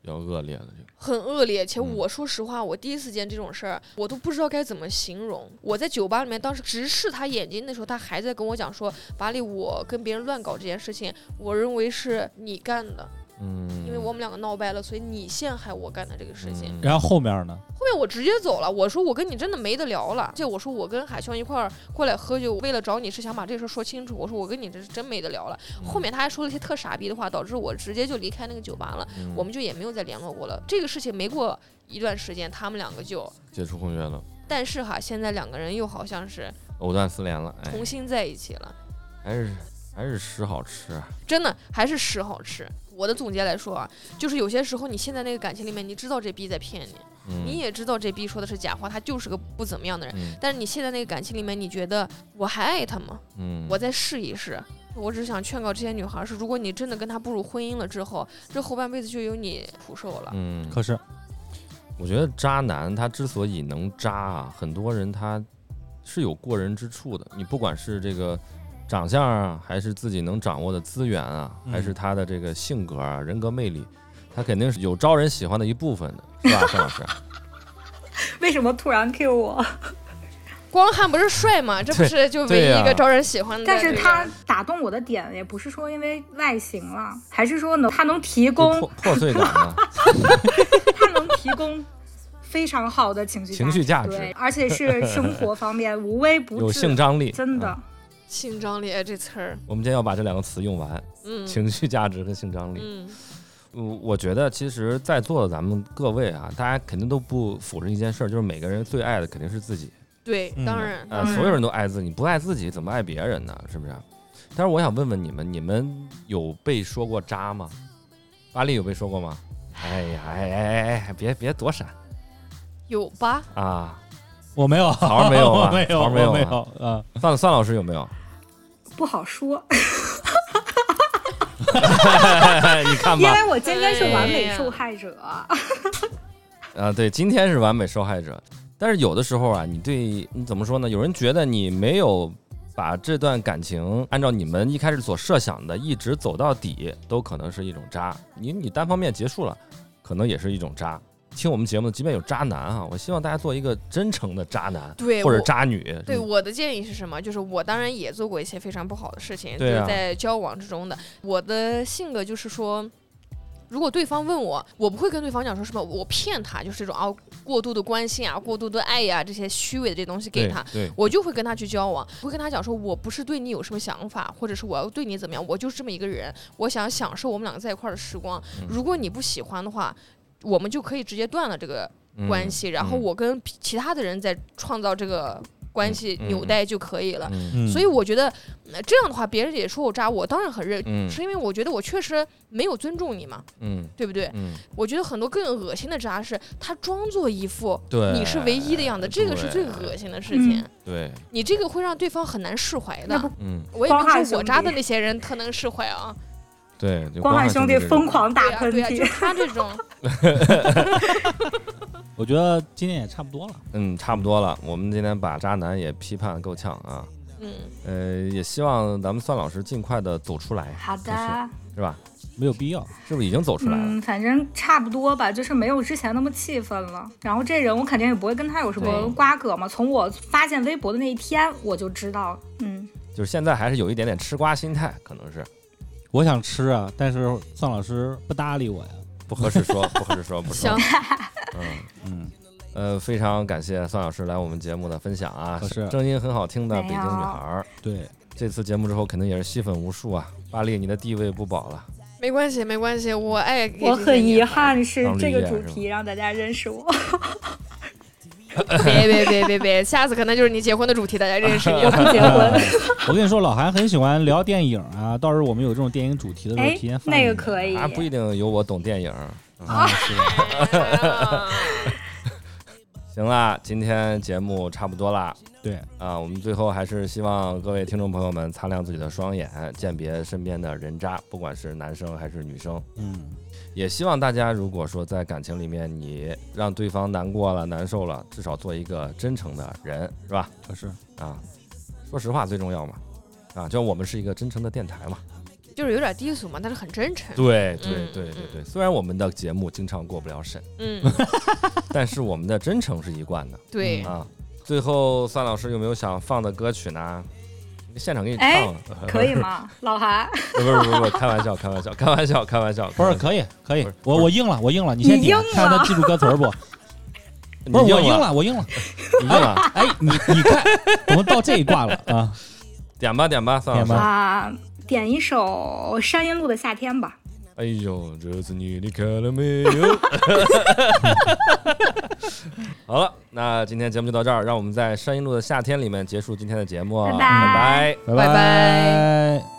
Speaker 3: 比较恶劣的这个，
Speaker 2: 很恶劣，且
Speaker 3: 嗯
Speaker 2: 我说实话，我第一次见这种事儿，我都不知道该怎么形容。我在酒吧里面，当时直视他眼睛的时候，他还在跟我讲说：“巴里，我跟别人乱搞这件事情，我认为是你干的，
Speaker 3: 嗯，
Speaker 2: 因为我们两个闹掰了，所以你陷害我干的这个事情。
Speaker 3: 嗯
Speaker 4: 然后后面呢？
Speaker 2: 后面我直接走了，我说我跟你真的没得聊了，就我说我跟海兄一块儿过来喝酒，为了找你是想把这事儿说清楚，我说我跟你这是真没得聊了。后
Speaker 3: 嗯
Speaker 2: 面他还说了一些特傻逼的话，导致我直接就离开那个酒吧了。
Speaker 3: 嗯
Speaker 2: 我们就也没有再联络过了。这个事情没过一段时间，他们两个就，
Speaker 3: 解除婚约了，
Speaker 2: 但是哈，现在两个人又好像是
Speaker 3: 藕断丝连了，哎，
Speaker 2: 重新在一起了，
Speaker 3: 还是还是屎好吃啊，
Speaker 2: 真的还是屎好吃。我的总结来说啊，就是有些时候你现在那个感情里面，你知道这逼在骗你，
Speaker 3: 嗯
Speaker 2: 你也知道这逼说的是假话，他就是个不怎么样的人。
Speaker 3: 嗯
Speaker 2: 但是你现在那个感情里面，你觉得我还爱他吗？
Speaker 3: 嗯，
Speaker 2: 我再试一试。我只是想劝告这些女孩儿是，如果你真的跟他步入婚姻了之后，这后半辈子就由你苦受了。
Speaker 3: 嗯，
Speaker 4: 可是
Speaker 3: 我觉得渣男他之所以能渣啊，很多人他是有过人之处的。你不管是这个长相啊，还是自己能掌握的资源啊，
Speaker 4: 嗯
Speaker 3: 还是他的这个性格啊、人格魅力，他肯定是有招人喜欢的一部分的，是吧，范老师？
Speaker 1: 为什么突然 Q 我？
Speaker 2: 光汉不是帅吗？这不
Speaker 3: 对
Speaker 2: 是就唯
Speaker 3: 对
Speaker 2: 一一
Speaker 3: 呀
Speaker 2: 个招人喜欢的。
Speaker 1: 但是
Speaker 2: 对吧
Speaker 1: 他打动我的点也不是说因为外形了，还是说能他能提
Speaker 3: 就
Speaker 1: 供
Speaker 3: 破破碎感啊，
Speaker 1: 他能提供非常好的情绪
Speaker 3: 情绪价值
Speaker 1: 对，而且是生活方面无微不
Speaker 3: 有性
Speaker 1: 至，
Speaker 3: 张力，
Speaker 1: 真的
Speaker 3: 啊。。
Speaker 2: 性张力哎这词儿，
Speaker 3: 我们今天要把这两个词用完，
Speaker 2: 嗯，
Speaker 3: 情绪价值和性张力。
Speaker 2: 嗯
Speaker 3: 我我觉得其实，在座的咱们各位啊，大家肯定都不否认一件事儿，就是每个人最爱的肯定是自己。
Speaker 2: 对，
Speaker 4: 嗯
Speaker 2: 当然，
Speaker 3: 呃，
Speaker 2: 当然
Speaker 3: 所有人都爱自己，不爱自己怎么爱别人呢？是不是？但是我想问问你们，你们有被说过渣吗？巴力有被说过吗？哎呀，哎哎哎哎，别别躲闪
Speaker 2: 有吧？
Speaker 3: 啊！
Speaker 4: 我没有，
Speaker 3: 曹儿没有啊
Speaker 4: 我没有，
Speaker 3: 曹
Speaker 4: 我
Speaker 3: 儿没有啊
Speaker 4: 没有啊。
Speaker 3: 范范老师有没有？
Speaker 1: 不好说，
Speaker 3: 你看
Speaker 1: 因
Speaker 3: 吧，
Speaker 1: 为我今天是完美
Speaker 2: 哎呀
Speaker 1: 受害者。
Speaker 3: 啊，对，今天是完美受害者。但是有的时候啊，你对你怎么说呢？有人觉得你没有把这段感情按照你们一开始所设想的一直走到底，都可能是一种渣。你你单方面结束了，可能也是一种渣。听我们节目的，即便有渣男啊，我希望大家做一个真诚的渣男
Speaker 2: 对，
Speaker 3: 或者
Speaker 2: 我
Speaker 3: 渣女。
Speaker 2: 对
Speaker 3: 嗯
Speaker 2: 我的建议是什么？就是我当然也做过一些非常不好的事情，就
Speaker 3: 对啊
Speaker 2: 是在交往之中的。我的性格就是说。如果对方问我，我不会跟对方讲说什么我骗他，就是这种啊过度的关心啊、过度的爱呀、这些虚伪的这东西给
Speaker 3: 对
Speaker 2: 他，
Speaker 3: 对，
Speaker 2: 我就会跟他去交往，我会跟他讲说，我不是对你有什么想法，或者是我要对你怎么样，我就是这么一个人，我想享受我们两个在一块儿的时光。
Speaker 3: 嗯
Speaker 2: 如果你不喜欢的话，我们就可以直接断了这个
Speaker 3: 嗯
Speaker 2: 关系，然后我跟其其他的人再创造这个关系
Speaker 3: 嗯嗯
Speaker 2: 纽带就可以了。
Speaker 3: 嗯
Speaker 4: 嗯
Speaker 2: 所以我觉得呃这样的话，别人也说我渣，我当然很认，
Speaker 3: 嗯
Speaker 2: 是因为我觉得我确实没有尊重你嘛，
Speaker 3: 嗯
Speaker 2: 对不对？
Speaker 3: 嗯，
Speaker 2: 我觉得很多更恶心的渣是他装作一副
Speaker 3: 对，
Speaker 2: 你是唯一的样子，这个是最恶心的事情。
Speaker 1: 嗯
Speaker 3: 对，
Speaker 2: 你这个会让对方很难释怀
Speaker 1: 那不
Speaker 2: 的。
Speaker 3: 嗯
Speaker 2: 我也不
Speaker 1: 光汉兄
Speaker 2: 是说我
Speaker 1: 弟
Speaker 2: 渣的那些人特能释怀啊，
Speaker 3: 对。就
Speaker 1: 光汉兄弟
Speaker 3: 这种
Speaker 1: 疯狂打
Speaker 2: 对呀、啊
Speaker 1: 喷
Speaker 2: 对呀、就
Speaker 1: 嚏，
Speaker 2: 他这种，
Speaker 4: 我觉得今天也差不多了。
Speaker 3: 嗯，差不多了。我们今天把渣男也批判得够呛啊。
Speaker 2: 嗯，
Speaker 3: 呃，也希望咱们范老师尽快的走出来，
Speaker 1: 好
Speaker 3: 就是
Speaker 1: 的，
Speaker 3: 是吧？
Speaker 4: 没有必要。
Speaker 3: 是不是已经走出来了？
Speaker 1: 嗯，反正差不多吧，就是没有之前那么气愤了。然后这人我肯定也不会跟他有什么
Speaker 3: 对
Speaker 1: 瓜葛嘛。从我发现微博的那一天，我就知道，嗯，
Speaker 3: 就是现在还是有一点点吃瓜心态，可能是
Speaker 4: 我想吃啊，但是宋老师不搭理我呀。
Speaker 3: 不合 适说，不合适说，不说
Speaker 2: 行。，
Speaker 3: 嗯。
Speaker 4: 嗯，
Speaker 3: 呃，非常感谢宋老师来我们节目的分享啊，
Speaker 4: 合适
Speaker 3: 声音很好听的
Speaker 1: 没
Speaker 3: 北京女孩儿。
Speaker 4: 对，
Speaker 3: 这次节目之后肯定也是吸粉无数啊，巴力你的地位不保了。
Speaker 2: 没关系，没关系，我爱给
Speaker 1: 我
Speaker 2: 这些啊
Speaker 1: 很遗
Speaker 2: 女孩
Speaker 1: 憾是
Speaker 3: 让
Speaker 1: 这
Speaker 3: 绿
Speaker 1: 个
Speaker 3: 叶
Speaker 1: 主
Speaker 3: 是吧
Speaker 1: 题让大家认识我。 啊
Speaker 2: 别别别别别，下次可能就是你结婚的主题，大家认识你啊 了。
Speaker 1: 结 婚
Speaker 4: 我跟你说，老韩很喜欢聊电影啊，到时候我们有这种电影主题的时候
Speaker 1: 哎
Speaker 4: 提前，发
Speaker 1: 那个
Speaker 4: 给你
Speaker 1: 可以。
Speaker 3: 啊，不一定有我懂电影儿。嗯
Speaker 4: 啊，是的，
Speaker 3: 行啦，今天节目差不多啦。
Speaker 4: 对，
Speaker 3: 啊，我们最后还是希望各位听众朋友们擦亮自己的双眼，鉴别身边的人渣，不管是男生还是女生。
Speaker 4: 嗯，
Speaker 3: 也希望大家，如果说在感情里面你让对方难过了、难受了，至少做一个真诚的人，是吧？
Speaker 4: 合适，
Speaker 3: 啊，说实话最重要嘛，啊，就我们是一个真诚的电台嘛。
Speaker 2: 就是有点低俗嘛，但是很真诚。
Speaker 3: 对
Speaker 2: 嗯
Speaker 3: 对，虽然我们的节目经常过不了审，
Speaker 2: 嗯，
Speaker 3: 但是我们的真诚是一贯的
Speaker 1: 嗯
Speaker 2: 对，
Speaker 3: 啊。最后，范老师有没有想放的歌曲呢？现场给你
Speaker 1: 哎
Speaker 3: 唱，
Speaker 1: 可以吗，老 韩？
Speaker 3: 呃不是不是不是，开玩笑，开玩笑，开玩笑，开玩笑，
Speaker 4: 不是，可以，可以
Speaker 3: 不是，
Speaker 4: 我
Speaker 3: 不是
Speaker 4: 我应了，我应了，你先
Speaker 1: 你
Speaker 4: 点
Speaker 1: 应，
Speaker 4: 看看他
Speaker 1: 了
Speaker 4: 记住歌词 儿不？
Speaker 3: 你
Speaker 4: 不是我应
Speaker 3: 了，
Speaker 4: 了，我应了，
Speaker 3: 你硬了，
Speaker 4: 哎，你你看，我们到这一卦了啊，
Speaker 3: 点吧点吧，范老
Speaker 4: 点
Speaker 3: 师
Speaker 4: 吧。
Speaker 1: 啊，点一首山阴路的夏天吧。
Speaker 3: 哎呦，这次你离开了没有？ 好了，那今天节目就到这儿，让我们在山阴路的夏天里面结束今天的节目，
Speaker 1: 拜拜
Speaker 3: 啊拜拜
Speaker 4: 拜
Speaker 2: 拜拜
Speaker 4: 拜。